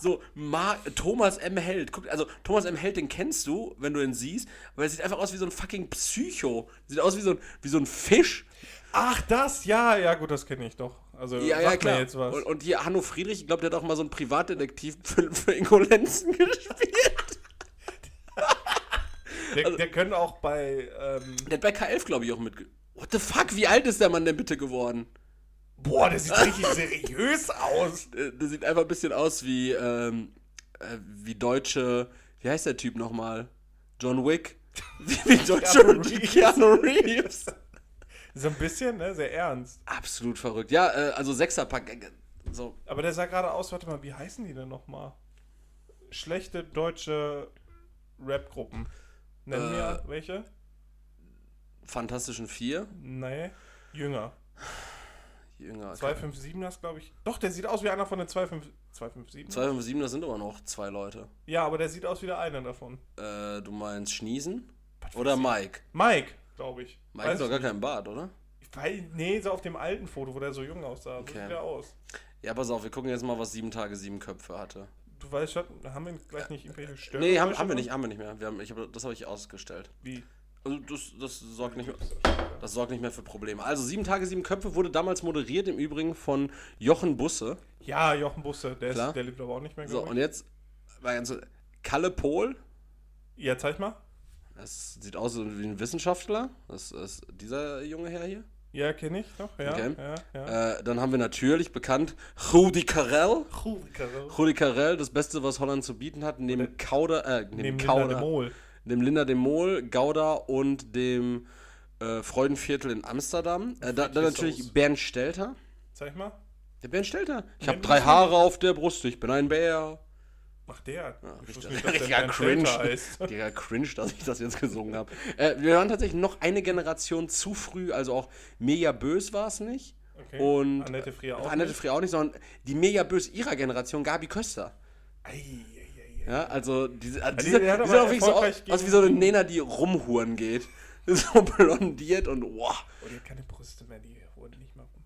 Speaker 2: So, Ma Thomas M. Held. Guck, also Thomas M. Held, den kennst du, wenn du ihn siehst, aber er sieht einfach aus wie so ein fucking Psycho. Sieht aus wie so ein, wie so ein Fisch.
Speaker 1: Ach, das, ja, ja, gut, das kenne ich doch. Also,
Speaker 2: Ja,
Speaker 1: sag
Speaker 2: ja,
Speaker 1: mir
Speaker 2: klar.
Speaker 1: jetzt was.
Speaker 2: Und, und hier Hanno Friedrich, ich glaube, der hat auch mal so einen Privatdetektiv für, für Ingo Lenzen gespielt.
Speaker 1: der,
Speaker 2: Also
Speaker 1: der können auch bei, ähm,
Speaker 2: Der hat bei K11, glaube ich, auch mitge... What the fuck, wie alt ist der Mann denn bitte geworden?
Speaker 1: boah, der sieht richtig seriös aus.
Speaker 2: Äh, Der sieht einfach ein bisschen aus wie, ähm, äh, wie deutsche... Wie heißt der Typ nochmal? John Wick? Wie, wie deutsche
Speaker 1: Keanu
Speaker 2: Keanu Reeves.
Speaker 1: So ein bisschen, ne, sehr ernst.
Speaker 2: Absolut verrückt. Ja, äh, also Sechserpack. äh, So,
Speaker 1: Aber der sah gerade aus, warte mal, wie heißen die denn nochmal? Schlechte deutsche Rap-Gruppen. Nennen
Speaker 2: Äh.
Speaker 1: wir welche?
Speaker 2: Fantastischen Vier.
Speaker 1: Nee, jünger.
Speaker 2: Jünger.
Speaker 1: 257 das, glaube ich. Doch, der sieht aus wie einer von den 25 257.
Speaker 2: 257, das sind aber noch zwei Leute.
Speaker 1: Ja, aber der sieht aus wie der eine davon.
Speaker 2: Äh, du meinst Schniesen? Oder Mike?
Speaker 1: Mike, glaube ich.
Speaker 2: Mike
Speaker 1: Weiß
Speaker 2: hat doch
Speaker 1: ich
Speaker 2: gar
Speaker 1: nicht.
Speaker 2: keinen Bart, oder?
Speaker 1: Ich weiß- Nee, so auf dem alten Foto, wo der so jung aussah. So
Speaker 2: Okay.
Speaker 1: sieht er aus.
Speaker 2: Ja, pass auf, wir gucken jetzt mal, was sieben Tage sieben Köpfe hatte.
Speaker 1: Du weißt schon, haben wir gleich nicht irgendwelche Störungen?
Speaker 2: Nee, haben, haben wir nicht, haben wir nicht mehr. Wir haben, ich hab, das habe ich ausgestellt.
Speaker 1: Wie?
Speaker 2: Also das, das sorgt nicht mehr. Das sorgt nicht mehr für Probleme. Also sieben Tage sieben Köpfe wurde damals moderiert im Übrigen von Jochen Busse.
Speaker 1: Ja, Jochen Busse, der,
Speaker 2: Klar.
Speaker 1: ist, der lebt aber auch nicht mehr.
Speaker 2: So
Speaker 1: glaub ich.
Speaker 2: und jetzt war ganz so- Kalle Pohl.
Speaker 1: ja, zeig mal.
Speaker 2: Das sieht aus wie ein Wissenschaftler. Das ist dieser junge Herr hier.
Speaker 1: Ja, kenne ich noch. Ja,
Speaker 2: Okay.
Speaker 1: ja, ja.
Speaker 2: Äh, dann haben wir natürlich bekannt Rudi Carell.
Speaker 1: Kruse.
Speaker 2: Rudi Carell, das Beste, was Holland zu bieten hat, neben Kauder, äh, neben
Speaker 1: Neben
Speaker 2: Kauder,
Speaker 1: Linda de Mol.
Speaker 2: dem Linda de Mol, Gouda und dem äh, Freudenviertel in Amsterdam. Äh, da, dann
Speaker 1: Friedrichshaus.
Speaker 2: natürlich Bernd Stelter.
Speaker 1: Zeig mal.
Speaker 2: Der Bernd Stelter. Ich
Speaker 1: Ja,
Speaker 2: habe drei
Speaker 1: das-
Speaker 2: Haare auf der Brust, ich bin ein Bär.
Speaker 1: Ach, der.
Speaker 2: Ja,
Speaker 1: ich wusste
Speaker 2: richtig-
Speaker 1: nicht, dass der
Speaker 2: richtiger
Speaker 1: Bernd
Speaker 2: cringe.
Speaker 1: Stelter heißt.
Speaker 2: Richtiger cringe, dass ich das jetzt gesungen habe. Äh, wir waren tatsächlich noch eine Generation zu früh, also auch Mirja Bös war es nicht.
Speaker 1: Okay.
Speaker 2: Und
Speaker 1: Annette Frier auch
Speaker 2: Annette
Speaker 1: nicht.
Speaker 2: Frier auch nicht, sondern die Mirja Bös ihrer Generation, Gabi Köster.
Speaker 1: Ei, ei, ei, ei.
Speaker 2: Ja, also diese, also
Speaker 1: die-
Speaker 2: diese, die,
Speaker 1: die hat
Speaker 2: sieht
Speaker 1: aber
Speaker 2: auch wirklich so aus,
Speaker 1: erfolgreich
Speaker 2: aus
Speaker 1: gegen-
Speaker 2: wie so eine Nena, die rumhuren geht. So blondiert und wow.
Speaker 1: Oh, die hat keine Brüste mehr, die wurden nicht mal rum.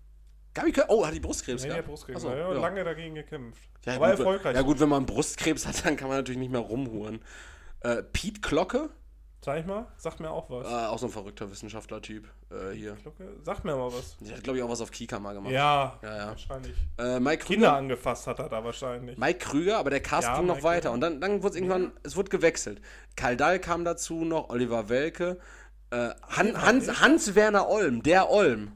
Speaker 2: Gabi Kö oh, hat die Brustkrebs
Speaker 1: Nee, der
Speaker 2: gehabt.
Speaker 1: Brustkrebs.
Speaker 2: Ach so,
Speaker 1: ja, ja.
Speaker 2: ja.
Speaker 1: Lange dagegen gekämpft.
Speaker 2: Ja,
Speaker 1: aber
Speaker 2: gut,
Speaker 1: erfolgreich.
Speaker 2: Ja gut, wenn man Brustkrebs hat, dann kann man natürlich nicht mehr rumhuren. Äh, Pete Glocke,
Speaker 1: Zeig mal, sag mir auch was.
Speaker 2: Äh, auch so ein verrückter Wissenschaftler-Typ äh, hier.
Speaker 1: Glocke, sag mir mal was.
Speaker 2: Der hat, glaube ich, auch was auf Kika mal gemacht.
Speaker 1: Ja,
Speaker 2: Ja, ja.
Speaker 1: wahrscheinlich.
Speaker 2: Äh, Mike Krüger.
Speaker 1: Kinder angefasst hat er da wahrscheinlich.
Speaker 2: Mike Krüger, aber der Cast
Speaker 1: Ja,
Speaker 2: ging noch
Speaker 1: Mike
Speaker 2: weiter.
Speaker 1: Krüger.
Speaker 2: Und dann, dann wurde es irgendwann, es wurde gewechselt. Kaldal kam dazu noch, Oliver Welke, äh, Han, Hans, Hans-Werner Olm, der Olm.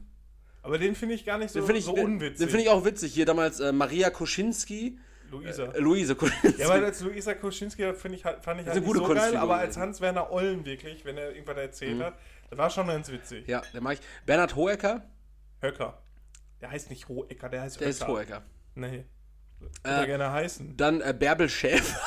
Speaker 1: Aber den finde ich gar nicht so,
Speaker 2: Den finde ich,
Speaker 1: so
Speaker 2: den-
Speaker 1: unwitzig.
Speaker 2: Den finde ich auch witzig. Hier damals äh, Maria Kuschinski,
Speaker 1: Luisa.
Speaker 2: äh, Luise Kuschinski.
Speaker 1: ja, aber als Luisa Kuschinski finde ich halt, fand ich
Speaker 2: Das ist
Speaker 1: halt nicht
Speaker 2: eine gute
Speaker 1: so geil,
Speaker 2: Kunstfigur
Speaker 1: aber als
Speaker 2: gewesen. Mhm.
Speaker 1: Hans-Werner Ollen wirklich, wenn er irgendwas erzählt hat, das war schon ganz witzig.
Speaker 2: Ja, der mag ich. Bernhard Hoecker,
Speaker 1: Höcker. Der heißt nicht Hohecker, der heißt
Speaker 2: der
Speaker 1: Höcker.
Speaker 2: ist Äh. Hoecker.
Speaker 1: Nee. Würde er gerne heißen.
Speaker 2: Dann äh, Bärbel Schäfer,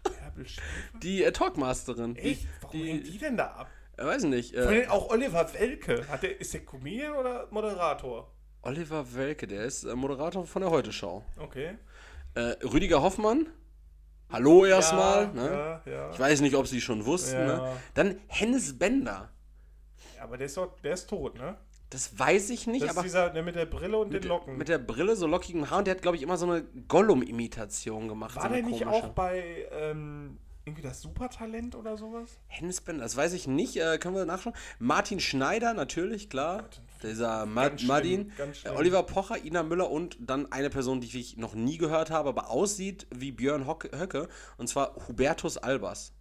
Speaker 1: Bärbel Schäfer?
Speaker 2: die äh, Talkmasterin.
Speaker 1: Echt? Warum
Speaker 2: die-
Speaker 1: hängt die denn da ab?
Speaker 2: Äh, weiß ich nicht.
Speaker 1: Vor
Speaker 2: Äh,
Speaker 1: allem auch Oliver Welke. Hat der, ist der Comedian oder Moderator?
Speaker 2: Oliver Welke, der ist äh, Moderator von der Heute-Show.
Speaker 1: Okay.
Speaker 2: Äh, Rüdiger Hoffmann, hallo erstmal.
Speaker 1: Ja,
Speaker 2: ne?
Speaker 1: Ja, ja.
Speaker 2: Ich weiß nicht, ob sie schon wussten.
Speaker 1: Ja.
Speaker 2: Ne? Dann Hennes Bender.
Speaker 1: Aber der ist, doch, der ist tot, ne?
Speaker 2: Das weiß ich nicht,
Speaker 1: Das ist
Speaker 2: aber
Speaker 1: dieser der mit der Brille und den Locken.
Speaker 2: mit der Brille, so lockigem Haar. Und der hat, glaube ich, immer so eine Gollum-Imitation gemacht. so
Speaker 1: War
Speaker 2: eine
Speaker 1: der nicht
Speaker 2: komische.
Speaker 1: auch bei ähm, irgendwie das Supertalent oder sowas?
Speaker 2: Hennes Bender, das weiß ich nicht. Äh, können wir nachschauen. Martin Schneider, natürlich, klar. Dieser Ma
Speaker 1: schlimm,
Speaker 2: Martin.
Speaker 1: ganz
Speaker 2: Äh,
Speaker 1: schlimm.
Speaker 2: Oliver Pocher, Ina Müller und dann eine Person, die ich noch nie gehört habe, aber aussieht wie Björn Hock Höcke. Und zwar Hubertus Albers.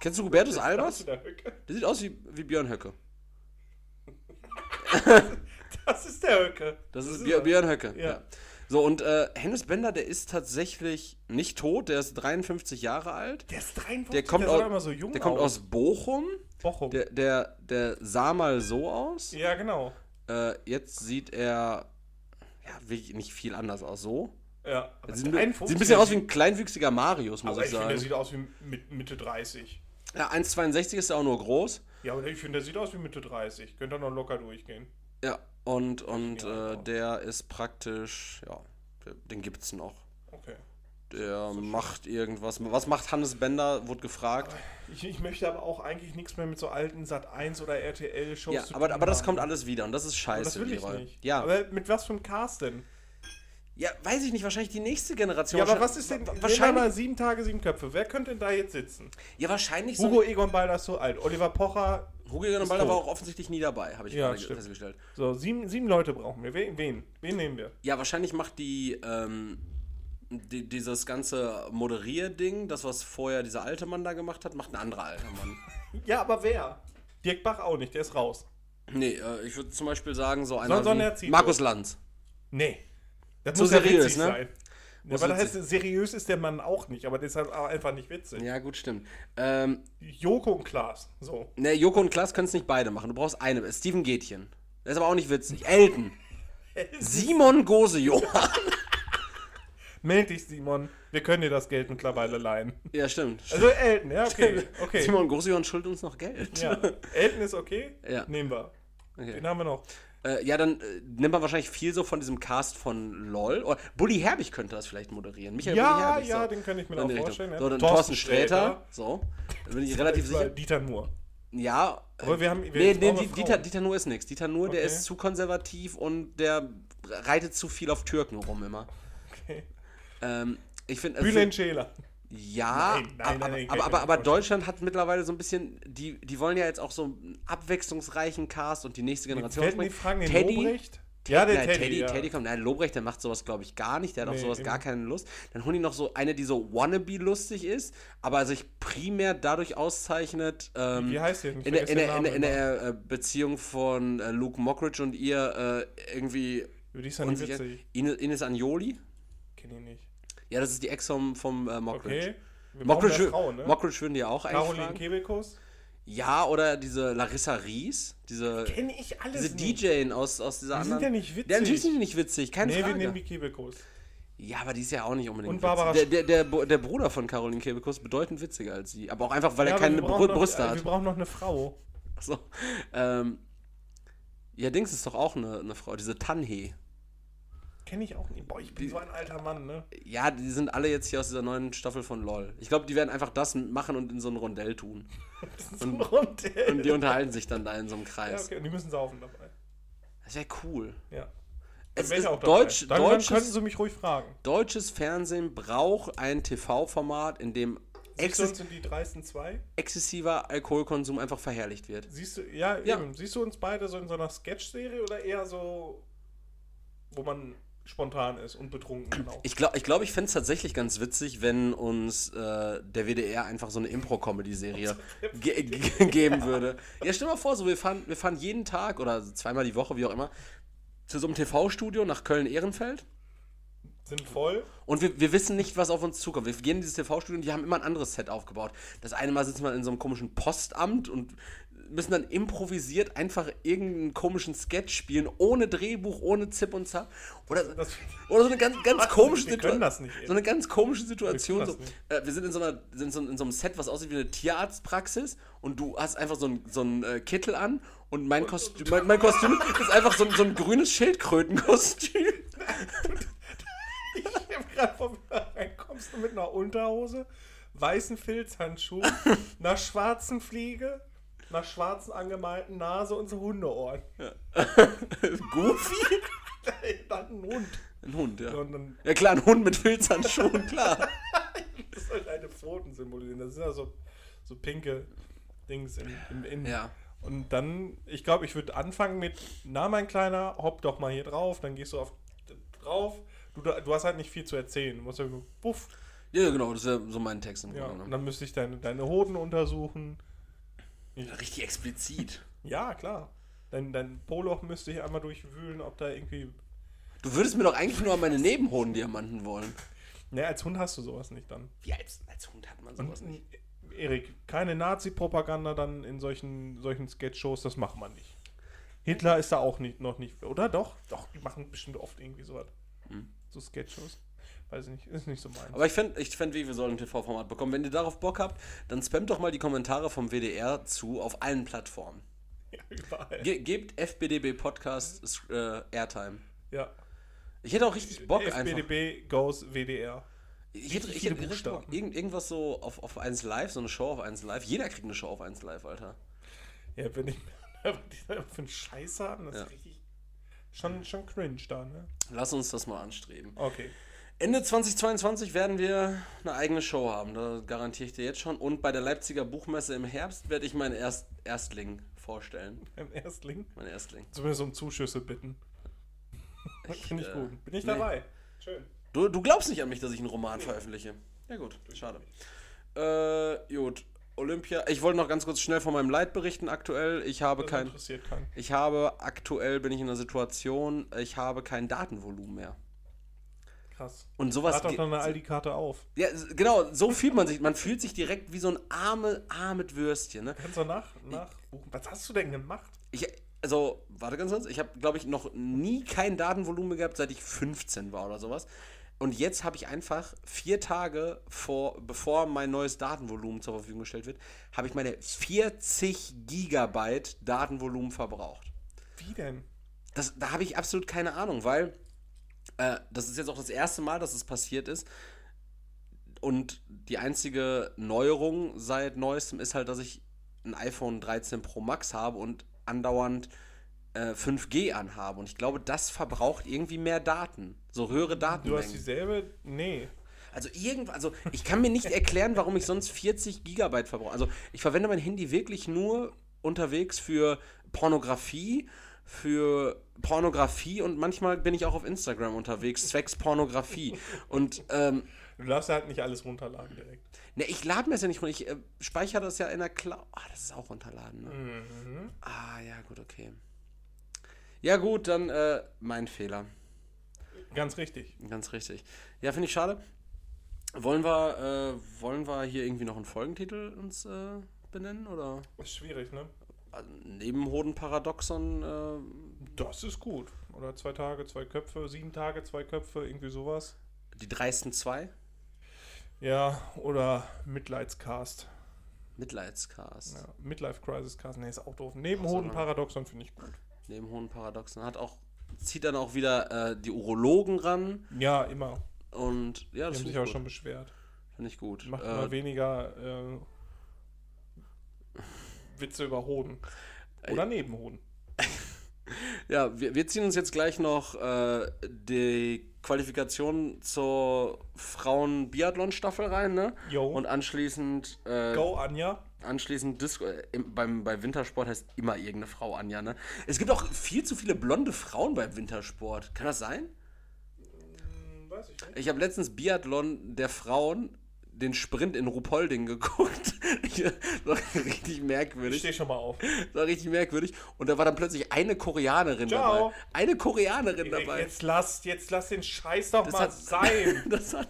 Speaker 2: Kennst du Hubertus Albers?
Speaker 1: Der Höcke.
Speaker 2: Der sieht aus wie, wie Björn Höcke.
Speaker 1: Das ist der Höcke.
Speaker 2: Das, ist,
Speaker 1: er.
Speaker 2: Björ- Björn Höcke. Ja.
Speaker 1: Ja.
Speaker 2: So, und äh, Hennes Bender, der ist tatsächlich nicht tot, der ist 53 Jahre alt.
Speaker 1: Der ist 53,
Speaker 2: Der kommt,
Speaker 1: sah
Speaker 2: aus,
Speaker 1: doch immer so jung
Speaker 2: der kommt aus Bochum.
Speaker 1: Bochum.
Speaker 2: Der, der, der sah mal so aus.
Speaker 1: ja, genau.
Speaker 2: Äh, jetzt sieht er ja, wirklich nicht viel anders aus. So.
Speaker 1: Ja. aber
Speaker 2: Sieht, ein-
Speaker 1: 53,
Speaker 2: sieht ein bisschen aus wie
Speaker 1: der
Speaker 2: ein kleinwüchsiger Marius,
Speaker 1: sieht-
Speaker 2: muss
Speaker 1: Aber Also
Speaker 2: ich
Speaker 1: ich finde, der
Speaker 2: sagen.
Speaker 1: sieht aus wie mit Mitte 30.
Speaker 2: Ja, 1,62 ist er auch nur groß.
Speaker 1: Ja, aber ich finde, der sieht aus wie Mitte 30. Könnte er noch locker durchgehen.
Speaker 2: Ja, und, und
Speaker 1: Ja.
Speaker 2: äh, der ist praktisch, ja, der- den gibt's noch.
Speaker 1: Okay.
Speaker 2: Der macht irgendwas. Was macht Hannes Bender? Wurde gefragt.
Speaker 1: Ich, ich möchte aber auch eigentlich nichts mehr mit so alten Sat 1 oder RTL-Shows
Speaker 2: Ja,
Speaker 1: zu
Speaker 2: aber,
Speaker 1: tun
Speaker 2: aber das
Speaker 1: haben.
Speaker 2: kommt alles wieder und das ist scheiße.
Speaker 1: Aber Das will ich
Speaker 2: Leroy.
Speaker 1: nicht.
Speaker 2: Ja.
Speaker 1: Aber mit was für einem Cast denn?
Speaker 2: ja, weiß ich nicht, wahrscheinlich die nächste Generation.
Speaker 1: Ja, aber
Speaker 2: Wahrscheinlich-
Speaker 1: was ist denn?
Speaker 2: wa-
Speaker 1: Wahrscheinlich mal
Speaker 2: Wahrscheinlich,
Speaker 1: sieben Tage, sieben Köpfe. Wer könnte denn da jetzt sitzen?
Speaker 2: ja, wahrscheinlich so.
Speaker 1: Hugo Egon Balder ist so alt. Oliver Pocher.
Speaker 2: Hugo Egon Balder
Speaker 1: tot.
Speaker 2: war auch offensichtlich nie dabei, habe ich
Speaker 1: Ja,
Speaker 2: gerade ge-
Speaker 1: stimmt.
Speaker 2: festgestellt.
Speaker 1: So, sieben, sieben Leute brauchen wir. Wen? Wen, wen nehmen wir?
Speaker 2: Ja, wahrscheinlich macht die, ähm, die dieses ganze Moderierding, das was vorher dieser alte Mann da gemacht hat, macht ein anderer alter Mann.
Speaker 1: Ja, aber wer? Dirk Bach auch nicht, der ist raus.
Speaker 2: nee, äh, ich würde zum Beispiel sagen, so einer
Speaker 1: so ein
Speaker 2: wie
Speaker 1: Erzieher.
Speaker 2: Markus Lanz.
Speaker 1: Nee. Das
Speaker 2: So
Speaker 1: muss ja
Speaker 2: seriös,
Speaker 1: witzig
Speaker 2: ne?
Speaker 1: sein. Ja,
Speaker 2: Muss
Speaker 1: aber das heißt,
Speaker 2: witzig-
Speaker 1: seriös ist der Mann auch nicht, aber deshalb auch einfach nicht witzig.
Speaker 2: Ja, gut, stimmt. Ähm,
Speaker 1: Joko und Klaas, so.
Speaker 2: ne, Joko und Klaas können es nicht beide machen. Du brauchst eine. äh, Steven Gätchen. Der ist aber auch nicht witzig. Elton. Simon Gose-Johann.
Speaker 1: Meld dich, Simon. Wir können dir das Geld mittlerweile leihen.
Speaker 2: Ja, stimmt.
Speaker 1: Also Elton, ja, okay. okay.
Speaker 2: Simon Gose-Johann schuldet uns noch Geld.
Speaker 1: Ja. Elton ist okay,
Speaker 2: Ja.
Speaker 1: nehmen wir.
Speaker 2: Okay.
Speaker 1: Den haben wir noch.
Speaker 2: Äh, ja, dann äh, nimmt man wahrscheinlich viel so von diesem Cast von LOL. Oder Bully Herbig könnte das vielleicht moderieren. Michael
Speaker 1: Ja,
Speaker 2: Bulli Herbig.
Speaker 1: ja,
Speaker 2: so.
Speaker 1: den könnte ich mir
Speaker 2: So in
Speaker 1: auch
Speaker 2: die Richtung.
Speaker 1: vorstellen, ja.
Speaker 2: So, dann Thorsten,
Speaker 1: Thorsten
Speaker 2: Sträter.
Speaker 1: Sträter.
Speaker 2: So, da bin ich relativ
Speaker 1: Das war
Speaker 2: sicher.
Speaker 1: Dieter Mohr.
Speaker 2: Ja. äh,
Speaker 1: Aber wir haben- wir
Speaker 2: nee,
Speaker 1: jetzt
Speaker 2: nee,
Speaker 1: brauchen wir
Speaker 2: die- Dieter,
Speaker 1: Frauen.
Speaker 2: Dieter Nur ist nix. Dieter Nur, der
Speaker 1: Okay.
Speaker 2: ist zu konservativ und der reitet zu viel auf Türken rum immer.
Speaker 1: Okay.
Speaker 2: Ähm, ich finde.
Speaker 1: Bülent Scheler.
Speaker 2: Ja,
Speaker 1: Nein, nein, nein,
Speaker 2: aber,
Speaker 1: nein,
Speaker 2: aber,
Speaker 1: kann ich
Speaker 2: aber,
Speaker 1: mir
Speaker 2: aber
Speaker 1: nicht
Speaker 2: Deutschland hat mittlerweile so ein bisschen, die, die wollen ja jetzt auch so einen abwechslungsreichen Cast und die nächste Generation.
Speaker 1: Werden die
Speaker 2: bringen.
Speaker 1: Fragen den
Speaker 2: Teddy,
Speaker 1: Lobrecht? Ja, der
Speaker 2: nein,
Speaker 1: Teddy.
Speaker 2: Teddy, Teddy,
Speaker 1: ja.
Speaker 2: kommt, nein, Lobrecht, der macht sowas, glaube ich, gar nicht, der hat auf
Speaker 1: Nee,
Speaker 2: sowas gar
Speaker 1: eben.
Speaker 2: keine Lust. Dann holen die noch so eine, die so wannabe lustig ist, aber sich primär dadurch auszeichnet, ähm,
Speaker 1: Wie heißt die denn? Ich
Speaker 2: in der, in
Speaker 1: vergesse
Speaker 2: der,
Speaker 1: den
Speaker 2: in der, in
Speaker 1: Namen
Speaker 2: der äh, Beziehung von äh, Luke Mockridge und ihr äh, irgendwie
Speaker 1: Über die ist ja nicht
Speaker 2: unsicher.
Speaker 1: witzig.
Speaker 2: Ines, Ines Anjoli?
Speaker 1: Kenn ich nicht.
Speaker 2: Ja, das ist die Ex vom, vom äh, Mockridge.
Speaker 1: Okay. Wir brauchen
Speaker 2: Mockridge,
Speaker 1: mehr Frauen, ne?
Speaker 2: Mockridge würden die ja auch eigentlich
Speaker 1: Caroline
Speaker 2: fragen.
Speaker 1: Kebekus.
Speaker 2: Ja, oder diese Larissa Ries, diese,
Speaker 1: Kenne ich alles
Speaker 2: diese
Speaker 1: nicht.
Speaker 2: DJin aus, aus dieser
Speaker 1: Die
Speaker 2: anderen.
Speaker 1: sind ja nicht witzig.
Speaker 2: Ja, natürlich sind die nicht witzig, keine
Speaker 1: nee, wir nehmen
Speaker 2: Frage.
Speaker 1: die Kebekus.
Speaker 2: Ja, aber die ist ja auch nicht unbedingt
Speaker 1: Und Barbara
Speaker 2: witzig. Der, der, der, Bo- der Bruder von Caroline Kebekus bedeutend witziger als sie. Aber auch einfach, weil
Speaker 1: Ja,
Speaker 2: er
Speaker 1: aber
Speaker 2: keine
Speaker 1: wir brauchen
Speaker 2: Br Brüste
Speaker 1: noch, äh,
Speaker 2: hat.
Speaker 1: Wir brauchen noch eine Frau.
Speaker 2: So. Ähm, ja, Dings ist doch auch eine, eine Frau, diese Tanhe.
Speaker 1: Kenne ich auch nicht. Boah, ich bin so ein alter Mann, ne?
Speaker 2: Ja, die sind alle jetzt hier aus dieser neuen Staffel von LOL. Ich glaube, die werden einfach das machen und in so ein Rondell tun.
Speaker 1: So ein Rondell.
Speaker 2: Und die unterhalten sich dann da in so einem
Speaker 1: ja,
Speaker 2: Kreis.
Speaker 1: okay. Und die müssen saufen dabei.
Speaker 2: Das wäre cool.
Speaker 1: Ja.
Speaker 2: Es
Speaker 1: Wäre ich
Speaker 2: ist
Speaker 1: auch dabei.
Speaker 2: Deutsch,
Speaker 1: dann, dann
Speaker 2: deutsches,
Speaker 1: könnten sie mich ruhig fragen.
Speaker 2: deutsches Fernsehen braucht ein TV-Format, in dem
Speaker 1: Exis sind die dreisten zwei.
Speaker 2: exzessiver Alkoholkonsum einfach verherrlicht wird.
Speaker 1: Siehst du, ja,
Speaker 2: Ja.
Speaker 1: Eben. siehst du uns beide so in so einer Sketch-Serie oder eher so, wo man spontan ist und betrunken auch?
Speaker 2: Ich glaube, ich, glaub, ich fände es tatsächlich ganz witzig, wenn uns äh, der WDR einfach so eine Impro-Comedy-Serie ge ge geben würde. Ja, stell mal vor, so, wir, fahren, wir fahren jeden Tag oder zweimal die Woche, wie auch immer, zu so einem TV-Studio nach Köln-Ehrenfeld.
Speaker 1: Sind voll.
Speaker 2: Und wir, wir wissen nicht, was auf uns zukommt. Wir gehen in dieses TV-Studio und die haben immer ein anderes Set aufgebaut. Das eine Mal sitzen wir in so einem komischen Postamt und müssen dann improvisiert einfach irgendeinen komischen Sketch spielen, ohne Drehbuch, ohne Zip und Zap. Oder,
Speaker 1: Das-
Speaker 2: oder so eine ganz, ganz
Speaker 1: Was?
Speaker 2: komische
Speaker 1: Wir können
Speaker 2: Situa-
Speaker 1: das nicht, ey.
Speaker 2: So eine ganz komische Situation.
Speaker 1: Wir
Speaker 2: So,
Speaker 1: können
Speaker 2: äh, wir sind in so, einer, sind so in so einem Set, was aussieht wie eine Tierarztpraxis und du hast einfach so einen so einen, äh, Kittel an und mein, Kostüm, mein, mein Kostüm ist einfach so, ein- so ein grünes Schildkrötenkostüm.
Speaker 1: Ich hab gerade vom reinkommst du mit einer Unterhose, weißen Filzhandschuhen, einer schwarzen Fliege, einer schwarzen angemalten Nase und so Hundeohren.
Speaker 2: Goofy?
Speaker 1: Dann ein Hund.
Speaker 2: Ein Hund, ja.
Speaker 1: Und dann
Speaker 2: Ja klar, ein Hund mit Filzhandschuhen, klar.
Speaker 1: das soll deine Pfoten symbolisieren. Das sind ja so, so pinke Dings im, im Innen.
Speaker 2: Ja.
Speaker 1: Und dann, ich glaube, ich würde anfangen mit, na mein Kleiner, hopp doch mal hier drauf, dann gehst du auf drauf. Du, du hast halt nicht viel zu erzählen. Du musst ja nur puff.
Speaker 2: Ja, genau, das wäre so mein Text im
Speaker 1: Ja.
Speaker 2: Grunde ne?
Speaker 1: Und
Speaker 2: genommen.
Speaker 1: dann müsste ich deine, deine Hoden untersuchen.
Speaker 2: Richtig explizit.
Speaker 1: Ja, klar. Dein, dein Poloch müsste ich einmal durchwühlen, ob da irgendwie.
Speaker 2: Du würdest mir doch eigentlich nur an meine Nebenhodendiamanten wollen.
Speaker 1: Ne, als Hund hast du sowas nicht dann.
Speaker 2: Wie als, als Hund hat man sowas nicht.
Speaker 1: Erik, keine Nazi-Propaganda dann in solchen, solchen Sketch-Shows, das macht man nicht. Hitler ist da auch nicht, noch nicht, oder doch? Doch, die machen bestimmt oft irgendwie sowas. So Sketch-Shows. Weiß ich nicht, ist nicht so meins.
Speaker 2: Hm. Aber ich fände, ich fänd, wie wir sollen ein TV-Format bekommen. Wenn ihr darauf Bock habt, dann spammt doch mal die Kommentare vom WDR zu auf allen Plattformen.
Speaker 1: ja, überall.
Speaker 2: Ge gebt FBDB Podcast äh, Airtime.
Speaker 1: Ja.
Speaker 2: Ich hätte auch richtig Bock einfach.
Speaker 1: FBDB goes WDR.
Speaker 2: Ich hätte, ich
Speaker 1: viele
Speaker 2: hätte richtig Bock.
Speaker 1: Buchstaben.
Speaker 2: Irgend, irgendwas so auf, auf 1 Live, so eine Show auf 1 Live. Jeder kriegt eine Show auf 1 Live, Alter.
Speaker 1: Ja, wenn ich was die da für einen Scheiß haben, das
Speaker 2: Ja.
Speaker 1: ist richtig. Schon, schon cringe da, ne?
Speaker 2: Lass uns das mal anstreben.
Speaker 1: Okay.
Speaker 2: Ende 2022 werden wir eine eigene Show haben, da garantiere ich dir jetzt schon. Und bei der Leipziger Buchmesse im Herbst werde ich meinen Erst Erstling vorstellen.
Speaker 1: Beim Erstling.
Speaker 2: Mein Erstling.
Speaker 1: Zumindest um Zuschüsse bitten. Finde ich
Speaker 2: äh,
Speaker 1: gut. Bin ich
Speaker 2: nee.
Speaker 1: dabei. Schön.
Speaker 2: Du, du glaubst nicht an mich, dass ich einen Roman veröffentliche. Ja gut, schade. Äh, gut. Olympia. Ich wollte noch ganz kurz schnell von meinem Leid berichten aktuell. Ich habe
Speaker 1: Das
Speaker 2: kein.
Speaker 1: interessiert keinen.
Speaker 2: Ich habe aktuell bin ich in einer Situation, ich habe kein Datenvolumen mehr.
Speaker 1: Krass.
Speaker 2: Und sowas.
Speaker 1: Hat doch
Speaker 2: ge-
Speaker 1: dann eine Aldi-Karte auf.
Speaker 2: ja, s- genau, so fühlt man sich. Man fühlt sich direkt wie so ein arme, armes Würstchen. Ne?
Speaker 1: Kannst du nach, nachbuchen. Was hast du denn gemacht?
Speaker 2: Ich, also, warte ganz kurz. Ich habe, glaube ich, noch nie kein Datenvolumen mehr gehabt, seit ich 15 war oder sowas. Und jetzt habe ich einfach vier Tage vor, bevor mein neues Datenvolumen zur Verfügung gestellt wird, habe ich meine 40 Gigabyte Datenvolumen verbraucht.
Speaker 1: Wie denn?
Speaker 2: Das, da habe ich absolut keine Ahnung, weil äh, das ist jetzt auch das erste Mal, dass es passiert ist. Und die einzige Neuerung seit neuestem ist halt, dass ich ein iPhone 13 Pro Max habe und andauernd äh, 5G anhabe. Und ich glaube, das verbraucht irgendwie mehr Daten. So höhere
Speaker 1: Du hast
Speaker 2: Datenmengen.
Speaker 1: dieselbe? Nee.
Speaker 2: Also irgend, also ich kann mir nicht erklären, warum ich sonst 40 Gigabyte verbrauche. Also ich verwende mein Handy wirklich nur unterwegs für Pornografie, für Pornografie und manchmal bin ich auch auf Instagram unterwegs, zwecks Pornografie. Und ähm,
Speaker 1: Du darfst ja halt nicht alles runterladen direkt.
Speaker 2: ne, ich lade mir das ja nicht runter, ich äh, speichere das ja in der Cloud. Ah, das ist auch runterladen, ne? Ah, ja, gut, okay. Ja gut, dann äh, mein Fehler.
Speaker 1: Ganz richtig.
Speaker 2: Ganz richtig. Ja, finde ich schade. Wollen wir, äh, wollen wir hier irgendwie noch einen Folgentitel uns äh, benennen? Oder
Speaker 1: Ist schwierig, ne?
Speaker 2: also, neben Hodenparadoxon? Äh,
Speaker 1: Das ist gut. Oder zwei Tage, zwei Köpfe, sieben Tage, zwei Köpfe, irgendwie sowas.
Speaker 2: die dreisten zwei?
Speaker 1: Ja, oder Mitleidscast.
Speaker 2: Mitleidscast.
Speaker 1: Ja. Midlife Crisis Cast. Nee, ist auch doof. Nebenhoden-Paradoxon finde ich gut.
Speaker 2: Neben Hodenparadoxon. Hat auch, zieht dann auch wieder äh, die Urologen ran.
Speaker 1: Ja, immer.
Speaker 2: Und ja,
Speaker 1: Die
Speaker 2: das
Speaker 1: haben
Speaker 2: finde
Speaker 1: sich
Speaker 2: ich,
Speaker 1: auch
Speaker 2: gut.
Speaker 1: schon beschwert.
Speaker 2: Find ich gut.
Speaker 1: Macht
Speaker 2: Äh,
Speaker 1: immer weniger äh, Witze über Hoden. Oder Nebenhoden.
Speaker 2: Ja, wir, wir ziehen uns jetzt gleich noch äh, die Qualifikation zur Frauen-Biathlon-Staffel rein, ne?
Speaker 1: Jo.
Speaker 2: Und anschließend, äh,
Speaker 1: Go, Anja.
Speaker 2: anschließend Disco, äh, im, beim, bei Wintersport heißt immer irgendeine Frau Anja, ne? Es gibt auch viel zu viele blonde Frauen beim Wintersport. Kann das sein?
Speaker 1: Weiß ich nicht.
Speaker 2: Ich habe letztens Biathlon der Frauen den Sprint in Rupolding geguckt. Das war richtig
Speaker 1: Ich
Speaker 2: merkwürdig.
Speaker 1: stehe schon mal auf.
Speaker 2: Das war richtig merkwürdig. Und da war dann plötzlich eine Koreanerin
Speaker 1: Ciao.
Speaker 2: dabei. Eine Koreanerin dabei.
Speaker 1: Jetzt lass, jetzt lass den Scheiß doch mal
Speaker 2: hat-
Speaker 1: sein.
Speaker 2: Das hat,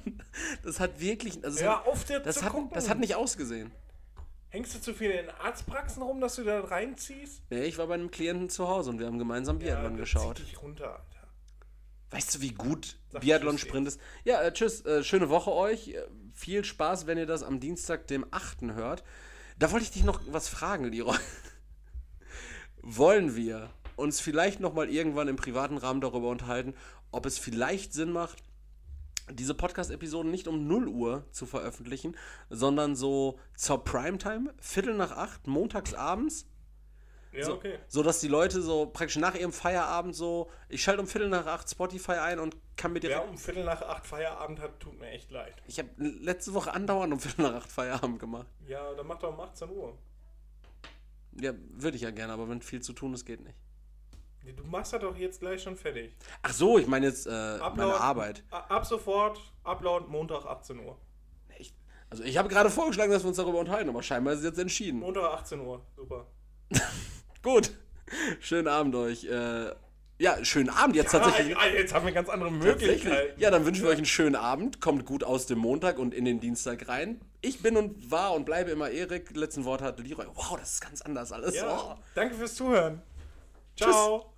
Speaker 2: das hat wirklich. Also es
Speaker 1: Hör
Speaker 2: hat,
Speaker 1: auf, dir
Speaker 2: das,
Speaker 1: zu
Speaker 2: hat,
Speaker 1: gucken.
Speaker 2: das hat nicht ausgesehen.
Speaker 1: Hängst du zu viel in Arztpraxen rum, dass du da reinziehst?
Speaker 2: Nee, ich war bei einem Klienten zu Hause und wir haben gemeinsam Biathlon
Speaker 1: das
Speaker 2: geschaut.
Speaker 1: Zieht dich runter, Alter.
Speaker 2: Weißt du, wie gut
Speaker 1: Sag
Speaker 2: Biathlon-Sprint ist? Ja, äh, tschüss. Äh, schöne Woche euch. Äh, viel Spaß, wenn ihr das am Dienstag, dem 8. hört. Da wollte ich dich noch was fragen, Leroy. Wollen wir uns vielleicht noch mal irgendwann im privaten Rahmen darüber unterhalten, ob es vielleicht Sinn macht, diese Podcast-Episoden nicht um 0 Uhr zu veröffentlichen, sondern so zur Primetime, Viertel nach 8, montags abends,
Speaker 1: Ja,
Speaker 2: so,
Speaker 1: okay.
Speaker 2: so dass die Leute so praktisch nach ihrem Feierabend so, ich schalte um Viertel nach acht Spotify ein und kann mir direkt.
Speaker 1: Wer um Viertel nach acht Feierabend hat, tut mir echt leid.
Speaker 2: Ich habe letzte Woche andauernd um Viertel nach acht Feierabend gemacht.
Speaker 1: Ja, dann mach doch um 18 Uhr.
Speaker 2: Ja, würde ich ja gerne, aber wenn viel zu tun ist, geht nicht.
Speaker 1: Nee, Du machst das doch jetzt gleich schon fertig.
Speaker 2: Ach so, ich meine jetzt äh, meine Arbeit.
Speaker 1: a- Ab sofort, Upload Montag 18 Uhr.
Speaker 2: Ich, also ich habe gerade vorgeschlagen, dass wir uns darüber unterhalten, aber scheinbar ist es jetzt entschieden.
Speaker 1: Montag 18 Uhr, super.
Speaker 2: Gut. Schönen Abend euch. Äh, ja, schönen Abend jetzt tatsächlich.
Speaker 1: Ah, jetzt haben wir ganz andere
Speaker 2: Tatsächlich.
Speaker 1: Möglichkeiten.
Speaker 2: Ja, dann wünschen wir euch einen schönen Abend. Kommt gut aus dem Montag und in den Dienstag rein. Ich bin und war und bleibe immer Erik. Letzten Wort hat Leroy. Wow, das ist ganz anders alles.
Speaker 1: Ja,
Speaker 2: Oh.
Speaker 1: danke fürs Zuhören. Ciao.